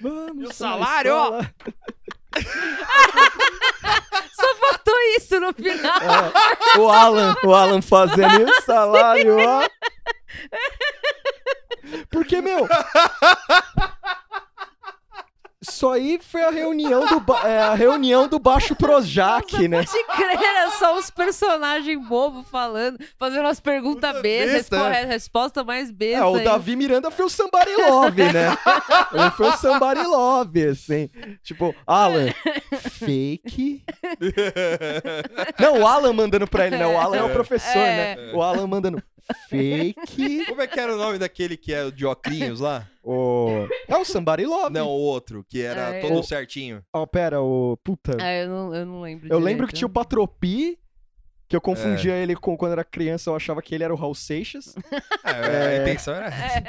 B: Vamos
A: E o
B: pra
A: salário, ó?
B: escola.
C: Só faltou isso no final.
B: É, o Alan, o Alan fazendo e o salário, ó. Porque, meu... Isso aí foi a reunião do, ba- é, a reunião do Baixo Projac, né?
C: Pode crer, é só os personagens bobos falando, fazendo umas perguntas
A: Puta
C: bestas,
A: besta, é.
C: respo- resposta mais besta.
B: É, o
C: ainda.
B: Davi Miranda foi o Somebody Love, né? Ele foi o Somebody Love, assim. Tipo, Alan, fake. Não, o Alan mandando pra ele, né? O Alan é o professor, né?
A: É.
B: O Alan mandando fake.
A: Como é que era o nome daquele que é o de Oclinhos lá?
B: O... É o Somebody Love.
A: Não, o outro, que era
C: É,
A: todo
B: eu-
A: certinho.
B: Ó, pera, o... Puta.
C: Ah, eu não, eu não lembro.
B: eu lembro
C: direito.
B: que tinha o Patropi, que eu confundia ele com quando era criança, eu achava que ele era o Raul Seixas.
A: Ah,
B: É.
A: A intenção era essa.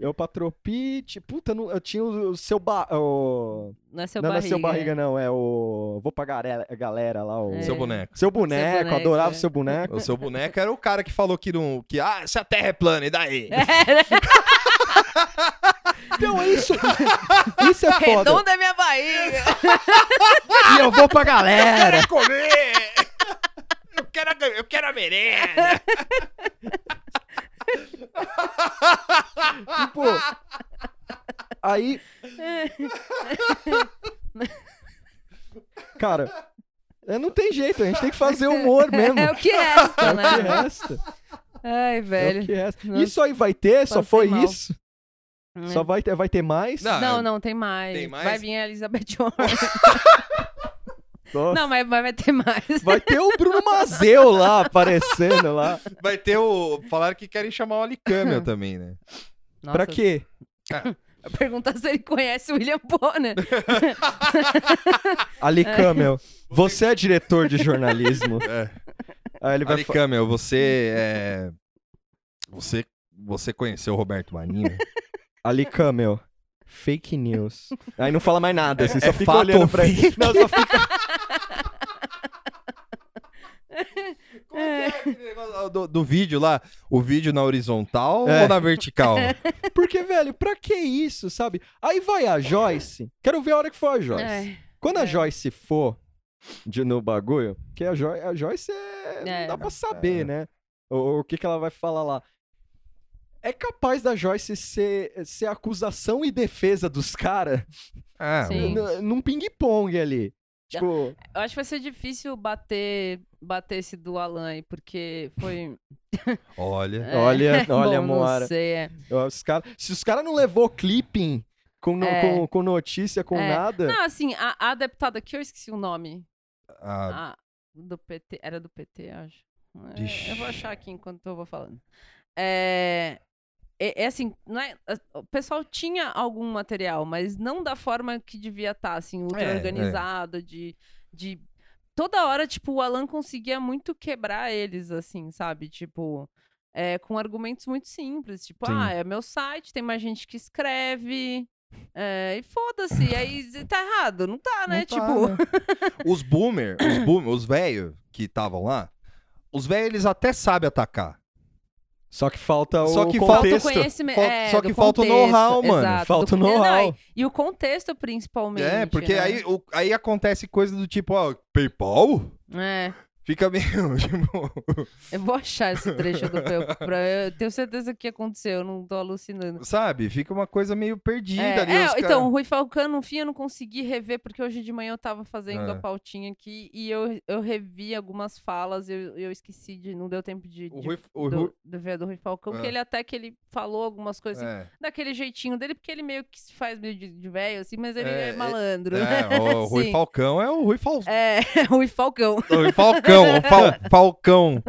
B: Eu Patropi, tipo, puta, não- eu tinha o, o seu... Ba... o-
C: Não é seu
B: não, não é
C: barriga.
B: seu barriga, não. É o. Vou pagar a galera lá. O...
C: É.
A: Seu boneco.
B: Seu boneco,
C: Seu boneco,
B: adorava
C: é.
B: seu boneco.
A: O seu boneco era o cara que falou que não. Que, ah, essa terra é plana, e daí?
C: É,
B: Então é isso. isso é foda.
C: Redonda é minha barriga.
B: E eu vou pra galera.
A: Quero comer! Eu quero, a- eu quero a merenda!
B: tipo. Aí. Cara, é, não tem jeito, a gente tem que fazer humor mesmo.
C: É o que resta,
B: É o que
C: né?
B: resta.
C: Ai,
B: É o
C: velho.
B: que resta.
C: Nossa.
B: Isso aí vai ter, só
C: Passei
B: foi
C: mal.
B: isso.
C: Né?
B: é. Só vai ter, vai ter mais.
A: Não.
C: Não, não, tem mais.
A: Ah, Tem mais?
C: Vai vir a Elizabeth Warren.
B: Nossa.
C: Não, mas mas vai ter mais.
B: Vai ter o Bruno Mazeu lá aparecendo lá.
A: Vai ter o. Falaram que querem chamar o Alicâmio também, né?
C: Nossa,
B: Pra quê?
C: Perguntar se ele conhece o William Bonner.
B: Ali Camel, você é diretor de jornalismo.
A: É.
B: Aí ele vai falar.
A: Alicâmio, você é. Você, você conheceu o Roberto Marinho?
B: Ali Camel, fake news. Aí não fala mais nada, assim, só
A: é
B: fica
A: fato
B: olhando
A: ou
B: pra ele. Não, só fica...
A: Como é que é aquele negócio lá do, do vídeo lá? O vídeo na horizontal
B: É.
A: ou na vertical?
B: Porque, velho, pra que isso, sabe? Aí vai a Joyce. Quero ver a hora que for a Joyce.
C: Ai,
B: Quando a
C: é.
B: Joyce for de, no bagulho, porque a, Jo- a Joyce é.
C: É.
B: Não dá pra saber,
A: É.
B: né? O, o que, que ela vai falar lá. É capaz da Joyce ser, ser acusação e defesa dos caras
A: Ah,
C: Sim.
A: mano.
B: N- num ping-pong ali. Tipo,
C: Eu acho que vai ser difícil bater, bater esse do Alan aí, porque foi.
A: olha.
C: é,
B: Olha, olha,
C: bom,
B: Moara.
C: Não sei, é.
B: ó, os cara... se os caras não levou clipping com, no-
C: É.
B: com, com notícia, com
C: É.
B: nada.
C: Não, assim, a, a deputada que eu esqueci o nome.
A: Ah,
C: Ah, do PT. Era do PT, acho. É,
A: Vixe.
C: Eu vou achar aqui enquanto eu vou falando. É, é, é assim, não é- o pessoal tinha algum material, mas não da forma que devia estar, assim, ultra
A: É, é.
C: organizado, de, de... Toda hora, tipo, o Alan conseguia muito quebrar eles, assim, sabe? Tipo, é, com argumentos muito simples. Tipo,
A: Sim.
C: ah, é meu site, tem mais gente que escreve... é, e foda-se, aí tá errado, não tá, né?
A: não tá,
C: tipo,
A: né? Os boomer, os boomer, os velhos que estavam lá, os velhos eles até sabem atacar.
B: Só que falta o
A: Só que
B: contexto.
C: Falta o conhecimento.
A: Falta-
C: é,
A: só
C: do
A: que falta o
C: contexto,
A: know-how, mano.
C: exato,
B: Falta
C: do con-
B: o
C: É, não,
B: know-how.
C: E, e o contexto, principalmente.
A: É, porque
C: né?
A: aí, o- aí acontece coisa do tipo, ó, PayPal?
C: É.
A: Fica meio, tipo,
C: Eu vou achar esse trecho do Pel. pra- Eu tenho certeza que aconteceu, eu não tô alucinando.
A: sabe? Fica uma coisa meio perdida
C: É,
A: ali.
C: é,
A: os cara-
C: então, o Rui Falcão, no fim, eu não consegui rever, porque hoje de manhã eu tava fazendo a
A: Ah.
C: pautinha aqui e eu, eu revi algumas falas, eu, eu esqueci de. Não deu tempo de,
A: O
C: de-
A: Rui, o
C: do,
A: Rui-
C: do ver do Rui Falcão, que
A: Ah.
C: ele até que ele falou algumas coisas assim,
A: é,
C: daquele jeitinho dele, porque ele meio que se faz meio de, de velho, assim, mas ele é,
A: É, é-
C: malandro.
A: é, o Rui
C: Sim.
A: Falcão é o Rui, Fal...
C: É, Rui Falcão.
A: o Rui Falcão. O Fal- Falcão.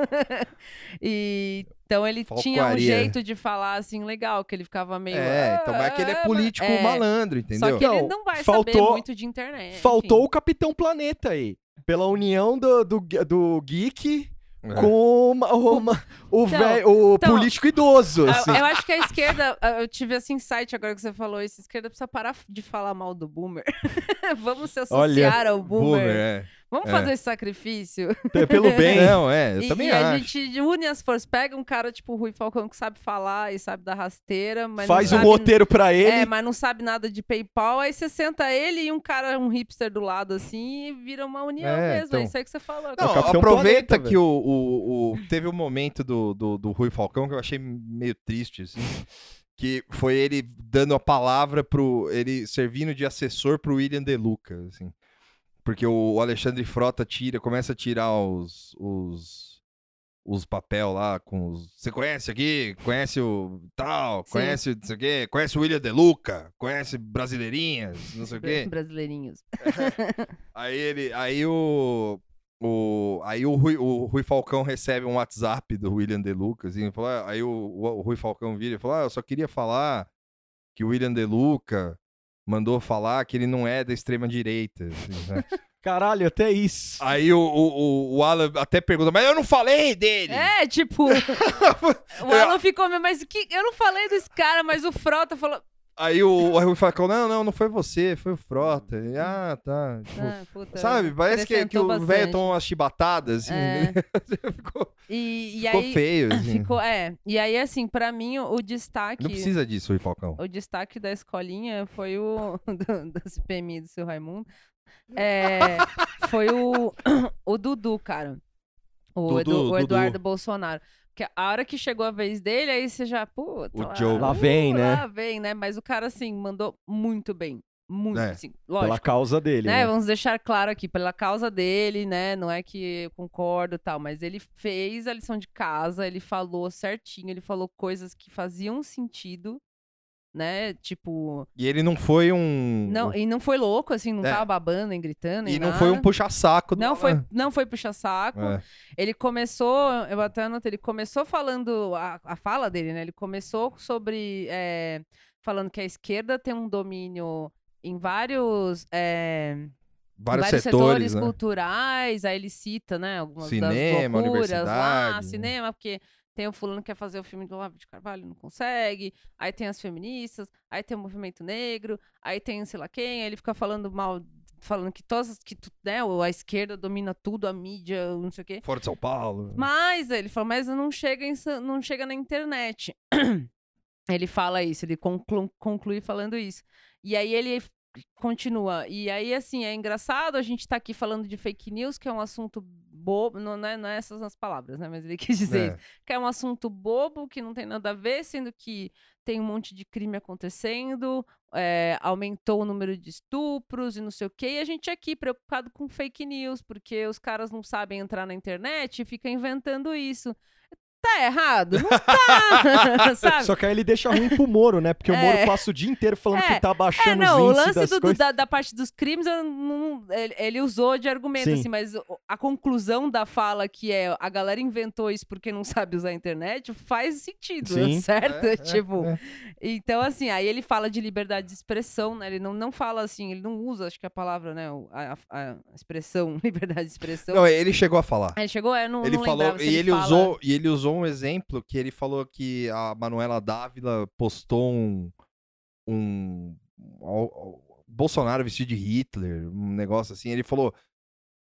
C: E, então ele tinha um
A: Falcoaria.
C: jeito de falar assim legal, que ele ficava meio.
A: É, então, mas é que ele
C: "Ah,
A: é
C: mas-"
A: político
C: É,
A: malandro, entendeu?
C: Só que ele
B: Então,
C: não vai saber
B: faltou-
C: muito de internet. É, enfim.
B: Faltou o Capitão Planeta aí. Pela união do, do, do geek
A: É.
B: com o, ma- o, ma- o,
C: Então,
B: velho- o
C: então,
B: político idoso.
C: Ah,
B: assim.
C: Eu acho que a esquerda, ah, eu tive esse insight agora que você falou isso, a esquerda precisa parar de falar mal do boomer. Vamos se associar
B: Olha,
C: ao boomer.
A: Boomer, é.
C: Vamos
A: é.
C: fazer esse sacrifício.
B: É Pelo bem.
A: Não, é, eu
C: e
A: também
C: e a
A: acho.
C: gente une as forças, pega um cara tipo o Rui Falcão que sabe falar e sabe da rasteira, mas
B: Faz
C: não
B: um
C: sabe
B: roteiro pra ele.
C: É, mas não sabe nada de PayPal, aí você senta ele e um cara, um hipster do lado assim, e vira uma união
A: É,
C: mesmo. É
A: então.
C: isso aí que você falou.
A: Não,
B: o Capitão
A: aproveita
B: Planeta,
A: que o, o- o- teve um momento do, do, do Rui Falcão que eu achei meio triste, assim, que foi ele dando a palavra pro. ele servindo de assessor pro William De Luca, assim. Porque o Alexandre Frota tira, começa a tirar os. os os papel lá com os. Você conhece aqui? Conhece o tal?
C: Sim.
A: Conhece não sei o quê? Conhece o William De Luca? Conhece Brasileirinhas? Não sei o quê?
C: Brasileirinhos.
A: Aí ele. Aí o. o aí o Rui, o Rui Falcão recebe um WhatsApp do William De Luca, assim, fala, aí o, o- o Rui Falcão vira e fala: ah, eu só queria falar que o William De Luca mandou falar que ele não é da extrema direita. assim, né?
B: Caralho, até isso.
A: aí o, o, o- o Alan até pergunta, mas eu não falei dele!
C: É, tipo, o Alan ficou meio, mas que, eu não falei desse cara, mas o Frota falou.
A: Aí o, o Rui Falcão, não, não, não foi você, foi o Frota. E, ah, tá. tipo,
C: Hum. Ah, puta,
A: sabe, parece que, que
C: acrescentou
A: o velho
C: bastante.
A: tomou umas chibatadas, assim.
C: É.
A: ficou
C: E, e
A: ficou
C: aí.
A: feio, assim.
C: Ficou, é. E aí, assim, pra mim, o, o destaque.
A: Não precisa disso, Rui Falcão.
C: O destaque da escolinha foi o. Do, da CPMI do seu Raimundo. É, foi o, o Dudu, cara. O,
A: Dudu,
C: Edu- o
A: Dudu.
C: Eduardo Bolsonaro. Porque a hora que chegou a vez dele, aí você já. Puta,
A: O Joe.
B: Lá vem, né?
C: Lá vem, né? Mas o cara, assim, mandou muito bem. Muito,
A: É.
C: assim.
B: Pela
C: Lógico.
B: causa dele.
C: Né?
B: né?
C: Vamos deixar claro aqui, pela causa dele, né? Não é que eu concordo e tal, mas ele fez a lição de casa, ele falou certinho, ele falou coisas que faziam sentido, né? Tipo,
A: E ele não foi um.
C: não, e não foi louco, assim, não
A: É.
C: tava babando, nem gritando, nem
A: e não foi um
C: nada.
A: puxa-saco. do
C: Não foi,
A: Alan.
C: não foi puxa-saco.
A: É.
C: Ele começou, eu até anotei, ele começou falando a, a fala dele, né? Ele começou sobre é, falando que a esquerda tem um domínio em vários é,
A: Vários, setores,
C: vários setores,
A: né?
C: culturais, aí ele cita, né, algumas
A: Cinema,
C: das loucuras lá,
A: universidade, né?
C: cinema, porque tem o fulano que quer fazer o filme do Olavo de Carvalho, não consegue, aí tem as feministas, aí tem o movimento negro, aí tem sei lá quem, aí ele fica falando mal, falando que todas, que tu- né, a esquerda domina tudo, a mídia, não sei o quê.
A: Fora de São Paulo.
C: Mas ele fala, mas não chega, em Sa- não chega na internet. ele fala isso, ele conclu- conclui falando isso. E aí ele f- continua. E aí, assim, é engraçado a gente tá aqui falando de fake news, que é um assunto bobo, não, não é, não é essas as palavras, né? Mas ele quis dizer isso
A: É.
C: que é um assunto bobo, que não tem nada a ver, sendo que tem um monte de crime acontecendo, é, aumentou o número de estupros e não sei o quê, e a gente aqui preocupado com fake news, porque os caras não sabem entrar na internet e fica inventando isso. Tá errado? Não tá! sabe?
B: Só que aí ele deixa ruim pro Moro, né? Porque o
C: É.
B: Moro passa o dia inteiro falando
C: É.
B: que tá baixando
C: É, não, o
B: os índices
C: lance
B: das
C: do- do-
B: coisas.
C: da, da parte dos crimes, eu não- ele, ele usou de argumento,
B: Sim.
C: assim, mas o- a conclusão da fala que é a galera inventou isso porque não sabe usar a internet, faz sentido,
B: Sim.
C: certo?
A: É, é,
C: tipo,
A: é.
C: então, assim, aí ele fala de liberdade de expressão, né? Ele não, não fala assim, ele não usa, acho que a palavra, né? o- A, a- a expressão, liberdade de expressão.
A: Não, ele chegou a falar.
C: Aí chegou, é, não,
A: ele
C: não
A: falou.
C: lembrava se
A: E ele,
C: fala-
A: usou, e ele usou um exemplo que ele falou que a Manuela Dávila postou um. um um al- al- Bolsonaro vestido de Hitler, um negócio assim. Ele falou.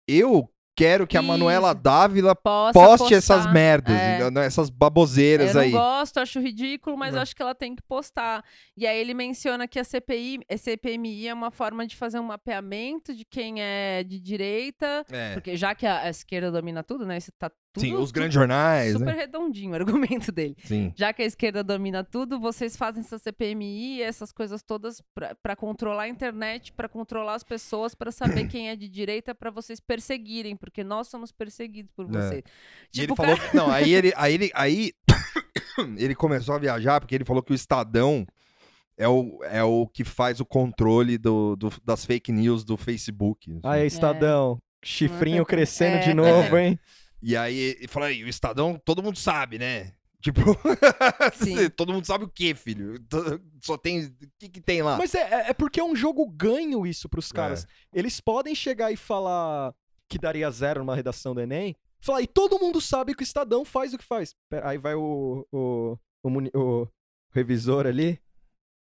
A: Eu quero que a
C: Isso.
A: Manuela Dávila
C: Possa
A: poste
C: postar.
A: essas merdas,
C: É.
A: entendeu? essas baboseiras
C: eu
A: aí.
C: não gosto, acho ridículo, mas
A: Não.
C: acho que ela tem que postar. E aí ele menciona que a CPI, a CPMI é uma forma de fazer um mapeamento de quem é de direita,
A: É.
C: porque já que a, a esquerda domina tudo, né? Isso tá tudo
A: Sim, os
C: tudo
A: grandes jornais,
C: super
A: né?
C: redondinho o argumento dele.
A: Sim.
C: Já que a esquerda domina tudo, vocês fazem essa CPMI, essas coisas todas para controlar a internet, para controlar as pessoas, para saber quem é de direita, para vocês perseguirem, porque nós somos perseguidos por
A: É.
C: vocês.
A: E ele
C: Tipo,
A: falou. Não, aí ele. Aí ele, aí ele começou a viajar porque ele falou que o Estadão é o, é o que faz o controle do, do- das fake news do Facebook. assim.
B: Aí, Estadão, chifrinho crescendo de
C: É.
B: novo, hein?
A: E aí ele falou aí, o Estadão, todo mundo sabe, né? Tipo, assim,
C: Sim.
A: todo mundo sabe o quê, filho? T- Só tem. O que, que tem lá?
B: Mas é- é, é porque é um jogo ganho isso pros caras. Eles podem chegar e falar que daria zero numa redação do Enem, falar, e todo mundo sabe que o Estadão faz o que faz. Pera, aí vai o, o, o, muni- o revisor ali.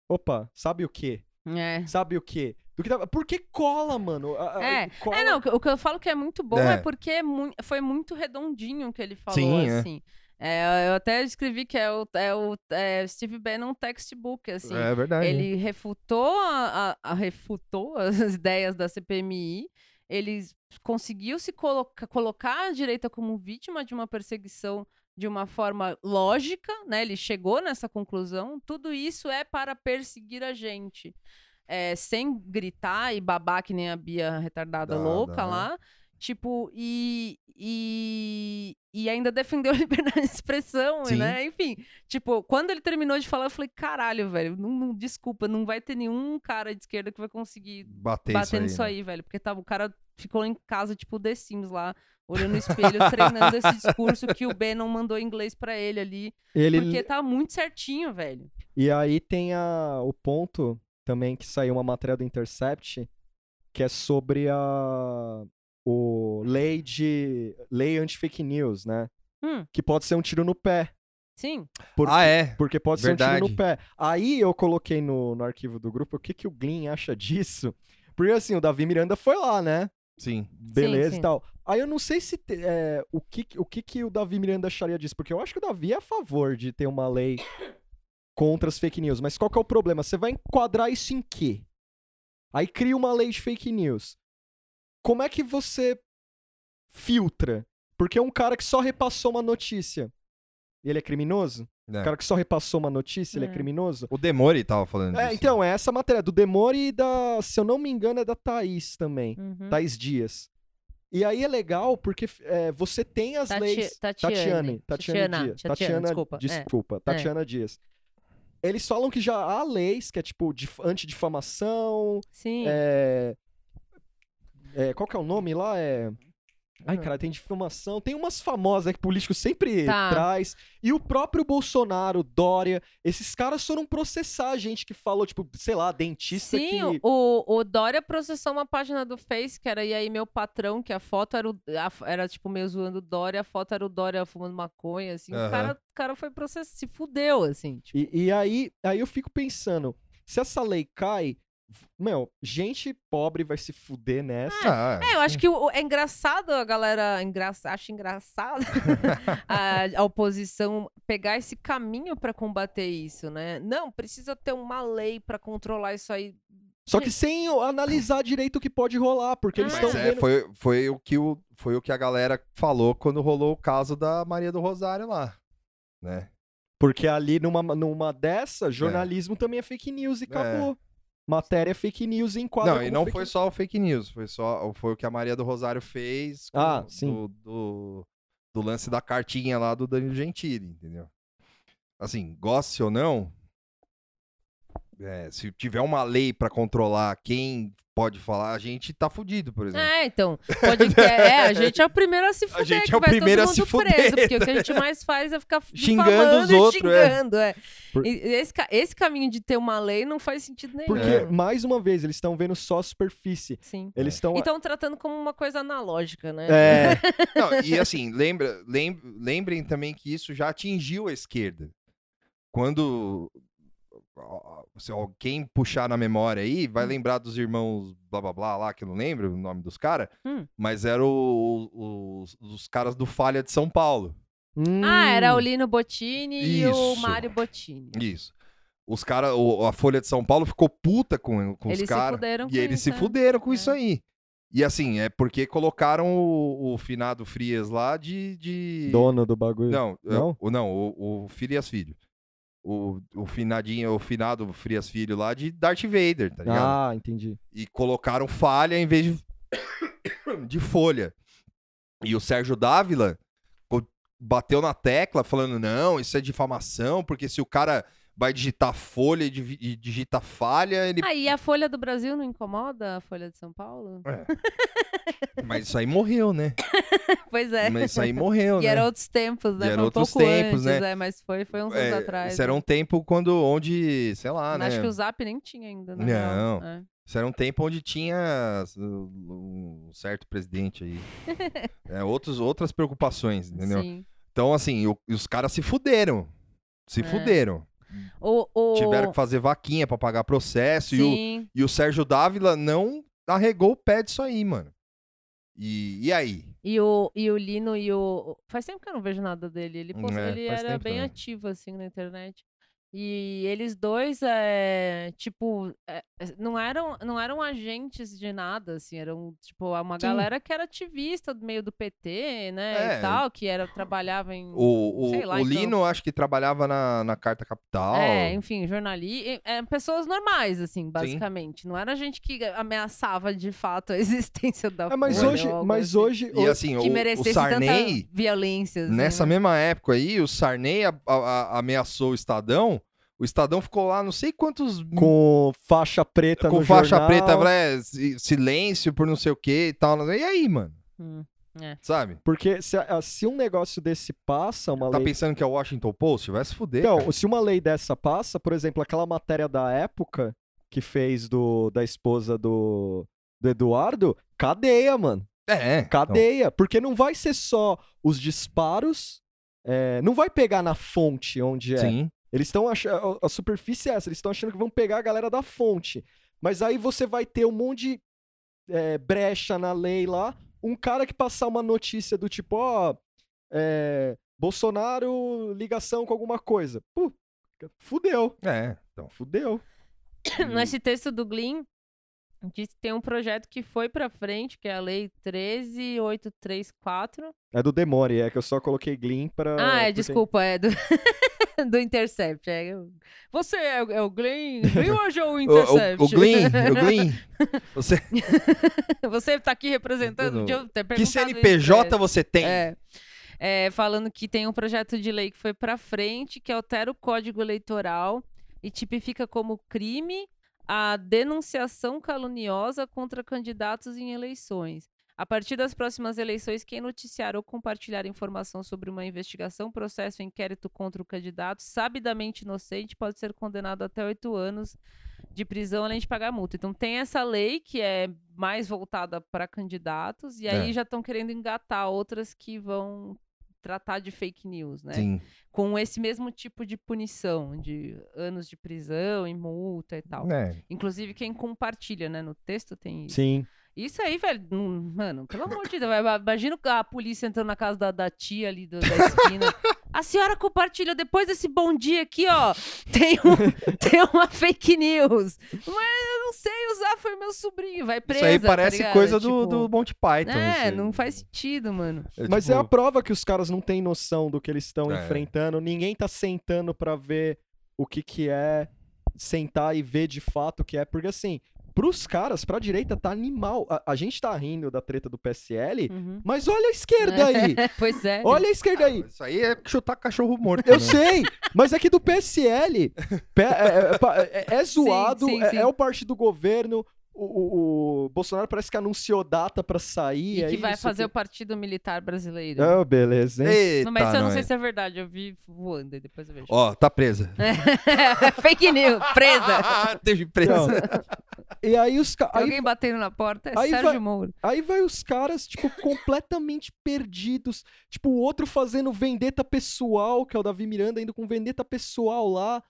B: Opa, sabe o quê?
C: É.
B: Sabe o quê? Do que tava- Por que cola, mano? A- a-
C: É.
B: cola-
C: É, não, o que- o que eu falo que é muito bom é,
A: É.
C: porque é mu- foi muito redondinho o que ele falou,
A: Sim, é.
C: assim. É, eu até escrevi que é o, é o é Steve Bannon textbook, assim.
A: é verdade.
C: Ele refutou, a- a- a- refutou as ideias da CPMI, ele conseguiu se coloca- colocar a direita como vítima de uma perseguição de uma forma lógica, né? Ele chegou nessa conclusão. Tudo isso é para perseguir a gente. É, sem gritar e babar que nem a Bia retardada
A: Dá,
C: louca
A: dá, né?
C: lá. Tipo, e, e, e ainda defendeu a liberdade de expressão,
A: Sim.
C: né? Enfim, tipo, quando ele terminou de falar, eu falei, caralho, velho, não, não- desculpa, não vai ter nenhum cara de esquerda que vai conseguir
A: Bater né?
C: bater nisso aí, velho. Porque tava, o cara ficou em casa, tipo, The Sims lá, olhando no espelho, treinando esse discurso que o Bannon mandou em inglês pra ele ali.
B: Ele-
C: Porque tá muito certinho, velho.
B: E aí tem a, o ponto também que saiu uma matéria do Intercept, que é sobre a o lei de lei anti-fake news, né?
C: Hum.
B: Que pode ser um tiro no pé,
C: Sim.
B: porque,
A: Ah, é?
B: porque pode ser um tiro
A: Verdade.
B: no pé. Aí eu coloquei no, no arquivo do grupo o que, que o Glyn acha disso. Porque assim, o Davi Miranda foi lá, né?
A: Sim.
B: Beleza
C: sim.
B: e tal. Aí eu não sei se te- é, o, que, que- o que que o Davi Miranda acharia disso, porque eu acho que o Davi é a favor de ter uma lei contra as fake news, mas qual que é o problema? Você vai enquadrar isso em quê? Aí cria uma lei de fake news. Como é que você filtra? Porque um cara que só repassou uma notícia, ele é criminoso?
A: É.
B: O cara que só repassou uma notícia,
C: É.
B: ele é criminoso?
A: O Demore tava falando
B: É,
A: disso.
B: então, é essa matéria do Demore e da, se eu não me engano, é da Thaís também.
C: Uhum.
B: Tais Dias. E aí é legal porque é, você tem as
C: Tati-
B: leis.
C: Tatiane.
B: Tatiane. Tatiane Dias.
C: Tatiana,
B: Tatiana,
C: desculpa, é.
B: desculpa, Tatiana Dias. Eles falam que já há leis que é tipo dif antidifamação.
C: Sim.
B: É, é, qual que é o nome lá? É. Ai, cara, tem difamação. Tem umas famosas que político sempre
C: Tá.
B: traz. E o próprio Bolsonaro, Dória, esses caras foram processar a gente que falou, tipo, sei lá, dentista
C: Sim,
B: que.
C: o, o Dória processou uma página do Face, que era e aí meu patrão, que a foto era, o, a f- era tipo meio zoando o Dória, a foto era o Dória fumando maconha, assim.
A: Aham.
C: O, cara, o cara foi processado, se fudeu, assim. Tipo,
B: E, e aí, aí eu fico pensando, se essa lei cai, v- meu, gente pobre vai se fuder nessa.
A: Ah,
C: É, eu acho que o- o- é engraçado a galera. engraça- acho engraçado a, a oposição pegar esse caminho pra combater isso, né? Não, precisa ter uma lei pra controlar isso aí.
B: Só que sem o- analisar direito o que pode rolar, porque eles
C: Ah.
A: Mas
B: estão
A: é,
B: vendo.
A: foi, foi, o que o, foi o que a galera falou quando rolou o caso da Maria do Rosário lá. Né?
B: Porque ali numa, numa dessa, jornalismo também é fake news e acabou. Matéria é fake news e enquadra.
A: não, e
B: como
A: não
B: é fake
A: foi só o fake news, foi só foi o que a Maria do Rosário fez com-
B: Ah, sim.
A: Do, do, do lance da cartinha lá do Danilo Gentili, entendeu? Assim, goste ou não, é, se tiver uma lei pra controlar quem pode falar, a gente tá fudido, por exemplo.
C: É, então. Pode, é, a gente é o primeiro a se fuder.
A: gente
C: que
A: é o
C: vai
A: primeiro a
C: todo mundo
A: se fuder, né?
C: Preso, porque o que a gente mais faz é ficar
A: Xingando
C: difamando
A: os
C: e
A: outros, é.
C: Xingando, é.
B: Por-
C: E- e Esse, ca- esse caminho de ter uma lei não faz sentido nenhum.
B: Porque,
A: É.
B: mais uma vez, eles estão vendo só a superfície.
C: Sim.
B: Eles
A: Então,
C: E
B: estão.
A: é.
C: estão tratando como uma coisa analógica, né?
B: É,
A: Não, e assim, lembra, lem- lembrem também que isso já atingiu a esquerda. Quando ó, se alguém puxar na memória aí,
C: Hum.
A: vai lembrar dos irmãos blá blá blá lá, que eu não lembro o nome dos caras,
C: Hum.
A: mas eram o- os, os caras do Falha de São Paulo.
C: Ah, era o
B: Hum.
C: Lino Bottini e o
A: Isso.
C: Mário Bottini.
A: Isso. Os caras, a Folha de São Paulo ficou puta com, com os
C: Eles se
A: caras.
C: fuderam
A: E
C: com
A: eles
C: isso,
A: se
C: é.
A: fuderam com
C: É.
A: isso aí. E assim, é porque colocaram o, o finado Frias lá de. de...
B: dono do bagulho.
A: Não, é,
B: Não?
A: o, não o, o Frias Filho. O, o finadinho, o finado Frias Filho lá de Darth Vader, tá ligado?
B: ah, entendi.
A: E colocaram falha em vez de, de folha. E o Sérgio Dávila co- bateu na tecla falando: não, isso é difamação, porque se o cara vai digitar folha e divi- e digita falha, ele
C: Ah, e a Folha do Brasil não incomoda a Folha de São Paulo?
A: Mas isso aí morreu, né?
C: Pois é.
A: Mas isso aí morreu,
C: E
A: né?
C: eram outros tempos, né?
A: E eram
C: Foi um
A: outros
C: pouco
A: tempos,
C: antes,
A: né?
C: é, mas foi, foi uns
A: É,
C: anos atrás. né?
A: Isso era um tempo quando, onde, sei lá, né?
C: Acho que o Zap nem tinha ainda, né?
A: Não. Isso era um tempo onde tinha s- um certo presidente aí. É, outros, outras preocupações, entendeu?
C: Sim.
A: Então, assim, o- os caras se fuderam. Se
C: É.
A: fuderam.
C: O, o...
A: Tiveram que fazer vaquinha pra pagar processo. E o,
C: Sim.
A: e o Sérgio Dávila não arregou o pé disso aí, mano. E, e aí?
C: E o, e o Lino e o. Faz tempo que eu não vejo nada dele. Ele, post-
A: É,
C: ele
A: faz
C: era
A: tempo
C: bem
A: também.
C: ativo, assim, na internet. E eles dois, é, tipo, é, é, não, eram, não eram agentes de nada, assim, eram, tipo, uma
A: Sim.
C: galera que era ativista do meio do PT, né,
A: É.
C: e tal, que era, trabalhava em,
A: O, o,
C: Sei lá,
A: o
C: então.
A: Lino, acho que trabalhava na, na Carta Capital.
C: É, enfim, jornalista. É, pessoas normais, assim, basicamente. Não era gente que ameaçava de fato a existência da
B: É, mas
A: Folha
B: hoje,
C: ou algo
B: mas
C: assim,
B: hoje,
A: E assim,
C: Que
A: o, o
C: merecesse
A: Sarney,
C: tanta violência. assim,
A: nessa
C: né?
A: mesma época aí, o Sarney a- a- a- ameaçou o Estadão. O Estadão ficou lá não sei quantos...
B: com faixa preta
A: com
B: Tá no
A: faixa
B: jornal.
A: preta, né, si- silêncio por não sei o que e tal. E aí, mano?
C: Hum.
A: Sabe?
B: Porque se, a- se um negócio desse passa, uma
A: Tá
B: lei...
A: pensando que é o Washington Post? Vai se fuder, cara.
B: Então, se uma lei dessa passa, por exemplo, aquela matéria da época que fez do da esposa do, do Eduardo, cadeia, mano.
A: É, então.
B: Cadeia. Porque não vai ser só os disparos... é, não vai pegar na fonte onde é.
A: Sim.
B: Eles estão achando. A superfície é essa, eles estão achando que vão pegar a galera da fonte. Mas aí você vai ter um monte de é, brecha na lei lá. Um cara que passar uma notícia do tipo, ó. é, Bolsonaro, ligação com alguma coisa. Puh, fudeu,
A: É, então.
B: fudeu.
C: Nesse texto do Glyn, diz que tem um projeto que foi pra frente, que é a Lei 13834.
B: É do Demore, é que eu só coloquei Glim pra.
C: ah, é,
B: porque-
C: desculpa, é do, do Intercept. é. Você é, o- é o Glyn? Glyn hoje é o
A: O,
C: Intercept?
A: o, o Glyn, o Glyn, você,
C: Você tá aqui representando. deixa eu ter
A: que
C: perguntado isso pra
A: CNPJ você tem?
C: É. É, falando que tem um projeto de lei que foi para frente, que altera o Código Eleitoral e tipifica como crime a denunciação caluniosa contra candidatos em eleições. A partir das próximas eleições, quem noticiar ou compartilhar informação sobre uma investigação, processo ou inquérito contra o candidato sabidamente inocente pode ser condenado até oito anos de prisão, além de pagar multa. Então tem essa lei que é mais voltada para candidatos, e aí
A: É.
C: já estão querendo engatar outras que vão tratar de fake news, né?
A: Sim.
C: Com esse mesmo tipo de punição, de anos de prisão e multa e tal.
A: É.
C: Inclusive quem compartilha, né? No texto tem isso.
B: Sim.
C: Isso aí, velho, não- mano, pelo amor de Deus, vai- vai- imagina a polícia entrando na casa da, da tia ali do- da esquina. A senhora compartilhou depois desse bom dia aqui, ó. Tem, um- tem uma fake news. Mas eu não sei usar, foi meu sobrinho. Vai presa.
A: Isso aí
C: tá
A: parece
C: ligado?
A: coisa do,
C: Tipo,
A: do Monty Python. isso
C: É,
A: aí.
C: não faz sentido, mano.
B: Mas é
A: tipo-
B: a prova que os caras não têm noção do que eles estão
A: É.
B: enfrentando. Ninguém tá sentando pra ver o que que é, sentar e ver de fato o que é. Porque assim, pros caras, pra direita tá animal. A, a gente tá rindo da treta do PSL,
C: Uhum.
B: mas olha a esquerda aí!
C: Pois é.
B: Olha a esquerda aí!
A: Isso aí é chutar cachorro morto.
B: Eu
A: né?
B: sei, mas é que do PSL pe- é, é- pa- é- é zoado,
C: sim,
B: é,
C: sim.
B: é o parte do governo. O, o- o Bolsonaro parece que anunciou data pra sair.
C: E
B: é
C: que vai
B: isso,
C: fazer o
B: que-
C: Partido Militar Brasileiro.
B: Ah, beleza, hein?
A: Eita,
C: Não, mas isso eu não
A: nós.
C: sei se é verdade, eu vi voando e depois eu vejo.
A: Ó, tá presa.
C: fake news, presa.
A: Teve presa.
B: Não. E aí os ca...
C: Tem
B: aí,
C: alguém batendo na porta, é
B: aí
C: Sérgio
B: vai-
C: Moro.
B: aí vai os caras, tipo, completamente perdidos. Tipo, o outro fazendo vendetta pessoal, que é o Davi Miranda, indo com vendetta pessoal lá.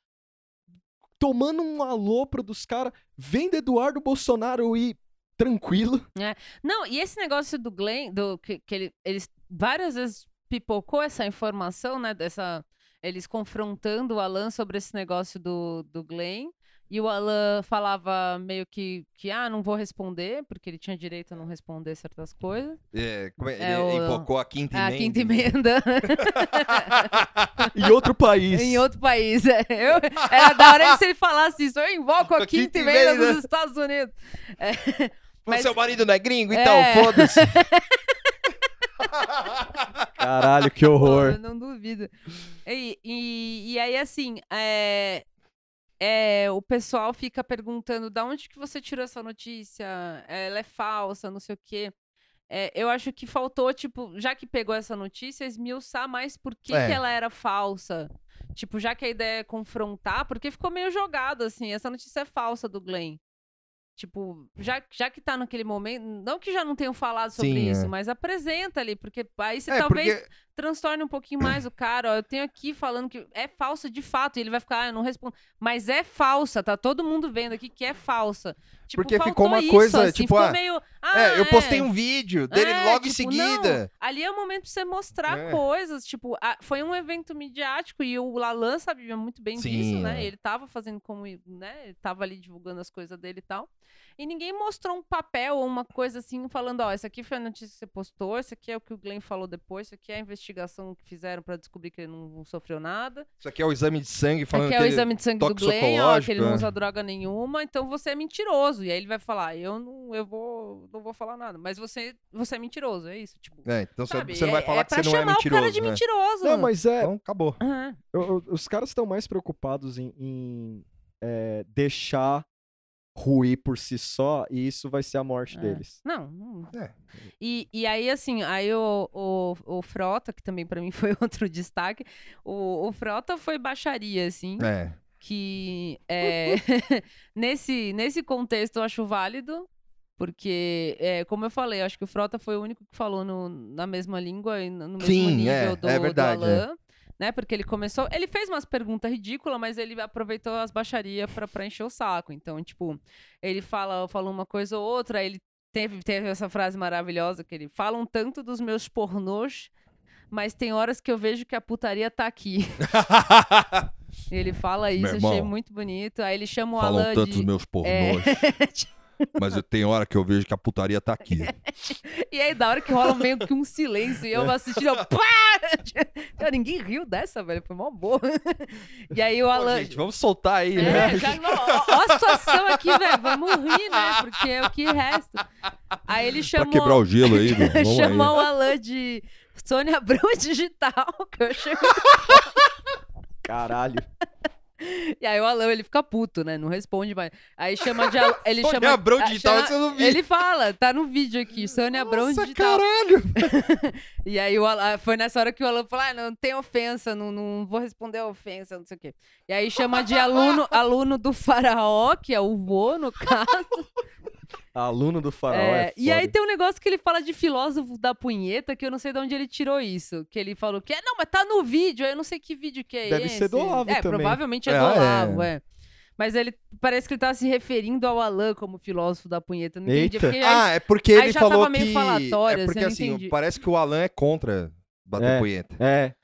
B: tomando um alopro dos caras, vendo Eduardo Bolsonaro ir tranquilo.
C: Não, e esse negócio do Glenn, do, que, que ele- eles várias vezes pipocou essa informação, né? Dessa, eles confrontando o Alan sobre esse negócio do, do Glenn. E o Alan falava meio que, que, ah, não vou responder, porque ele tinha direito a não responder certas coisas.
A: É, como é- ele
C: É o-
A: invocou a quinta
C: Ah,
A: emenda.
C: A quinta emenda
B: Em outro país.
C: em outro país. é. Eu, era da hora se ele falasse isso. Eu invoco a quinta emenda dos Estados Unidos. Mas-
A: Seu marido não é gringo? Então,
C: É.
A: foda-se.
B: Caralho, que
C: Pô,
B: horror.
C: eu não duvido. E, e, e aí, assim, é, é, o pessoal fica perguntando da onde que você tirou essa notícia? Ela é falsa, não sei o quê. É, eu acho que faltou, tipo, já que pegou essa notícia, esmiuçar mais por que,
A: É.
C: que ela era falsa. Tipo, já que a ideia é confrontar, porque ficou meio jogado, assim, essa notícia é falsa do Glenn. Tipo, já, já que tá naquele momento, não que já não tenham falado sobre
A: Sim, é.
C: isso, mas apresenta ali, porque aí você
A: é,
C: talvez
A: porque
C: transtorne um pouquinho mais o cara. Ó, eu tenho aqui falando que é falsa de fato. E ele vai ficar, ah, eu não respondo. Mas é falsa, tá todo mundo vendo aqui que é falsa. Tipo,
A: Porque ficou
C: faltou
A: uma
C: isso,
A: coisa,
C: assim,
A: tipo,
C: ficou
A: ah,
C: meio.
A: é,
C: "Ah,
A: eu postei
C: é".
A: um vídeo dele
C: É,
A: logo em
C: tipo,
A: seguida.
C: não, ali é o momento pra você mostrar
A: É.
C: coisas. Tipo, a- foi um evento midiático e o Lalan sabia muito bem
A: Sim,
C: disso, né?
A: é.
C: Ele tava fazendo como. né? Ele tava ali divulgando as coisas dele e tal. E ninguém mostrou um papel ou uma coisa assim, falando: ó, essa aqui foi a notícia que você postou, isso aqui é o que o Glenn falou depois, isso aqui é a investigação que fizeram pra descobrir que ele não sofreu nada.
A: Isso aqui é o exame de sangue falando
C: Aqui é
A: que
C: o
A: ele-
C: exame de sangue do Glenn, ó, que ele
A: toxicológico,
C: não
A: é.
C: usa droga nenhuma, então você é mentiroso. E aí ele vai falar, "Ah, eu não, eu vou, não vou falar nada, mas você, você é mentiroso, é isso, tipo.
A: É, então você-
C: sabe?
A: você não vai
C: É-
A: falar
C: é
A: que
C: pra
A: você não é
C: chamar
A: mentiroso.
C: o cara de
A: né?
C: mentiroso.
B: Não, mas é.
A: Então, acabou.
C: Aham.
B: eu- eu- os caras estão mais preocupados em, em, é, deixar ruir por si só e isso vai ser a morte
C: É.
B: deles.
C: Não, não.
A: É.
C: E, e aí, assim, aí o, o, o Frota, que também pra mim foi outro destaque, o, o Frota foi baixaria, assim.
A: É.
C: que é, nesse, nesse contexto eu acho válido, porque, é, como eu falei, eu acho que o Frota foi o único que falou no- na mesma língua e no no mesmo
A: Sim,
C: nível
A: é,
C: do,
A: é
C: do
A: verdade, é.
C: Alan, né? Porque ele começou, ele fez umas perguntas ridículas, mas ele aproveitou as baixarias pra, pra encher o saco. Então, tipo, ele fala, falou uma coisa ou outra, aí ele teve, teve essa frase maravilhosa que ele falam tanto dos meus pornôs, mas tem horas que eu vejo que a putaria tá aqui. Ele fala isso, achei
A: irmão,
C: muito bonito. Aí ele chama o
A: Falam
C: Alan
A: tanto dos
C: de... É.
A: meus pornôs. Mas eu- tem hora que eu vejo que a putaria tá aqui.
C: E aí da hora que rola meio que um silêncio e eu
A: É.
C: vou assistindo, eu, pá! Cara, ninguém riu dessa, velho, foi mó boa. E aí o Alan...
A: vamos soltar aí,
C: É, já, não, ó, ó a situação aqui, velho, vamos rir, né, porque é o que resta. Aí ele
A: Pra
C: chamou...
A: quebrar o gelo aí, meu. Vamos aí.
C: chamou o Alan de Sônia Abrão Digital, que eu achei
B: Caralho.
C: E aí o Alan, ele fica puto, né? Não responde mais. Aí chama de Alan. Ele
A: Sônia
C: chama,
A: Abrão
C: ah,
A: Digital,
C: chama-
A: essa eu não vi.
C: Ele fala, tá no vídeo aqui, Sônia Abrão
A: Nossa,
C: Digital.
A: caralho.
C: E aí o Alan, foi nessa hora que o Alan falou: ah, não tem ofensa, não, não vou responder a ofensa, não sei o quê. E aí chama de aluno, aluno do faraó, que é o vô, no caso.
B: Aluno do faraó.
C: É,
B: É,
C: e aí
B: foda.
C: tem um negócio que ele fala de filósofo da punheta, que eu não sei de onde ele tirou isso. Que ele falou que é, não, mas tá no vídeo, aí eu não sei que vídeo que é
B: Deve
C: esse.
B: ser do Olavo
C: É,
B: também.
C: provavelmente é do
A: É, ah, é.
C: Olavo, é. Mas ele parece que ele tá se referindo ao Alain como filósofo da punheta. Não entendi,
B: Eita.
C: porque aí-
A: Ah, é porque
C: aí
A: ele
C: já
A: falou
C: tava meio
A: que...
C: falatório,
A: é porque
C: assim, eu não
A: assim,
C: entendi.
A: parece que o Alan é contra bater
B: É.
A: punheta.
B: É,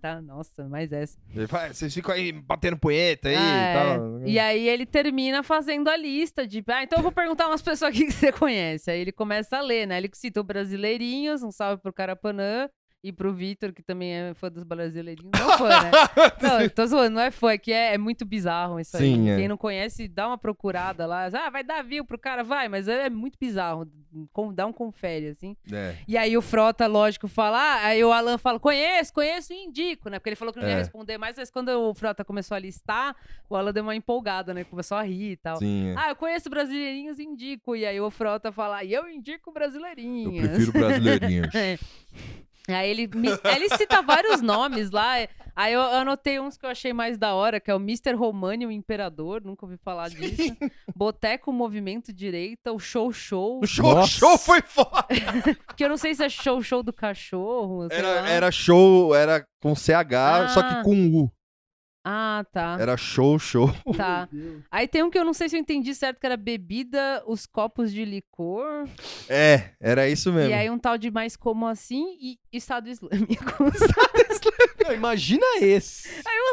C: tá, nossa, mas essa.
A: Ele fala, "Ah, vocês ficam aí batendo punheta aí
C: Ah,
A: e
C: é.
A: tal.
C: E aí ele termina fazendo a lista de. Ah, então eu vou perguntar umas pessoas aqui que você conhece. Aí ele começa a ler, né? Ele cita o Brasileirinhos, um salve pro Carapanã. E pro Vitor, que também é fã dos brasileirinhos. Não fã, né? Não, eu tô zoando, não é fã, é que é, é muito bizarro isso
A: Sim,
C: aí.
A: é.
C: Quem não conhece, dá uma procurada lá. Ah, vai dar view pro cara, vai, mas é muito bizarro. Com- Dá um confere, assim.
A: É.
C: E aí o Frota, lógico, fala. ah, Aí o Alan fala: conheço, conheço e indico, né? Porque ele falou que não ia
A: É.
C: responder mais, mas quando o Frota começou a listar, o Alan deu uma empolgada, né? Começou a rir e tal.
A: Sim, é.
C: Ah, eu conheço brasileirinhos e indico. E aí o Frota fala, e eu indico
A: Eu
C: brasileirinhos.
A: prefiro brasileirinhos.
C: É. Aí ele, mi- ele cita vários nomes lá. é. Aí eu eu anotei uns que eu achei mais da hora, que é o Mr. Romani, o Imperador, nunca ouvi falar disso. Boteco Movimento Direita, o Show Show.
A: O show,
B: Nossa.
A: show foi foda.
C: Que eu não sei se é Show Show do Cachorro. sei
A: Era,
C: lá.
A: era show, era com CH, só
C: Ah.
A: que com U.
C: Ah, tá.
A: Era show, show.
C: Tá. Aí tem um que eu não sei se eu entendi certo, que era bebida, os copos de licor.
A: É, era isso mesmo.
C: E aí um tal de mais como assim e Estado Islâmico.
B: Não, imagina esse.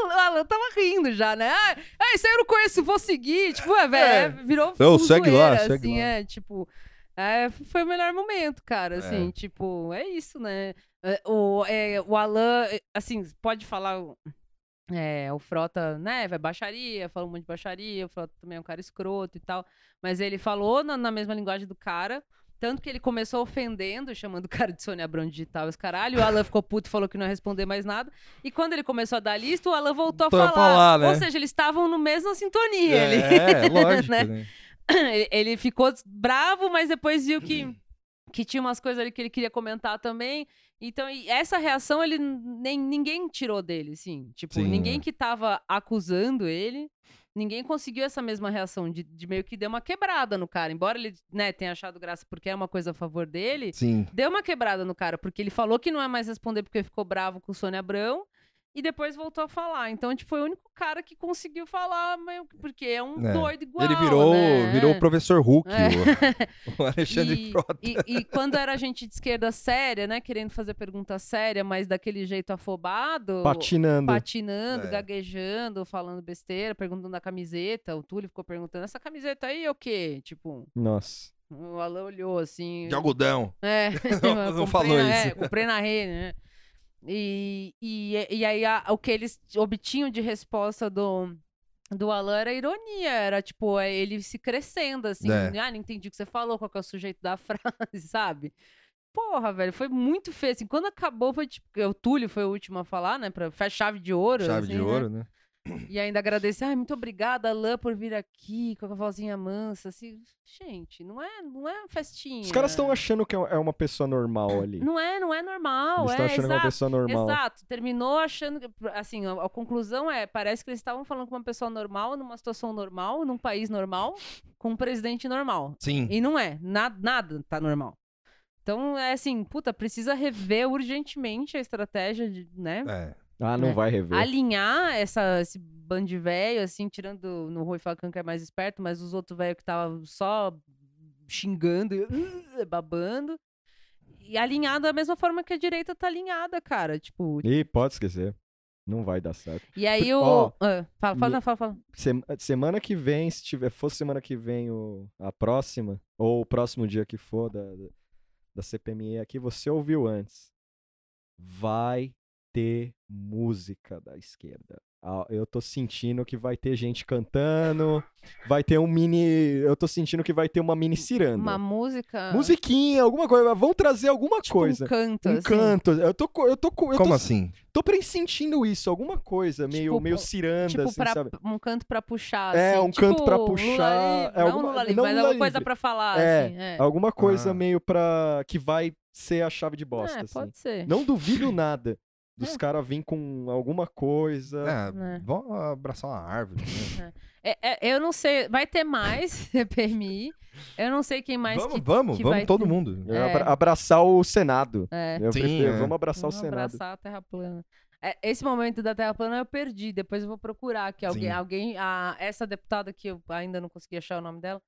C: o Alan tava rindo já, né? Ah, ah, isso aí eu não conheço, vou seguir. Tipo, é, velho,
B: É.
C: é, virou
A: Não,
C: fuzueira,
A: segue lá, segue
C: assim,
A: lá. É.
C: é, tipo... é, foi o melhor momento, cara, assim, tipo, é isso, né? É, O, é, o Alan, é, assim, pode falar... o- é, o Frota, né, vai baixaria, fala um monte de baixaria, o Frota também é um cara escroto e tal, mas ele falou na, na mesma linguagem do cara, tanto que ele começou ofendendo, chamando o cara de Sônia Abrão Digital, esse caralho, o Alan ficou puto, falou que não ia responder mais nada, e quando ele começou a dar a lista, o Alan voltou a
A: Voltou a
C: falar.
A: falar, né?
C: Ou seja, eles estavam no mesma sintonia. Ele...
A: É, lógico,
C: né?
A: né?
C: ele- ele ficou bravo, mas depois viu que, que tinha umas coisas ali que ele queria comentar também. Então, e essa reação ele nem ninguém tirou dele, assim. Tipo,
A: Sim,
C: ninguém
A: é.
C: que tava acusando ele, ninguém conseguiu essa mesma reação de, de meio que deu uma quebrada no cara. Embora ele, né, tenha achado graça porque é uma coisa a favor dele,
A: Sim.
C: Deu uma quebrada no cara, porque ele falou que não é mais responder porque ficou bravo com o Sônia Abrão. E depois voltou a falar. Então, tipo, foi o único cara que conseguiu falar, meio que- porque é um
A: É.
C: doido igual.
A: ele virou,
C: né?
A: virou o professor Hulk,
C: É.
A: o, o Alexandre
C: E-
A: Frota.
C: E, e quando era gente de esquerda séria, né? Querendo fazer pergunta séria, mas daquele jeito afobado.
B: Patinando.
C: Patinando,
A: É.
C: gaguejando, falando besteira, perguntando a camiseta. O Túlio ficou perguntando: essa camiseta aí é o quê? Tipo,
B: Nossa.
C: o Alan olhou assim.
A: De algodão.
C: É,
A: Não,
C: eu
A: não
C: comprei
A: falou
C: na- é,
A: isso.
C: comprei na rede, né? E, e, e aí a- o que eles obtinham de resposta do, do Alan era ironia, era tipo, é ele se crescendo, assim,
A: É.
C: ah, não entendi o que você falou, qual que é o sujeito da frase, sabe? Porra, velho, foi muito feio, assim, quando acabou foi tipo, o Túlio foi o último a falar, né, pra, foi a chave de ouro,
A: Chave de
C: assim, né?
A: ouro, né?
C: E ainda agradecer, ai, muito obrigada, Alan, por vir aqui, com a vozinha mansa, assim, gente, não é, não é festinha.
B: Os caras estão achando que é uma pessoa normal ali.
C: Não é, não é normal.
B: Eles
C: é,
B: estão achando
C: exato,
B: uma pessoa normal.
C: exato. Terminou achando que, assim, a, a conclusão é, parece que eles estavam falando com uma pessoa normal, numa situação normal, num país normal, com um presidente normal.
A: Sim.
C: E não é, na- nada tá normal. Então, é assim, puta, precisa rever urgentemente a estratégia, de, né?
A: É.
B: Ah, não
C: É.
B: vai rever.
C: Alinhar essa, esse bando de velho, assim, tirando no Rui Falcão, que é mais esperto, mas os outros velhos que estavam só xingando, e, "Uh", babando. E alinhado da mesma forma que a direita tá alinhada, cara. Tipo,
B: Ih, pode esquecer. Não vai dar certo.
C: e aí o.
B: Né? Ó,
C: Ah, fala, fala,
B: me-
C: não, fala, fala.
B: Sem- Semana que vem, se tiver, fosse semana que vem o, a próxima, ou o próximo dia que for da, da, da CPME aqui, você ouviu antes. Vai ter música da esquerda. Ah, Eu tô sentindo que vai ter gente cantando, vai ter um mini. Eu tô sentindo que vai ter uma mini ciranda.
C: Uma música.
B: Musiquinha, alguma coisa. Vão trazer alguma
C: tipo,
B: coisa.
C: Um canto.
B: Um
C: assim.
B: canto. Eu tô, co- eu tô, co- eu
A: Como
B: tô,
A: assim?
B: tô pressentindo isso, alguma coisa meio,
C: Tipo,
B: meio ciranda,
C: Tipo,
B: assim,
C: pra-
B: sabe?
C: um canto pra puxar.
B: É,
C: assim,
B: um canto pra
C: tipo, Lula
B: puxar,
C: Livre,
B: é
C: não
B: alguma-
C: Lula Livre,
B: não
C: mas
B: Lula
C: alguma coisa
B: Livre.
C: pra falar.
B: É,
C: assim, é.
B: Alguma coisa
A: Ah.
B: meio pra. que vai ser a chave de bosta.
C: É,
B: assim.
C: pode ser.
B: Não duvido nada dos
C: É.
B: caras vir com alguma coisa.
A: Ah,
C: É.
A: Vamos abraçar uma árvore. né?
C: É, é, eu não sei, vai ter mais CPMI. Eu não sei quem mais
A: vamos,
C: que
A: vamos,
C: que
A: vamos
C: vai
A: todo
C: ter.
A: mundo.
B: Eu
C: É.
B: abra- Abraçar o Senado.
C: É.
B: Eu
A: Sim,
B: prefiro-
A: é.
B: Vamos abraçar
C: Vamos
B: o Senado.
C: abraçar a Terra plana. É, esse momento da Terra plana eu perdi. Depois eu vou procurar aqui alguém.
A: Sim.
C: alguém a, essa deputada que eu ainda não consegui achar o nome dela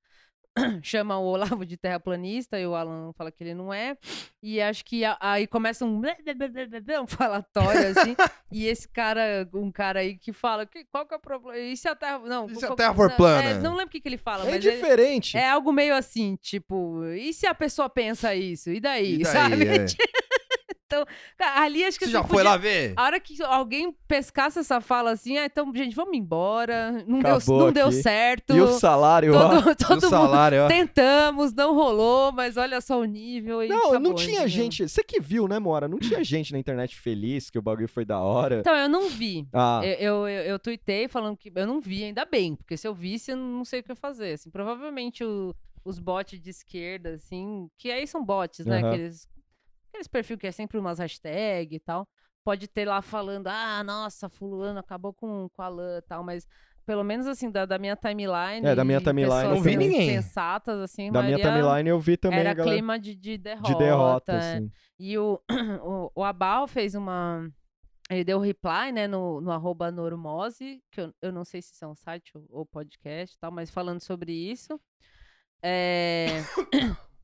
C: chama o Olavo de terraplanista e o Alan fala que ele não é. E acho que a- aí começa um, um falatório assim. e esse cara, um cara aí que fala: que, qual que é o problema? E se a Terra. Não,
A: E se a
C: qual-
A: Terra for
C: não, é,
A: plana?
C: não lembro o que, que ele fala,
B: É
C: mas ele-
B: diferente.
C: é algo meio assim, tipo, e se a pessoa pensa isso? E daí?
A: E daí,
C: sabe?
A: é.
C: Cara, Ali acho que
A: Você
C: assim,
A: já foi
C: podia-
A: lá ver?
C: A hora que alguém pescasse essa fala assim, ah, então, gente, vamos embora. Não, deu,
B: Acabou
C: não deu
B: aqui.
C: certo.
B: E o salário, ó.
C: todo
A: E o
C: todo mundo
A: salário, ó.
C: tentamos, não rolou, mas olha só o nível. E
B: Não, não
C: acabou,
B: tinha
C: entendeu?
B: gente. Você que viu, né, Mora? Não tinha gente na internet feliz que o bagulho foi da hora.
C: Então, eu não vi.
B: Ah,
C: Eu, eu, eu, eu tuitei falando que eu não vi, ainda bem, porque se eu visse, eu não sei o que eu ia fazer. Assim, provavelmente o- os bots de esquerda, assim, que aí são bots, né?
B: Aham.
C: Aqueles, aqueles perfil que é sempre umas hashtags e tal. Pode ter lá falando, ah, nossa, fulano acabou com, com a lã e tal, mas pelo menos assim, da, da minha timeline.
B: É, da minha
C: e
B: timeline,
C: pessoas
A: Não vi
C: sens-
A: ninguém.
C: Sensatas, assim,
B: da minha
C: Maria,
B: timeline eu vi também,
C: Era
B: galera.
C: clima de, de derrota.
B: De derrota, assim.
C: E o, o, o Abal fez uma. Ele deu reply, né, no, no arroba normose, que eu, eu não sei se são site ou, ou podcast e tal, mas falando sobre isso. É,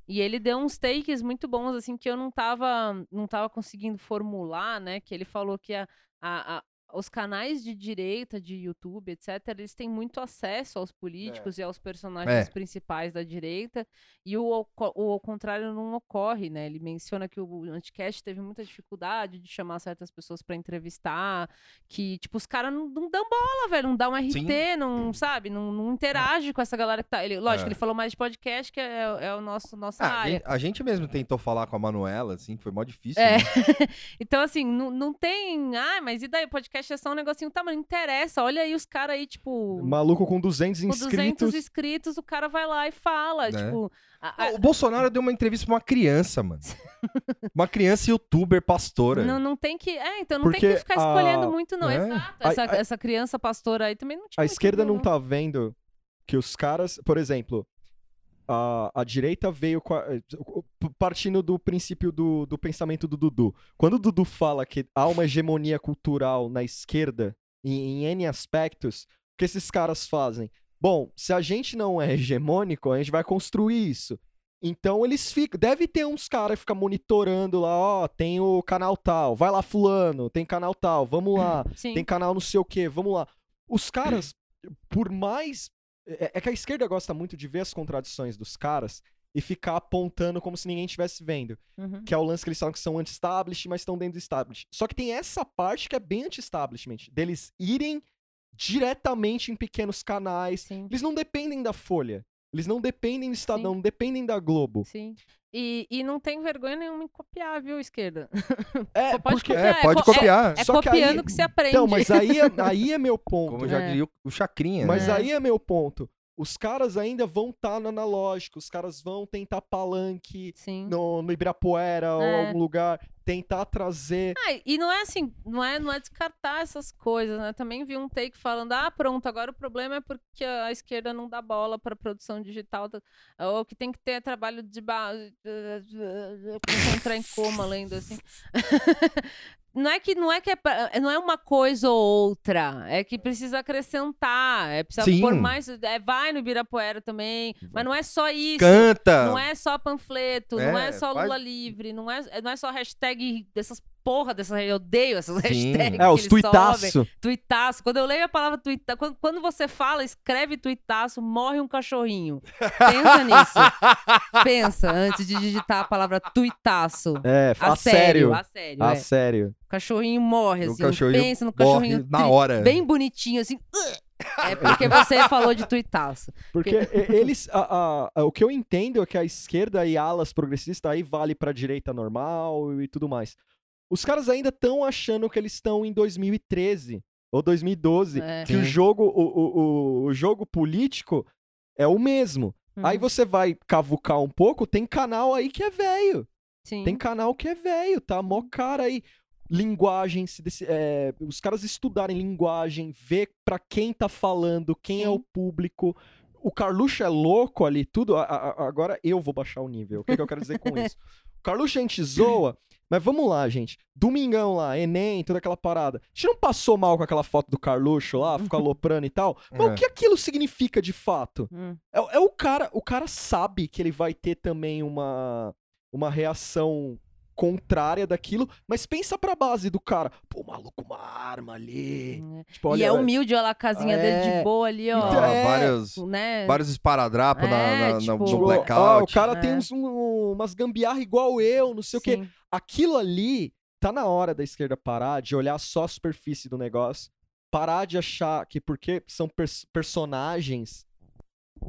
C: e ele deu uns takes muito bons, assim, que eu não tava, não tava conseguindo formular, né, que ele falou que a, a- a- os canais de direita, de YouTube, etc., eles têm muito acesso aos políticos e aos personagens
A: É.
C: principais da direita, e o, ao co- o ao contrário não ocorre, né? Ele menciona que o Anticast teve muita dificuldade de chamar certas pessoas pra entrevistar, que, tipo, os caras não, não dão bola, velho, não dá um RT, não, sabe? Não, não
B: É.
C: interage com essa galera que tá... Ele, lógico,
A: É.
C: ele falou mais de podcast, que é, é o nosso, nossa
A: Ah, a,
C: área.
A: gente, a gente mesmo tentou falar com a Manuela, assim, foi mó difícil.
C: É.
A: né?
C: Então, assim, não, não tem... Ah, mas e daí? Podcast é só um negocinho. Tá, mas não interessa. Olha aí os caras aí, tipo...
B: Maluco com 200
C: Com 200
B: inscritos.
C: inscritos, o cara vai lá e fala,
A: Né?
C: tipo... a- a-
A: O Bolsonaro deu uma entrevista pra uma criança, mano. Uma criança youtuber pastora.
C: Não, não tem que. É, então não tem
B: Porque
C: que ficar escolhendo
B: a- né?
C: muito, não.
A: É.
C: Exato.
B: A-
C: Essa,
B: a-
C: essa criança pastora aí também Tipo, não tinha.
B: A
C: muito
B: esquerda não
C: violão.
B: tá vendo que os caras, por exemplo, a, a direita veio com a- partindo do princípio do, do pensamento do Dudu. Quando o Dudu fala que há uma hegemonia cultural na esquerda, em, em N aspectos, o que esses caras fazem? Bom, se a gente não é hegemônico, a gente vai construir isso. Então eles ficam. Deve ter uns caras que ficam monitorando lá, ó, tem o canal tal, vai lá, fulano, tem canal tal, vamos lá
C: Sim.
B: tem canal não sei o quê, vamos lá. Os caras, por mais. É, é que a esquerda gosta muito de ver as contradições dos caras e ficar apontando como se ninguém estivesse vendo.
C: Uhum.
B: Que é o lance que eles falam que são anti-establishment, mas estão dentro do establishment. Só que tem essa parte que é bem anti-establishment, deles irem diretamente em pequenos canais.
C: Sim.
B: Eles não dependem da Folha. Eles não dependem do Estadão, não dependem da Globo.
C: Sim. E, e não tem vergonha nenhuma em copiar, viu, esquerda?
B: É,
C: Pode
B: porque...
C: copiar.
A: É, pode
C: co-
A: copiar.
C: É
B: Só que
C: copiando que,
B: aí-
C: se aprende.
B: Então, mas aí é, aí é meu ponto.
A: Como já
C: É.
A: diria o- o Chacrinha.
B: Mas
A: né?
C: É.
B: aí é meu ponto. Os caras ainda vão estar no analógico, os caras vão tentar palanque
C: Sim.
B: no, no Ibirapuera ou
C: Hum. É.
B: algum lugar, tentar trazer.
C: Ah, e não é assim, não é, não é descartar essas coisas, né? Também vi um take falando, ah, pronto, agora o problema é porque a esquerda não dá bola para produção digital, do- ou que tem que ter trabalho de base, começou a entrar em coma lendo assim. Não é que não é que é, pra- não é uma coisa ou outra, é que precisa acrescentar, é precisa
A: Sim.
C: pôr mais, é, vai no Ibirapuera também, mas não é só isso.
A: Canta!
C: Não é só panfleto, não
A: É,
C: é só
A: faz-
C: Lula livre, não é, é- não é só hashtag dessas porra dessas. Eu odeio essas
A: Sim.
C: hashtags.
A: É,
C: que eles sobem.
B: tuitaços.
C: Tuitaço. Quando eu leio a palavra tuitaço, quando, quando você fala, escreve tuitaço, morre um cachorrinho. Pensa nisso. Pensa antes de digitar a palavra tuitaço.
B: É,
C: A,
B: a sério.
C: a sério.
B: A
C: é.
B: sério.
C: O cachorrinho morre,
A: O
C: assim.
A: cachorrinho
C: pensa no
A: morre
C: cachorrinho
A: na
C: tri-
A: hora.
C: bem bonitinho, assim. É porque você falou de tuitaço.
B: Porque e- eles. a- a- a- o que eu entendo é que a esquerda e alas progressistas aí vale pra direita normal e tudo mais. Os caras ainda estão achando que eles estão em 2013 ou 2012.
C: É.
B: que o
A: Sim.
B: jogo, o, o, o- o jogo político é o mesmo. Aí
C: Uhum.
B: você vai cavucar um pouco, tem canal aí que é velho.
C: Sim.
B: Tem canal que é velho, tá? Mó cara aí. Linguagem, se desse- é, os caras estudarem linguagem, ver pra quem tá falando, quem é
C: Sim.
B: o público. O Carluxo é louco ali, tudo. A- a- a- agora eu vou baixar o nível. O que, que eu quero dizer com isso? O Carluxo a gente zoa, mas vamos lá, gente. Domingão lá, Enem, toda aquela parada. A gente não passou mal com aquela foto do Carluxo lá,
C: Uhum.
B: ficou aloprando e tal. Mas
A: É.
B: o que aquilo significa de fato?
C: Hum.
B: É, é o cara, o cara sabe que ele vai ter também uma uma reação contrária daquilo, mas pensa pra base do cara. Pô, maluco, uma arma ali.
C: É.
B: Tipo,
C: e é
B: olha,
C: humilde, olha lá a casinha dele
B: É.
C: de boa ali, ó.
A: Ah,
B: É.
A: vários,
C: né?
A: vários esparadrapos na-
C: É,
A: na- na-
C: tipo-
A: no
B: tipo, ah, o
A: blackout.
B: cara tem
C: É.
B: uns, um- umas gambiarra igual eu, não sei o quê.
C: Sim.
B: Aquilo ali tá na hora da esquerda parar de olhar só a superfície do negócio, parar de achar que porque são pers- personagens,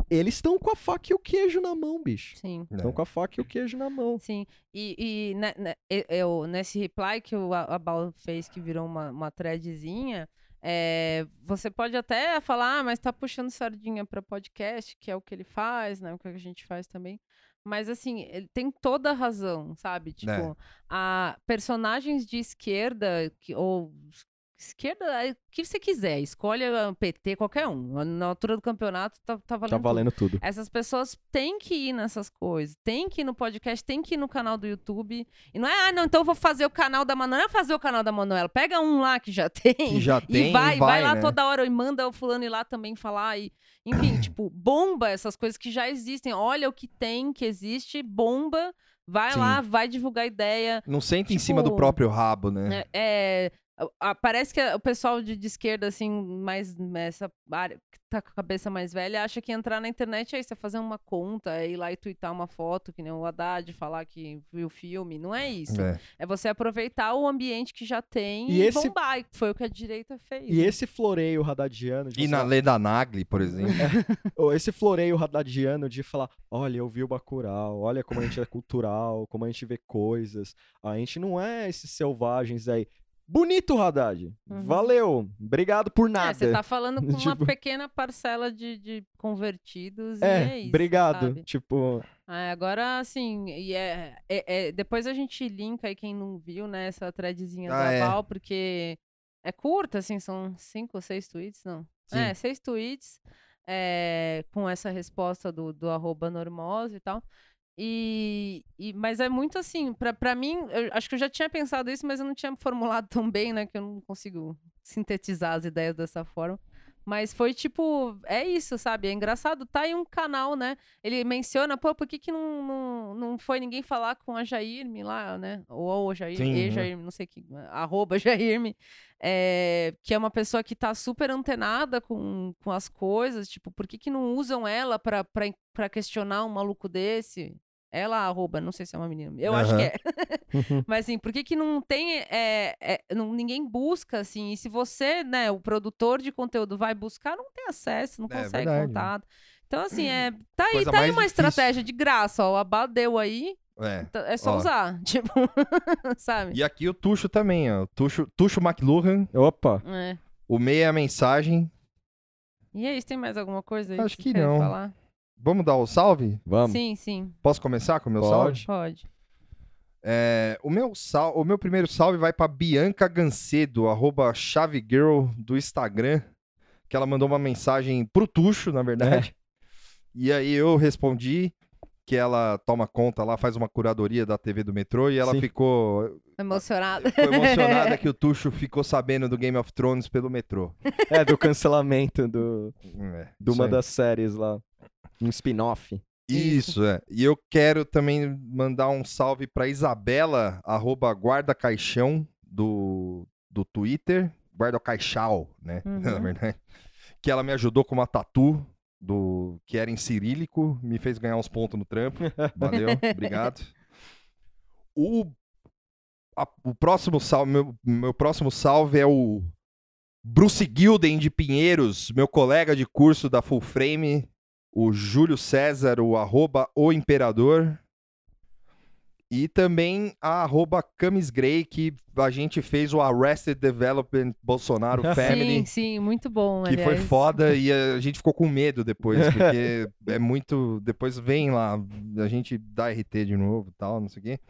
B: eles estão com a faca e o queijo na mão, bicho.
C: Sim.
A: É.
B: Estão com a faca e o queijo na mão.
C: Sim, e, e né- né, e- eu, nesse reply que o A- Abal fez, que virou uma, uma threadzinha, é, você pode até falar, ah, mas tá puxando sardinha pra podcast, que é o que ele faz, né? O que a gente faz também. Mas assim, ele tem toda a razão, sabe? Tipo, a personagens de esquerda que, ou Esquerda, é, o que você quiser, escolhe o PT, qualquer um. Na altura do campeonato tá, tá valendo.
B: Tá
C: tudo.
B: valendo tudo.
C: Essas pessoas têm que ir nessas coisas, têm que ir no podcast, têm que ir no canal do YouTube. E não é, ah, não, então eu vou fazer o canal da Manuela, Não é fazer o canal da Manuela. Pega um lá que já tem.
A: Que já tem,
C: e vai, vai lá
A: né?
C: toda hora e manda o fulano ir lá também falar. E, enfim, tipo, bomba essas coisas que já existem. Olha o que tem, que existe, bomba. Vai
A: Sim.
C: lá, vai divulgar ideia.
A: Não senta em cima do
C: Tipo,
A: próprio rabo, né?
C: né? É, a- a- parece que a- o pessoal de, de esquerda, assim, mais nessa área, que tá com a cabeça mais velha, acha que entrar na internet é isso, é fazer uma conta, é ir lá e twittar uma foto, que nem o Haddad, falar que viu o filme. Não é isso. É,
A: É.
C: você aproveitar o ambiente que já tem
B: E
C: e,
B: esse-
C: bombar. E foi o que a direita fez.
B: E esse floreio radadiano. de
A: E
B: você-
C: é.
A: na lei da Nagli, por exemplo.
B: ou Esse floreio radadiano de falar: olha, eu vi o Bacurau, olha como a gente é cultural, como a gente vê coisas. A gente não é esses selvagens aí. Bonito, Haddad.
C: Uhum.
B: Valeu. Obrigado por
C: É,
B: nada.
C: você tá falando com uma
B: Tipo-
C: pequena parcela de, de convertidos.
B: É,
C: e é isso,
B: obrigado.
C: sabe?
B: Tipo,
C: Ah, agora, assim, e é, é- é- depois a gente linka aí quem não viu, né, essa threadzinha
A: Ah,
C: da
A: é.
C: Val, porque é curta, assim, são cinco ou seis tweets, não? É, seis tweets é, com essa resposta do, do arroba normose e tal. E, e- mas é muito assim, pra, pra mim, eu acho que eu já tinha pensado isso, mas eu não tinha formulado tão bem, né, que eu não consigo sintetizar as ideias dessa forma. Mas foi tipo, é isso, sabe? É engraçado, tá em um canal, né? Ele menciona, pô, por que, que não, não, não foi ninguém falar com a Jairme lá, né? Ou o Jair,
A: Sim,
C: e
A: né?
C: Jairme, não sei que, arroba Jairme, é, que é uma pessoa que tá super antenada com, com as coisas, tipo, por que, que não usam ela pra, pra, pra questionar um maluco desse? Ela, arroba, não sei se é uma menina, eu acho que
A: Aham.
C: é. Mas assim, por que que não tem, é, é, não- ninguém busca assim? E se você, né, o produtor de conteúdo vai buscar, não tem acesso, não
A: É
C: consegue
A: verdade, né?
C: contato. Então assim, é, tá aí,
A: Coisa
C: tá aí
A: mais
C: uma
A: difícil.
C: estratégia de graça, ó, o Abá deu aí,
A: É.
C: tá- é só
A: Ó.
C: usar, tipo, sabe?
A: E aqui o Tuxo também, ó. Tuxo, Tuxo McLuhan,
B: opa.
C: É.
A: o meia a mensagem.
C: E aí, tem mais alguma coisa aí
A: Acho
C: vocês
A: que
C: querem
A: não.
C: falar?
A: Vamos dar o salve?
B: Vamos.
C: Sim, sim,
A: Posso começar com o meu salve?
B: Pode.
C: pode.
A: É, o, meu sal, o meu primeiro salve vai pra Bianca Gancedo, arroba chave girl do Instagram, que ela mandou uma mensagem pro Tuxo, na verdade.
B: É.
A: E aí eu respondi que ela toma conta lá, faz uma curadoria da TV do metrô e ela
B: Sim.
A: ficou,
C: Emocionada.
A: ficou emocionada que o Tuxo ficou sabendo do Game of Thrones pelo metrô.
B: É, do cancelamento do,
A: É,
B: de
A: isso
B: uma
A: aí.
B: das séries lá. Um spin-off.
A: Isso, é. E eu quero também mandar um salve pra Isabela, arroba guarda caixão do, do Twitter, guarda caixal, né,
C: Uhum.
A: na verdade, que ela me ajudou com uma tatu do que era em cirílico, me fez ganhar uns pontos no trampo, valeu, obrigado. O, a- o próximo salve, meu, meu próximo salve é o Bruce Gilden de Pinheiros, meu colega de curso da Full Frame, o Júlio César, o arroba o imperador. E também a arroba Camis Grey, que a gente fez o Arrested Development Bolsonaro Family,
C: Sim, sim, muito bom,
A: que foi
C: aliás.
A: foda e a gente ficou com medo depois, porque é muito. Depois vem lá, a gente dá RT de novo e tal, não sei o quê.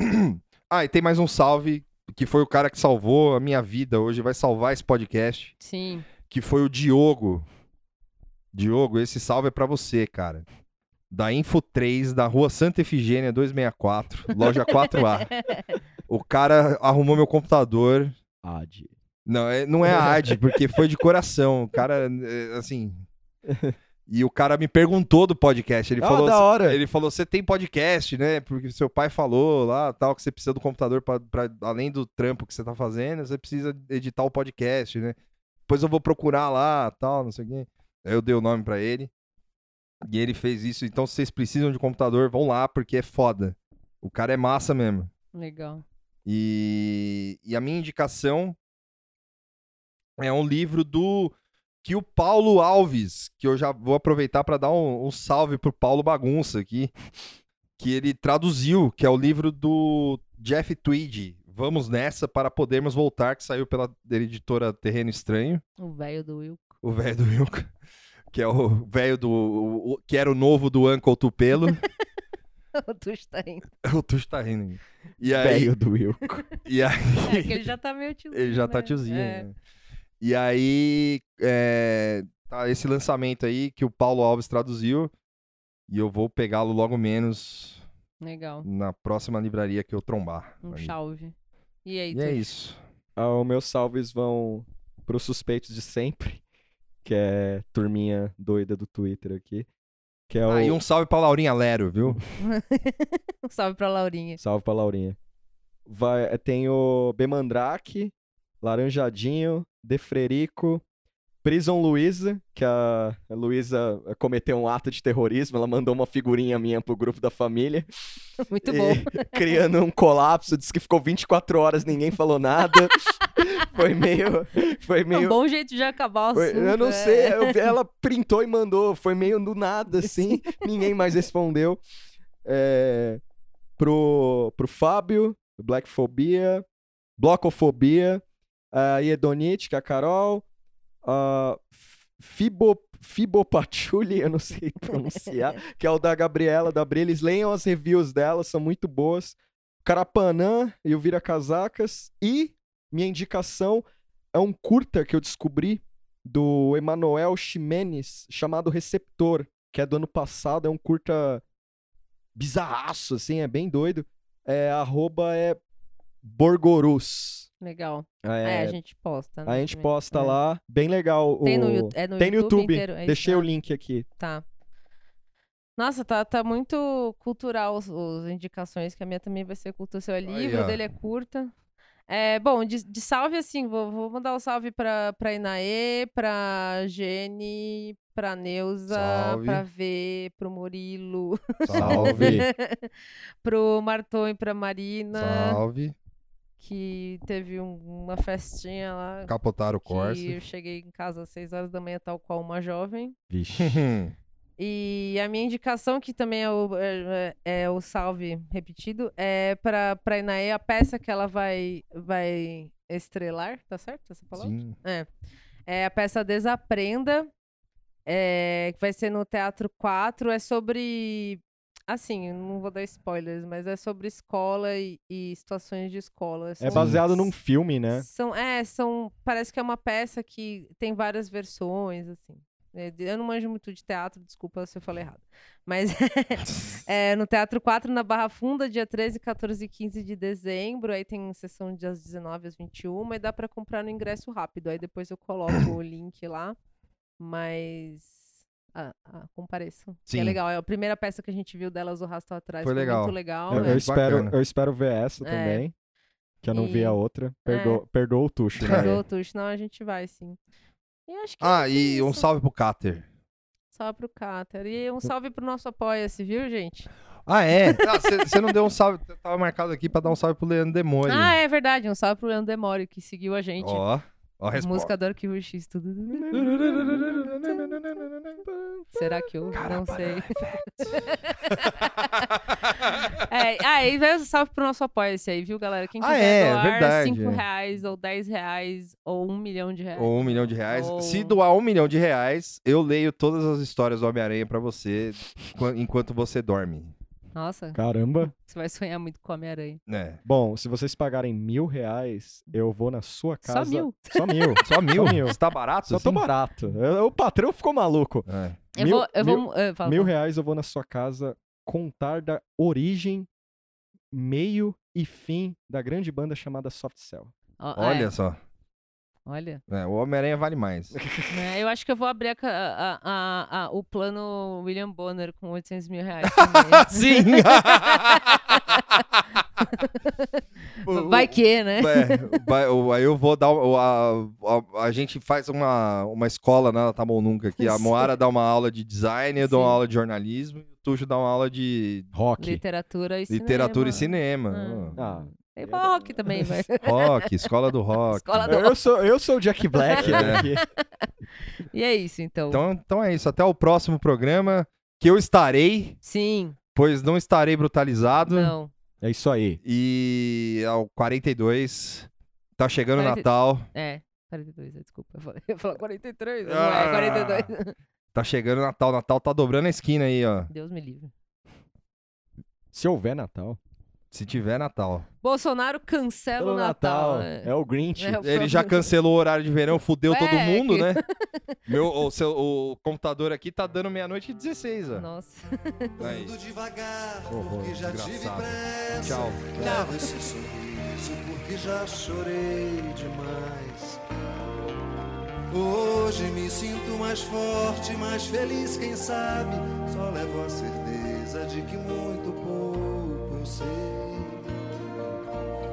A: Ah, e tem mais um salve, que foi o cara que salvou a minha vida hoje, vai salvar esse podcast
C: Sim.
A: que foi o Diogo. Diogo, esse salve é pra você, cara. Da Info 3, da rua Santa Efigênia 264, loja 4A. O cara arrumou meu computador.
B: Ad.
A: Não, é, não é a AD, porque foi de coração. O cara, é, assim. E o cara me perguntou do podcast. Ele
B: Ah,
A: falou. assim,
B: da hora.
A: Ele falou: você tem podcast, né? Porque seu pai falou lá, tal, que você precisa do computador para além do trampo que você tá fazendo, você precisa editar o podcast, né? Depois eu vou procurar lá, tal, não sei o quê. Aí eu dei o nome para ele. E ele fez isso. Então, se vocês precisam de computador, vão lá, porque é foda. O cara é massa mesmo.
C: Legal.
A: E, e a minha indicação é um livro do que o Paulo Alves, que eu já vou aproveitar para dar um, um salve pro Paulo Bagunça aqui, que ele traduziu, que é o livro do Jeff Tweed. Vamos nessa para podermos voltar, que saiu pela editora Terreno Estranho,
C: O velho do Will.
A: o velho do Wilco, que é o velho do o- o- que era o novo do Uncle Tupelo.
C: o Tuxo tá indo.
A: O Tuxo tá rindo. E aí,
B: Velho do Will.
A: e aí
C: É, que ele já tá meio tiozinho.
A: ele já tá
C: né?
A: tiozinho.
C: É.
A: né? E aí, é, tá esse lançamento aí que o Paulo Alves traduziu. E eu vou pegá-lo logo menos
C: Legal.
A: na próxima livraria que eu trombar.
C: Um
A: Aí.
C: salve. E aí,
A: E é
C: Tuxo?
A: isso.
B: Ah, Os meus salves vão pros suspeitos de sempre, que é turminha doida do Twitter aqui. Que é o...
A: Ah, e um salve pra Laurinha Lero, viu?
C: Um salve pra Laurinha.
B: Salve pra Laurinha. Vai, eh, tem o Bemandrake, Laranjadinho, Defrerico, Prison Luiza, que a a Luiza cometeu um ato de terrorismo, ela mandou uma figurinha minha pro grupo da família,
C: Muito
B: E-
C: bom.
B: criando um colapso, disse que ficou 24 horas, ninguém falou nada. foi meio. Foi
C: É um
B: meio.
C: bom jeito de acabar o
B: foi-
C: assunto.
B: eu não
C: é.
B: sei, eu vi- ela printou e mandou, foi meio do nada, assim, ninguém mais respondeu. É, pro, pro Fábio, Blackfobia, Blocofobia, a Iedonite, que é a Carol, a Fibo, Fibopachuli, eu não sei pronunciar, que é o da Gabriela, da Brilis. Leiam as reviews dela, são muito boas. Carapanã e o Vira Casacas. E minha indicação é um curta que eu descobri do Emanuel Ximenes, chamado Receptor, que é do ano passado, é um curta bizarraço, assim, é bem doido. É, arroba é Borgorus.
C: Legal. É,
B: É,
C: a gente posta. né,
B: a gente
C: também.
B: posta
C: É.
B: lá, bem legal.
C: Tem no,
B: o-
C: Yu- é no
B: Tem no
C: YouTube,
B: YouTube,
C: inteiro. É isso,
B: deixei o
C: né?
B: link aqui.
C: Tá. Nossa, tá, tá muito cultural os- as indicações, que a minha também vai ser cultura. Seu é livro,
A: ó.
C: o dele é curta. É, bom, de, de salve, assim, vou, vou mandar o salve pra, pra Inaê, pra Gene, pra Neuza,
A: Salve.
C: pra V, pro Murilo,
B: Salve.
C: pro Marton e pra Marina,
A: Salve.
C: que teve um- uma festinha lá.
A: Capotaram o
C: Que
A: Corsa.
C: eu cheguei em casa às 6 horas da manhã, tal qual uma jovem.
B: Vixe.
C: E a minha indicação, que também é o, é- é o salve repetido, é para a Inaê a peça que ela vai, vai estrelar, tá certo essa palavra?
A: Sim.
C: É a peça Desaprenda, é, que vai ser no Teatro 4. É sobre. Assim, eu não vou dar spoilers, mas é sobre escola e, e situações de escola. assim.
B: É
C: São-
B: baseado num filme, né?
C: são, é, são. Parece que é uma peça que tem várias versões, assim. É, de- Eu não manjo muito de teatro, desculpa se eu falei errado. Mas é no Teatro 4, na Barra Funda, dia 13, 14 e 15 de dezembro. Aí tem sessão de às 19 às 21 e dá pra comprar no ingresso rápido. Aí depois eu coloco o link lá. Mas. Ah, ah, compareçam. que
A: Sim.
C: É legal. É a primeira peça que a gente viu delas, o Rastro Atrás.
A: Foi legal.
C: muito legal.
B: Eu,
A: é
B: eu
C: né?
B: espero,
A: bacana.
B: eu espero ver essa
C: É.
B: também. Que eu não vi
C: E-
B: a outra. Perdoa, perdoa o Tuxo,
A: É.
B: né?
C: Mas outros, senão a gente vai, sim. E acho que
A: Ah,
C: é
A: e um
C: isso.
A: salve pro Cater.
C: Salve pro Cáter. E um salve pro nosso apoia-se, viu, gente?
A: Ah, é? Você não deu um salve. Tava marcado aqui pra dar um salve pro Leandro Demônio.
C: Ah, é verdade. Um salve pro Leandro Demório, que seguiu a gente.
A: Ó, ó a resposta.
C: Música do Arquivo X. Tudo... Será que eu não sei? É, ah, e vai um salve pro nosso apoia-se aí, viu, galera? Quem
A: Ah,
C: quiser
A: é,
C: doar
A: verdade.
C: 5 reais, ou 10 reais, ou 1 um milhão de reais.
A: Ou um milhão de reais.
C: Ou-
A: Se doar um milhão de reais, eu leio todas as histórias do Homem-Aranha pra você enqu- enquanto você dorme.
C: Nossa,
B: Caramba.
C: você vai sonhar muito com Homem-Aranha.
A: Né?
B: Bom, se vocês pagarem mil reais, eu vou na sua
C: Só
B: casa.
C: mil.
B: Só mil.
A: Só mil?
B: Só mil.
A: Você tá barato?
B: Só tô
A: assim?
B: barato. Eu- O patrão ficou maluco.
A: É.
C: Eu
B: Mil-
C: vou. Eu
B: mil-
C: vou eh, fala,
B: Mil
C: fala.
B: reais eu vou na sua casa contar da origem, meio e fim da grande banda chamada Soft Cell.
C: Ó, é,
A: Olha só.
C: olha.
A: É, o Homem-Aranha vale mais.
C: É, eu acho que eu vou abrir a ca- a- a- a- o plano William Bonner com 800 mil reais também.
A: Sim!
C: Vai que, né?
A: É, vai- o- aí eu vou dar. o- a, a- a gente faz uma, uma escola na Tá Bom Nunca aqui. A
C: Sim.
A: Moara dá uma aula de design, eu dou uma
C: Sim.
A: aula de jornalismo, e o Tuxo dá uma aula de
B: Rock.
C: Literatura e
A: literatura
C: cinema.
A: e cinema.
B: Ah,
C: E rock também, vai.
A: Rock, escola do rock.
C: Escola do-
B: eu, sou, eu sou o Jack Black.
A: É.
B: né, aqui.
C: E é isso, então.
A: Então, então é isso. Até o próximo programa que eu estarei,
C: Sim,
A: pois não estarei brutalizado.
C: não.
B: É isso aí.
A: E ao 42, tá chegando o
C: 40.
A: Natal.
C: É, 42, é, desculpa. Eu falei, eu falei 43, não
A: Ah.
C: é 42.
A: Tá chegando o Natal. Natal tá dobrando a esquina aí, ó.
C: Deus me livre.
B: Se houver Natal.
A: Se tiver Natal.
C: Bolsonaro cancela o
B: Pelo
C: Natal.
B: É. o Grinch.
C: É o-
A: Ele já cancelou o horário de verão, fudeu todo
C: É,
A: mundo,
C: que-
A: né? Meu, o, seu- o computador aqui tá dando meia-noite e 16, ó. É
C: Nossa.
A: Aí.
D: Ando devagar,
A: Horror,
D: porque já tive
A: desgraçado.
D: pressa.
A: Tchau.
D: Levo esse sorriso, porque já chorei demais. Hoje me sinto mais forte, mais feliz, quem sabe? Só levo a certeza de que muito pouco eu sei.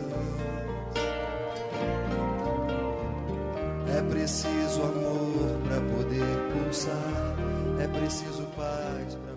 D: É preciso amor para poder É pulsar, é preciso paz para